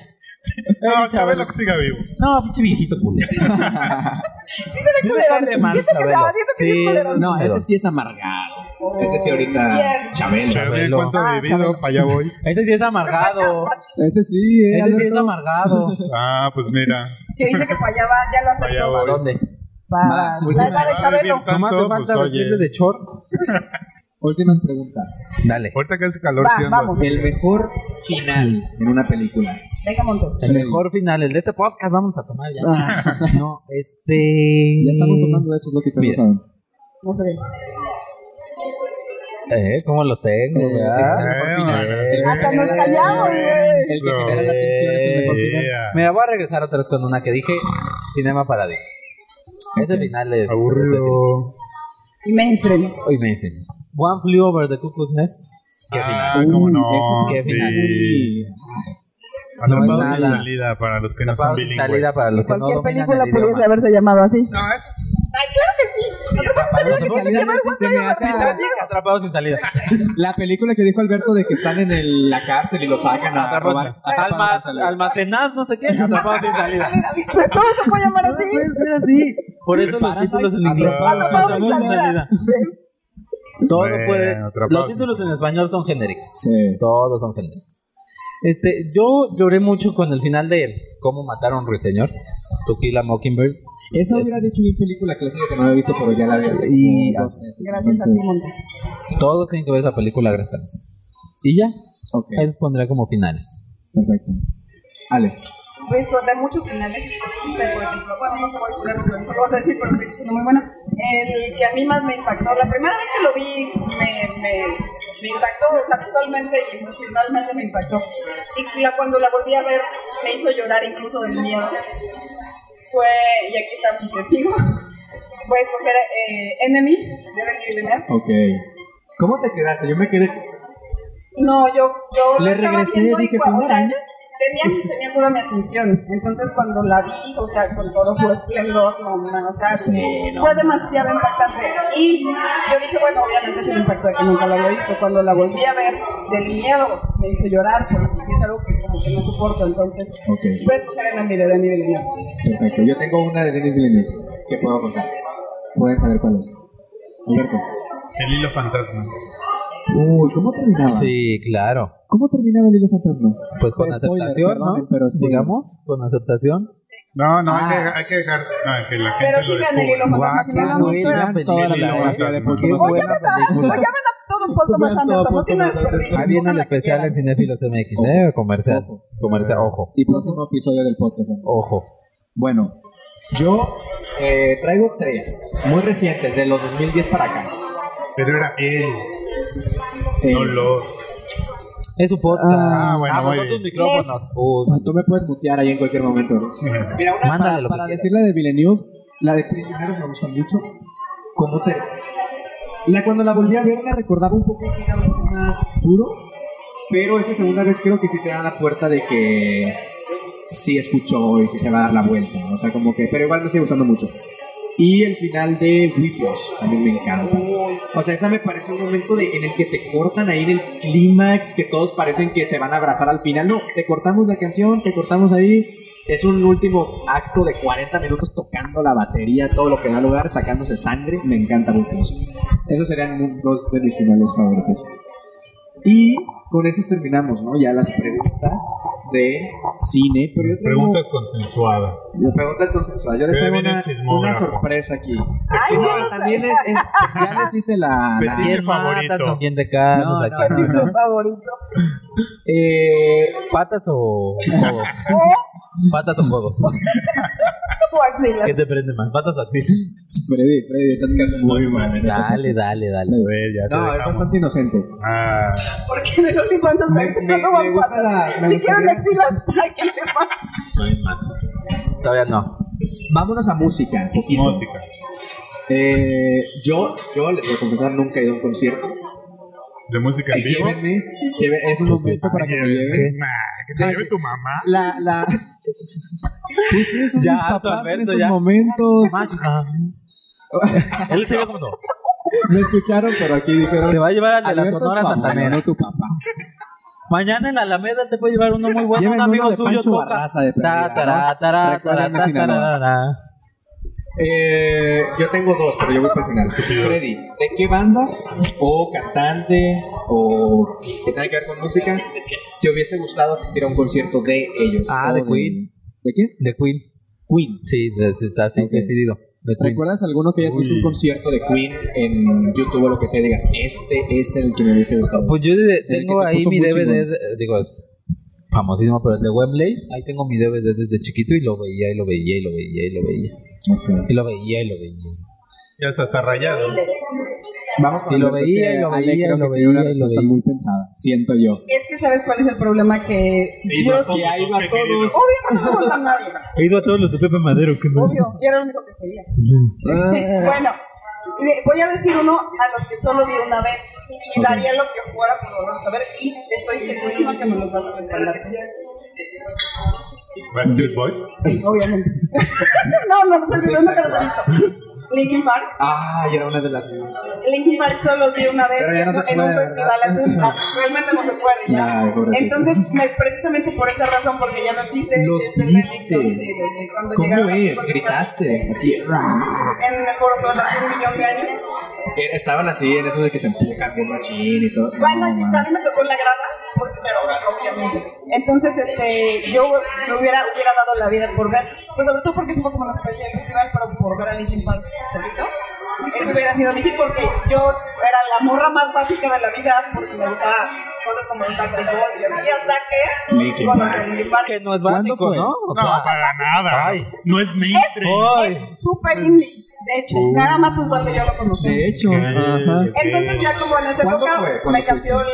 Speaker 1: No,
Speaker 3: Ay,
Speaker 1: Chabelo que siga vivo.
Speaker 3: No, pinche viejito culero.
Speaker 2: Sí se ve
Speaker 3: Debe
Speaker 2: culero.
Speaker 3: estar de más,
Speaker 2: Siento que se
Speaker 3: Chabelo.
Speaker 2: siento que sí es
Speaker 3: Sí.
Speaker 2: culero.
Speaker 4: No,
Speaker 3: Pero-
Speaker 4: ese sí es amargado. Ese sí ahorita
Speaker 2: ¿Quién?
Speaker 4: Chabelo.
Speaker 1: Chabelo, ¿cuánto
Speaker 2: Ah,
Speaker 1: he vivido?
Speaker 2: Chabelo.
Speaker 1: Para allá voy.
Speaker 3: Ese sí es amargado.
Speaker 4: Ese sí, eh,
Speaker 3: Ese sí es
Speaker 4: Alberto.
Speaker 3: amargado.
Speaker 1: Ah, pues mira.
Speaker 2: Que dice que para allá va, ya lo
Speaker 1: allá
Speaker 2: aceptó.
Speaker 1: voy.
Speaker 3: ¿Para dónde?
Speaker 2: Para
Speaker 4: Va,
Speaker 2: la la de
Speaker 1: va,
Speaker 2: Chabelo.
Speaker 1: bien.
Speaker 3: Nomás te
Speaker 1: Tanto,
Speaker 3: falta
Speaker 1: pues,
Speaker 3: vestirle
Speaker 1: oye.
Speaker 3: de chor.
Speaker 4: Últimas preguntas.
Speaker 3: Dale.
Speaker 1: Ahorita que hace calor,
Speaker 2: Va,
Speaker 1: sí andas.
Speaker 2: vamos.
Speaker 4: El mejor final en una película.
Speaker 2: Venga, Montes.
Speaker 3: El
Speaker 4: Sí.
Speaker 3: mejor final, el de este podcast, vamos a tomar ya.
Speaker 4: Ah,
Speaker 3: No, este.
Speaker 4: ya estamos tocando de hechos lo que ustedes no
Speaker 3: Mira.
Speaker 4: saben.
Speaker 2: No se ve.
Speaker 3: Eh, ¿cómo los tengo?
Speaker 4: Eh,
Speaker 3: verdad?
Speaker 4: ese es el mejor final.
Speaker 3: Eh,
Speaker 2: Hasta nos callamos, güey.
Speaker 4: El que genera la ficción es el mejor final.
Speaker 1: Yeah.
Speaker 3: Mira, voy a regresar otra vez con una que dije: Cinema Paradis. Ese
Speaker 4: Ok.
Speaker 3: final es. ese final.
Speaker 1: Aburrido.
Speaker 2: Y mainstream.
Speaker 3: Hoy me enseñó. One Flew Over the Cuckoo's Nest. Qué
Speaker 1: Ah,
Speaker 3: final.
Speaker 1: cómo
Speaker 4: Uy,
Speaker 1: no.
Speaker 3: ese- qué final.
Speaker 1: Sí.
Speaker 3: No hay
Speaker 1: Atrapados sin
Speaker 3: nada.
Speaker 1: salida para los que no son
Speaker 3: Atrapados sin
Speaker 1: bilingües.
Speaker 3: salida para los que no
Speaker 2: Cualquier
Speaker 3: dominan
Speaker 2: película
Speaker 3: el
Speaker 2: pudiese
Speaker 3: idioma.
Speaker 2: haberse llamado así.
Speaker 1: No, eso sí.
Speaker 2: Ay, claro que sí. Otra cosa
Speaker 4: Atrapados
Speaker 2: es que
Speaker 4: sin
Speaker 2: tienes que
Speaker 4: salida,
Speaker 2: ver
Speaker 4: sí, se me hace-
Speaker 2: Guasón y
Speaker 3: Atrapados sin salida.
Speaker 4: La película que dijo Alberto de que están en el- la cárcel y lo sacan a robar.
Speaker 3: Almas, almacenad, no sé qué. Atrapados sin salida.
Speaker 2: ¿Viste? Todo se puede llamar así.
Speaker 3: así. Por eso los
Speaker 4: Parasite,
Speaker 3: títulos en inglés.
Speaker 1: Atrapados
Speaker 2: Atrapados
Speaker 3: Atrapados
Speaker 2: sin salida. ¿Ves?
Speaker 3: Todo
Speaker 1: Bueno,
Speaker 3: puede.
Speaker 1: atrapados
Speaker 3: Los
Speaker 1: sin
Speaker 3: títulos en español son genéricos.
Speaker 4: Sí.
Speaker 3: Todos son genéricos. Este, yo lloré mucho con el final de Cómo mataron a un ruiseñor, To Kill a Mockingbird.
Speaker 4: Esa hubiera dicho bien película clásica que no había visto, pero ya la había hace
Speaker 3: Y-
Speaker 4: como dos meses.
Speaker 2: Gracias a
Speaker 4: entonces-
Speaker 2: ti, Montes.
Speaker 3: Todos tienen que ver esa película, gracias. a mí. Y ya,
Speaker 4: Ok,
Speaker 3: ahí los pondré como finales.
Speaker 4: perfecto. Ale,
Speaker 2: Pues con- de muchos finales existe, por ejemplo, bueno, no te voy a explicar porque no lo vas a decir, pero es una muy buena. El que a mí más me impactó, la primera vez que lo vi, me, me, me impactó, o sea, visualmente y emocionalmente me impactó. Y la- cuando la volví a ver, me hizo llorar incluso del miedo. Fue, y aquí está mi testigo, [LAUGHS] voy a escoger eh, Enemy, de Denis Villeneuve.
Speaker 4: ok. ¿Cómo te quedaste? Yo me quedé.
Speaker 2: No, yo, yo
Speaker 4: Le
Speaker 2: lo estaba
Speaker 4: regresé,
Speaker 2: viendo
Speaker 4: dije,
Speaker 2: y,
Speaker 4: ¿fue
Speaker 2: cua-
Speaker 4: una
Speaker 2: o sea,
Speaker 4: araña?
Speaker 2: tenía, tenía toda mi atención. Entonces, cuando la vi, o sea, con todo su esplendor, no, no, o sea,
Speaker 4: Sí, no.
Speaker 2: fue demasiado impactante. Y yo dije, bueno, obviamente es el impacto de que nunca la había visto. Cuando la volví a ver, del miedo, me hizo llorar, porque es algo que como que no soporto. Entonces,
Speaker 4: Ok.
Speaker 2: voy a escoger en la mire de nivel
Speaker 4: Perfecto. Yo tengo una de Denis Villeneuve que puedo contar. Pueden saber cuál es. Alberto.
Speaker 1: El hilo fantasma.
Speaker 4: Uy, ¿cómo terminaba?
Speaker 3: Sí, claro.
Speaker 4: ¿Cómo terminaba el hilo fantasma?
Speaker 3: Pues con
Speaker 4: Spoiler,
Speaker 3: aceptación,
Speaker 4: perdonen,
Speaker 3: ¿no?
Speaker 4: Pero spoiler.
Speaker 3: Digamos, con aceptación.
Speaker 1: No, no,
Speaker 4: Ah.
Speaker 1: hay, que, hay que dejar ah, que la gente
Speaker 2: Pero sí
Speaker 1: lo
Speaker 2: vean el
Speaker 1: descubra.
Speaker 2: hilo fantasma.
Speaker 3: Guau,
Speaker 2: si no,
Speaker 3: qué
Speaker 2: no
Speaker 3: buena
Speaker 2: suena.
Speaker 3: película.
Speaker 4: Toda la biografía de Paul
Speaker 3: Qué
Speaker 4: Thomas
Speaker 2: Oye,
Speaker 3: buena
Speaker 4: Anderson.
Speaker 2: pues, ya ven a todo Paul Thomas Anderson,
Speaker 4: pues,
Speaker 2: no tiene desperdicio.
Speaker 3: Ahí viene el
Speaker 2: Pónganla
Speaker 3: especial
Speaker 2: que
Speaker 3: en Cinefilos MX, ¿eh? Comercial.
Speaker 4: Ojo.
Speaker 3: Comercial, ojo.
Speaker 4: Y próximo episodio del podcast. amigos.
Speaker 3: Ojo.
Speaker 4: Bueno, yo eh, traigo tres muy recientes, de los 2010 para acá.
Speaker 1: Pero era él,
Speaker 4: Eh,
Speaker 1: no los.
Speaker 3: Es su podcast.
Speaker 4: Ah,
Speaker 1: bueno, muy
Speaker 3: con
Speaker 1: bien.
Speaker 3: tus micrófonos. Uy,
Speaker 4: tú me puedes mutear ahí en cualquier momento. ¿no? Mira, una
Speaker 3: Mándale
Speaker 4: para,
Speaker 3: lo que
Speaker 4: para
Speaker 3: quieras.
Speaker 4: decir la de Villeneuve, la de Prisioneros me gusta mucho. Como te. La, cuando la volví a ver, la recordaba un poco el final un poco más duro. Pero esta segunda vez creo que sí te da la puerta de que sí escuchó y sí se va a dar la vuelta. ¿no? O sea, como que. Pero igual me sigue gustando mucho. Y el final de Whiplash también me encanta. O sea, esa me parece un momento de, en el que te cortan ahí en el clímax, que todos parecen que se van a abrazar al final. No, te cortamos la canción, te cortamos ahí. Es un último acto de 40 minutos tocando la batería, todo lo que da lugar, sacándose sangre. Me encanta mucho eso. Esos serían un- dos de mis finales favoritos. Y con esas terminamos, ¿no? Ya las preguntas de cine. Pero yo traigo-
Speaker 1: Preguntas consensuadas.
Speaker 4: las preguntas consensuadas. Yo les
Speaker 1: Pero
Speaker 4: traigo
Speaker 1: viene el
Speaker 4: una, una
Speaker 1: chismógrafo.
Speaker 4: sorpresa aquí.
Speaker 1: Ay,
Speaker 4: No, también es, es- Ya les hice la- la,
Speaker 1: Fetiche
Speaker 3: ¿Quién matas?
Speaker 1: favorito.
Speaker 3: ¿Con quién te casas?
Speaker 4: No,
Speaker 3: ¿A
Speaker 4: no,
Speaker 3: quién-
Speaker 4: no.
Speaker 2: vean. Dicho favorito.
Speaker 4: Eh,
Speaker 3: ¿Patas o codos? [LAUGHS] ¿Patas o codos?
Speaker 2: O axilas.
Speaker 3: ¿Qué te prende más? ¿Patas o axilas?
Speaker 4: Freddy, Freddy, estás quedando muy mal. en esta
Speaker 3: Dale, dale, dale.
Speaker 1: ¿eh? A ver, ya te
Speaker 4: No, es
Speaker 1: dejamos.
Speaker 4: bastante inocente.
Speaker 1: Ah,
Speaker 2: Porque en el OnlyFans hasta
Speaker 4: Me-
Speaker 2: ahorita
Speaker 4: me-
Speaker 2: no van
Speaker 4: me gusta
Speaker 2: patas.
Speaker 4: la- me
Speaker 2: Si quieren
Speaker 4: gustaría-
Speaker 2: axilas, páguenle más.
Speaker 3: No hay más. Todavía no.
Speaker 4: Vámonos a música. un poquito.
Speaker 1: música.
Speaker 4: Eh, yo, yo les voy a confesar, nunca he ido a un concierto.
Speaker 1: ¿De música en vivo?
Speaker 4: Llévenme, lleve- es un
Speaker 3: Pues
Speaker 4: momento para que me lleven.
Speaker 1: Nah, que te lleve tu mamá.
Speaker 4: La,
Speaker 3: [LAUGHS]
Speaker 4: la. Ustedes son
Speaker 3: Ya,
Speaker 4: mis
Speaker 3: alto,
Speaker 4: papás en
Speaker 3: Alberto,
Speaker 4: estos
Speaker 3: ya.
Speaker 4: momentos.
Speaker 3: Ah. Él sería como no.
Speaker 4: No escucharon, pero aquí dijeron.
Speaker 3: Te va a llevar al de la
Speaker 4: Alberto es
Speaker 3: Sonora
Speaker 4: tu mamá,
Speaker 3: Santanera.
Speaker 4: no tu papá.
Speaker 3: Mañana en la Alameda te puede llevar uno muy bueno,
Speaker 4: Lleven uno
Speaker 3: un amigo
Speaker 4: de
Speaker 3: suyo
Speaker 4: Pancho
Speaker 3: toca.
Speaker 4: Barraza de perdida,
Speaker 3: Ta,
Speaker 4: ¿no?
Speaker 3: tará, tará, tará,
Speaker 4: Recuérdenme Sinaloa.
Speaker 3: tará,
Speaker 4: Eh, yo tengo dos, pero yo voy para el final. Freddy, ¿de qué banda o cantante o que tenga que ver con música te hubiese gustado asistir a un concierto de ellos?
Speaker 3: Ah,
Speaker 4: O
Speaker 3: de Queen.
Speaker 4: ¿De qué?
Speaker 3: De Queen.
Speaker 4: Queen.
Speaker 3: Sí, de- sí, está así
Speaker 4: Ok.
Speaker 3: decidido. De Queen.
Speaker 4: ¿Recuerdas alguno que hayas visto
Speaker 1: Uy.
Speaker 4: un concierto de Queen en YouTube o lo que sea y digas, este es el que me hubiese gustado?
Speaker 3: Pues yo de-
Speaker 4: que
Speaker 3: tengo
Speaker 4: se
Speaker 3: ahí
Speaker 4: puso
Speaker 3: mi
Speaker 4: muy
Speaker 3: DVD,
Speaker 4: chingón.
Speaker 3: de- digo, es famosísimo, pero el de Wembley, ahí tengo mi DVD desde chiquito y lo veía y lo veía y lo veía y lo veía.
Speaker 4: Ok.
Speaker 3: Y lo veía y lo veía.
Speaker 1: Ya está, está rayado.
Speaker 4: Vamos a
Speaker 3: Y lo
Speaker 4: ver, es
Speaker 3: veía,
Speaker 4: que
Speaker 3: y lo
Speaker 4: Ale
Speaker 3: veía,
Speaker 4: creo
Speaker 3: y lo
Speaker 4: que tiene una
Speaker 3: veía, y lo
Speaker 4: respuesta
Speaker 3: veía.
Speaker 4: muy pensada, siento yo.
Speaker 2: Es que sabes cuál es el problema que
Speaker 1: Y
Speaker 2: Dios-
Speaker 1: todos,
Speaker 4: ahí va
Speaker 1: qué
Speaker 4: todos. [LAUGHS]
Speaker 1: queridos.
Speaker 3: [LAUGHS]
Speaker 2: Obvio no me gusta a nadie.
Speaker 3: He ido a todos los de Pepe Madero, ¿qué más?
Speaker 2: Obvio. Y era lo único que quería. Bueno, eh, voy a decir uno a los que solo vi una vez y daría lo que fuera por volverlos a ver y estoy segurísima que me los vas a respaldar.
Speaker 1: Backstreet Boys.
Speaker 2: Sí, obviamente. no, no, no, pues yo nunca los he visto. Linkin Park.
Speaker 4: Ah, y era una de las mías.
Speaker 2: Linkin Park solo los vi una vez
Speaker 4: Pero ya no se
Speaker 2: en un
Speaker 4: puede,
Speaker 2: festival.
Speaker 4: ¿verdad? [LAUGHS]
Speaker 2: hace- ah, realmente no se puede ya.
Speaker 4: Ay, pobrecito.
Speaker 2: Entonces, me- precisamente por esa razón, porque ya no existe.
Speaker 4: Los
Speaker 2: este
Speaker 4: viste.
Speaker 2: evento, sí, los vi. Cuando
Speaker 4: ¿Cómo
Speaker 2: llegaron a
Speaker 4: es?
Speaker 2: México,
Speaker 4: Gritaste. Así.
Speaker 2: En el Foro Sol hace un millón de años.
Speaker 4: Eh, Estaban así, en esos de que se empujan bien machín y todo.
Speaker 2: Bueno,
Speaker 4: No,
Speaker 2: y
Speaker 4: man.
Speaker 2: también me tocó en la grada, porque me lo obviamente. Entonces, este, yo me hubiera, hubiera dado la vida por ver, pues sobre todo porque eso fue como una especie de festival, pero por ver a Linkin Park solito. Eso hubiera sido mi hit, porque yo era la morra más básica de la vida, porque me gustaba cosas como el taco de voz y así, hasta que
Speaker 4: Linkin
Speaker 2: conocí
Speaker 4: Park.
Speaker 2: a Linkin Park.
Speaker 3: [LAUGHS] Que no es
Speaker 4: ¿Cuándo
Speaker 3: básico,
Speaker 4: fue?
Speaker 3: ¿no? O sea,
Speaker 1: No, para nada.
Speaker 3: Ay. Oh.
Speaker 1: No es mainstream.
Speaker 3: ¡ay!
Speaker 2: Súper indie, de hecho, nada más es cuando yo lo conocí.
Speaker 4: Uh. De hecho,
Speaker 1: Ok,
Speaker 4: ajá.
Speaker 1: ok.
Speaker 2: Entonces ya como en esa
Speaker 4: ¿Cuándo
Speaker 2: época
Speaker 4: fue?
Speaker 2: me
Speaker 4: ¿Cuándo
Speaker 2: cambió el...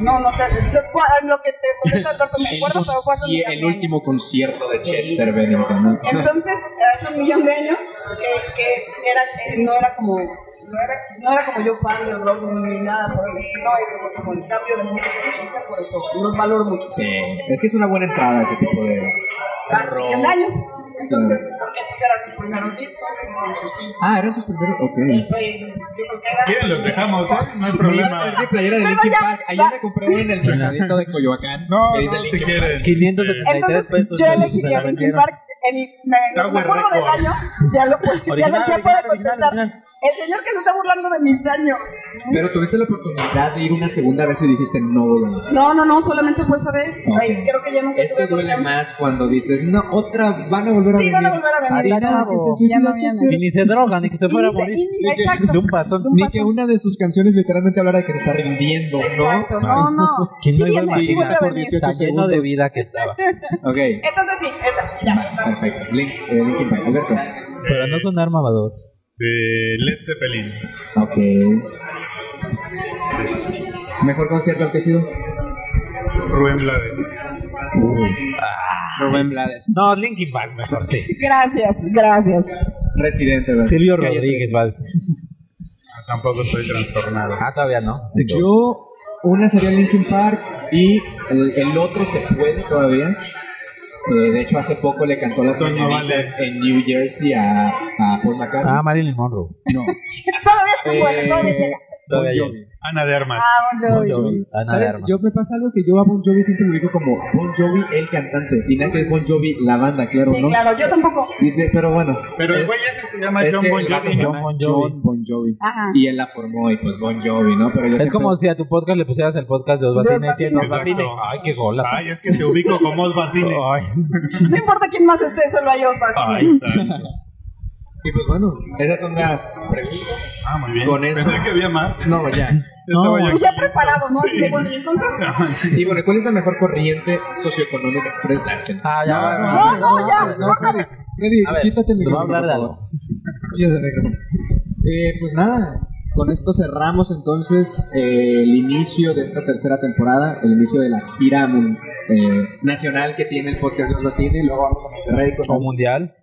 Speaker 2: No, no te... lo cua- Lo que te contesté al rato me acuerdo, pero fue hace un
Speaker 4: Sí,
Speaker 2: millón
Speaker 4: el
Speaker 2: de años.
Speaker 4: último concierto de Chester Bennington. ¿no?
Speaker 2: Entonces, hace un millón de años que, que era, que no era como... No era, no era como yo fan del rock ni nada por el estilo, eso fue como el cambio de música que hice, por eso los valoro mucho.
Speaker 4: Sí, es que es una buena entrada ese tipo de.
Speaker 2: Hace un millón de años, entonces,
Speaker 4: Mm.
Speaker 2: porque esos eran mis primeros discos, entonces sí.
Speaker 4: Ah, eran sus primeros. Ok.
Speaker 2: pues, yo creo que era-
Speaker 1: ¿Quieren? Los dejamos, ¿eh? No hay
Speaker 4: Mira,
Speaker 1: problema.
Speaker 4: mi playera de
Speaker 2: Pero
Speaker 4: Linkin
Speaker 2: ya-
Speaker 4: Park. Ayer me compré una en el mercadito de Coyoacán.
Speaker 1: No,
Speaker 4: que dice
Speaker 1: no,
Speaker 4: Linkin
Speaker 1: si
Speaker 4: Park.
Speaker 1: quieren.
Speaker 3: 573
Speaker 2: Entonces,
Speaker 3: pesos.
Speaker 2: yo
Speaker 3: me- me
Speaker 2: elegiría
Speaker 3: la
Speaker 2: Linkin
Speaker 3: vendieron.
Speaker 2: Park. El, me, me
Speaker 1: Tower
Speaker 2: acuerdo del
Speaker 1: Records.
Speaker 2: año, ya lo, ya lo- ya puedo
Speaker 3: Original, original,
Speaker 2: contestar.
Speaker 3: original.
Speaker 2: El señor que se está burlando de mis años.
Speaker 4: Pero tuviste la oportunidad de ir una segunda vez y dijiste, no voy a ir.
Speaker 2: No, no, no, solamente fue esa vez.
Speaker 4: Ok.
Speaker 2: Ay, creo que ya nunca
Speaker 4: Es
Speaker 2: tuve
Speaker 4: que
Speaker 2: otra
Speaker 4: duele
Speaker 2: chance.
Speaker 4: más cuando dices, no, otra, van a volver a
Speaker 2: Sí,
Speaker 4: venir.
Speaker 2: van a volver a venir,
Speaker 4: Harina,
Speaker 2: la chavo.
Speaker 4: que se
Speaker 2: Ya
Speaker 4: suicida
Speaker 2: no viene.
Speaker 4: Chester.
Speaker 3: Que ni se droga, ni que se
Speaker 2: Y
Speaker 3: fuera a
Speaker 2: dice-
Speaker 3: morir.
Speaker 2: y-
Speaker 4: De que-
Speaker 2: exacto.
Speaker 3: de un pasón.
Speaker 2: De un
Speaker 4: Ni
Speaker 2: pasón.
Speaker 4: que una de sus canciones literalmente hablara de que se está rindiendo, ¿no?
Speaker 2: Exacto, no, no.
Speaker 3: ¿Quién
Speaker 2: Sí
Speaker 3: no iba a
Speaker 2: viene, sí vuelve
Speaker 3: imaginar
Speaker 2: a
Speaker 4: por
Speaker 2: venir.
Speaker 4: 18
Speaker 3: tan lleno de
Speaker 4: segundos.
Speaker 3: vida
Speaker 2: [LAUGHS]
Speaker 3: que estaba?
Speaker 4: Ok,
Speaker 2: Entonces sí, esa, ya.
Speaker 4: perfecto. Link, eh, Linkin Park. Alberto.
Speaker 3: Pero no es un arma mamador.
Speaker 1: De Led Zeppelin.
Speaker 4: Ok. ¿Mejor concierto al que ha sido?
Speaker 1: Rubén Blades.
Speaker 4: Ah, Rubén Blades.
Speaker 3: No, Linkin Park mejor, sí.
Speaker 2: Gracias, gracias.
Speaker 4: Residente, ¿verdad?
Speaker 3: Silvio
Speaker 4: Calle
Speaker 3: Rodríguez Valls.
Speaker 1: Ah, Tampoco estoy trastornado.
Speaker 3: Ah, todavía no.
Speaker 4: trece. Yo, una sería Linkin Park y el, el otro se puede todavía. Eh, de hecho, hace poco le cantó las
Speaker 1: Esto no
Speaker 4: mañanitas en New Jersey a, a Paul McCartney.
Speaker 3: Ah, Marilyn Monroe.
Speaker 4: no.
Speaker 2: Todavía se puede, todavía
Speaker 4: Eh,
Speaker 2: llega.
Speaker 4: Bon
Speaker 3: Todavía
Speaker 4: Jovi.
Speaker 1: Ana de Armas.
Speaker 2: Ah, Bon Jovi.
Speaker 3: Ana de
Speaker 4: ¿Sabes?
Speaker 3: Armas.
Speaker 4: Yo me pasa algo que yo a Bon Jovi siempre lo digo como Bon Jovi el cantante y nada que es Bon Jovi la banda, claro,
Speaker 2: Sí,
Speaker 4: ¿no?
Speaker 2: claro, yo tampoco.
Speaker 4: Y de- pero bueno.
Speaker 1: Pero el
Speaker 4: es-
Speaker 1: güey ese se llama
Speaker 4: es
Speaker 1: John
Speaker 4: que
Speaker 1: Bon
Speaker 4: el vato
Speaker 1: Jovi.
Speaker 4: se
Speaker 1: ¿no?
Speaker 4: llama
Speaker 3: Bon Jovi.
Speaker 4: John Bon Jovi.
Speaker 2: Ajá.
Speaker 4: Y él la formó y pues Bon Jovi, ¿no? Pero yo
Speaker 3: Es
Speaker 4: siempre-
Speaker 3: como si a tu podcast le pusieras el podcast de Osbacine
Speaker 2: Osbacine.
Speaker 3: diciendo Osbacine.
Speaker 1: Exacto.
Speaker 3: Ay, qué gola.
Speaker 1: Ay, es que te ubico como
Speaker 4: [LAUGHS]
Speaker 1: Os Basile.
Speaker 3: Ay.
Speaker 2: No importa quién más esté, solo hay dos más.
Speaker 1: Ay, exacto.
Speaker 4: Y pues bueno, esas son las preguntas.
Speaker 1: Ah, muy bien.
Speaker 4: Con eso.
Speaker 1: Pensé que había más.
Speaker 4: No, ya.
Speaker 1: Estaba yo
Speaker 2: Ya
Speaker 1: [LAUGHS] aquí.
Speaker 2: preparado, ¿no? Así
Speaker 1: Sí.
Speaker 2: de, bueno, y entonces.
Speaker 4: Y bueno, ¿cuál es la mejor corriente socioeconómica? Fred Larsen.
Speaker 3: Ah, ya va,
Speaker 2: no, no, ya,
Speaker 4: Freddy. Freddy,
Speaker 3: A ver,
Speaker 4: quítate el
Speaker 3: te voy a
Speaker 4: micrófono.
Speaker 3: hablar de
Speaker 4: por
Speaker 3: algo.
Speaker 4: favor. Quítate el micrófono. Eh, pues nada, con esto cerramos entonces eh, el inicio de esta tercera temporada, el inicio de la gira mun- eh, nacional que tiene el podcast Los Bastines y luego vamos a Monterrey con
Speaker 3: O mundial.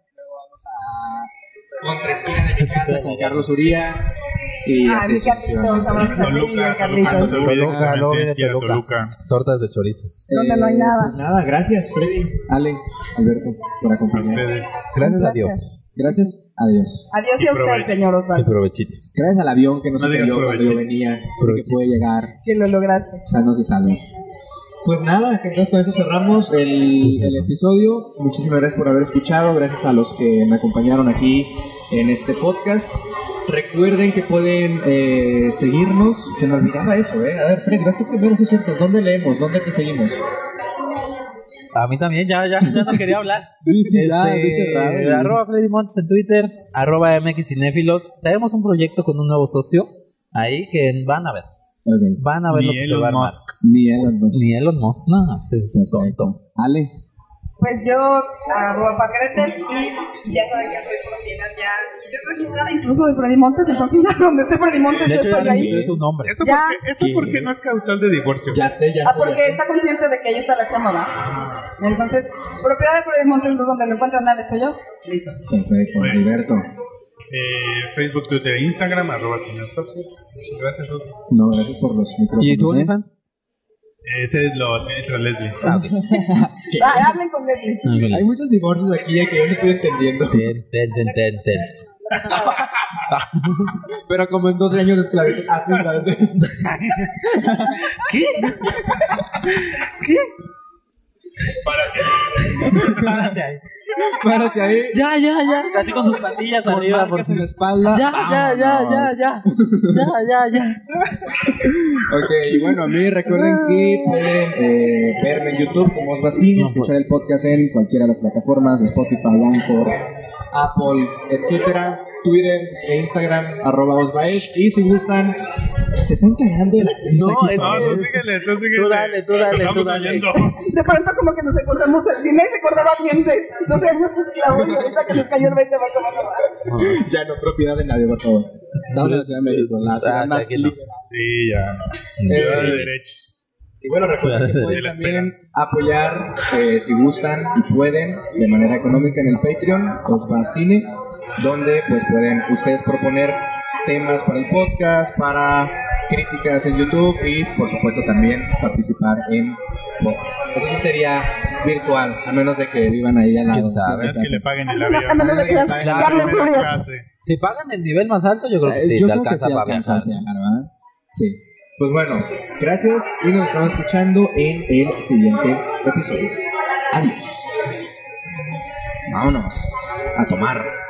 Speaker 4: Contra esquina de mi casa con Carlos Urias y
Speaker 2: Ay,
Speaker 4: así
Speaker 2: mi Carlitos,
Speaker 4: sucesivamente.
Speaker 2: abrazos a ti,
Speaker 1: Toluca, Toluca,
Speaker 2: Carlitos.
Speaker 1: Toluca,
Speaker 3: Toluca, Toluca,
Speaker 1: directamente, esquina
Speaker 3: Toluca.
Speaker 1: Toluca.
Speaker 3: Tortas de chorizo.
Speaker 2: Donde no hay nada.
Speaker 4: Pues nada, gracias Freddy, Ale, Alberto por acompañarnos.
Speaker 1: Ustedes.
Speaker 3: Gracias a
Speaker 2: Gracias.
Speaker 3: Dios.
Speaker 4: Gracias, adiós.
Speaker 2: Adiós y a usted,
Speaker 1: provecho.
Speaker 2: señor
Speaker 3: Y
Speaker 2: Osvaldo,
Speaker 3: provechito.
Speaker 4: Gracias al avión que nos
Speaker 1: No digas
Speaker 4: apoyó cuando yo
Speaker 1: provechito.
Speaker 4: venía, y que
Speaker 3: Provechito.
Speaker 4: pude llegar
Speaker 2: que lo lograste.
Speaker 4: sanos y salvos. Pues nada, entonces con eso cerramos el, el episodio. Muchísimas gracias por haber escuchado, gracias a los que me acompañaron aquí en este podcast. Recuerden que pueden eh, seguirnos. Se me olvidaba eso, ¿eh? A ver, Fred, vas tú primero, sí es cierto. ¿Dónde leemos? ¿Dónde te seguimos?
Speaker 3: A mí también, ya, ya, ya no quería hablar.
Speaker 4: Sí, sí, ya,
Speaker 3: Este,
Speaker 4: bien cerrado.
Speaker 3: Arroba Freddy Montes en Twitter, arroba MXcinéfilos. Tenemos un proyecto con un nuevo socio ahí que van a ver.
Speaker 4: Ok,
Speaker 3: Van a ver
Speaker 1: Ni
Speaker 3: lo que se
Speaker 1: Elon
Speaker 3: va a armar.
Speaker 1: Musk.
Speaker 4: Ni Elon Musk.
Speaker 3: Ni Elon Musk, no, ese es
Speaker 4: Perfecto.
Speaker 3: tonto.
Speaker 4: Ale.
Speaker 2: Pues yo, arroba Pacretes, y ya saben que soy conocida ya. Yo soy nada incluso de Freddy Montes, entonces [LAUGHS] a donde esté Freddy Montes
Speaker 3: De
Speaker 2: yo
Speaker 3: hecho, ya
Speaker 2: estoy
Speaker 3: le
Speaker 2: ahí.
Speaker 3: encontré su nombre.
Speaker 1: Eso,
Speaker 2: Ya.
Speaker 1: porque, eso porque no es causal de divorcio.
Speaker 4: Ya sé, ya
Speaker 2: Ah,
Speaker 4: sé. ya
Speaker 2: porque
Speaker 4: sé.
Speaker 2: está consciente de que ahí está la chama, ¿va? Entonces, propiedad de Freddy Montes, entonces donde lo encuentran, nada, estoy yo. Listo.
Speaker 4: Perfecto,
Speaker 1: Bueno.
Speaker 4: Alberto.
Speaker 1: Eh, Facebook, Twitter, Instagram, arroba señor Topsis. Gracias. Osvaldo.
Speaker 4: No, gracias por los micrófonos.
Speaker 3: ¿Y tú,
Speaker 4: ¿eh?
Speaker 3: OnlyFans?
Speaker 1: Ese es lo administra Leslie.
Speaker 3: Ah, ok.
Speaker 2: Ah, hablen con Leslie.
Speaker 4: Hay muchos divorcios aquí ya que yo no estoy entendiendo.
Speaker 3: Ten, ten, ten, ten, ten.
Speaker 4: Pero como en 12 años de esclavitud. Así parece.
Speaker 2: [LAUGHS]
Speaker 3: Párate ahí.
Speaker 4: Párate ahí.
Speaker 3: Ya, ya, ya. Así con sus patillas
Speaker 4: Ah, Con
Speaker 3: arriba. por
Speaker 4: marcas en la espalda.
Speaker 3: Ya, ya, ya, ya, ya. Ya, ya, ya.
Speaker 4: Ok, y bueno, a mí recuerden que pueden eh, verme en YouTube como Os Vacín, escuchar
Speaker 3: pues.
Speaker 4: el podcast en cualquiera de las plataformas, Spotify, Anchor, Apple, etcétera, Twitter e Instagram, arroba Os Baez, Y si gustan, se están cagando de la risa
Speaker 3: No,
Speaker 4: aquí.
Speaker 3: es-
Speaker 1: No, tú síguele, tú síguele.
Speaker 3: Tú dale, tú dale,
Speaker 1: Nos Estamos
Speaker 3: tú dale.
Speaker 1: oyendo.
Speaker 2: De pronto como que nos acordamos, si nadie se acordaba bien de, entonces nuestro esclavo y ahorita que nos cayó el 20 va como a
Speaker 4: [LAUGHS] Ya no, propiedad de nadie, por favor. Estamos en la Ciudad de México, la ciudad
Speaker 3: Ah,
Speaker 4: más
Speaker 3: aquí no.
Speaker 4: libre.
Speaker 1: Sí, ya. no.
Speaker 4: Eh,
Speaker 1: Ciudad
Speaker 4: sí.
Speaker 1: de derechos.
Speaker 4: Y bueno, recuerden que
Speaker 3: [LAUGHS] De
Speaker 4: pueden
Speaker 1: la
Speaker 4: también apoyar, eh, si gustan y pueden, de manera económica en el Patreon, Os va Cine, donde pues pueden ustedes proponer temas para el podcast, para críticas en YouTube y por supuesto también participar en podcast. Eso sí sería virtual, a menos de que vivan ahí al lado.
Speaker 3: ¿Quién sabe?
Speaker 1: No es que le paguen el
Speaker 2: A
Speaker 1: avión.
Speaker 2: menos de que
Speaker 4: Claro,
Speaker 2: Carlos
Speaker 1: Primera
Speaker 2: Urias.
Speaker 1: clase.
Speaker 3: Si pagan el nivel más alto, yo creo que
Speaker 4: Eh,
Speaker 3: sí,
Speaker 4: yo
Speaker 3: te
Speaker 4: creo que
Speaker 3: alcanza
Speaker 4: sí
Speaker 3: para
Speaker 4: alcanza
Speaker 3: viajar.
Speaker 4: a viajar, ¿verdad? Sí. Pues bueno, gracias y nos estamos escuchando en el siguiente episodio. Adiós. Vámonos a tomar.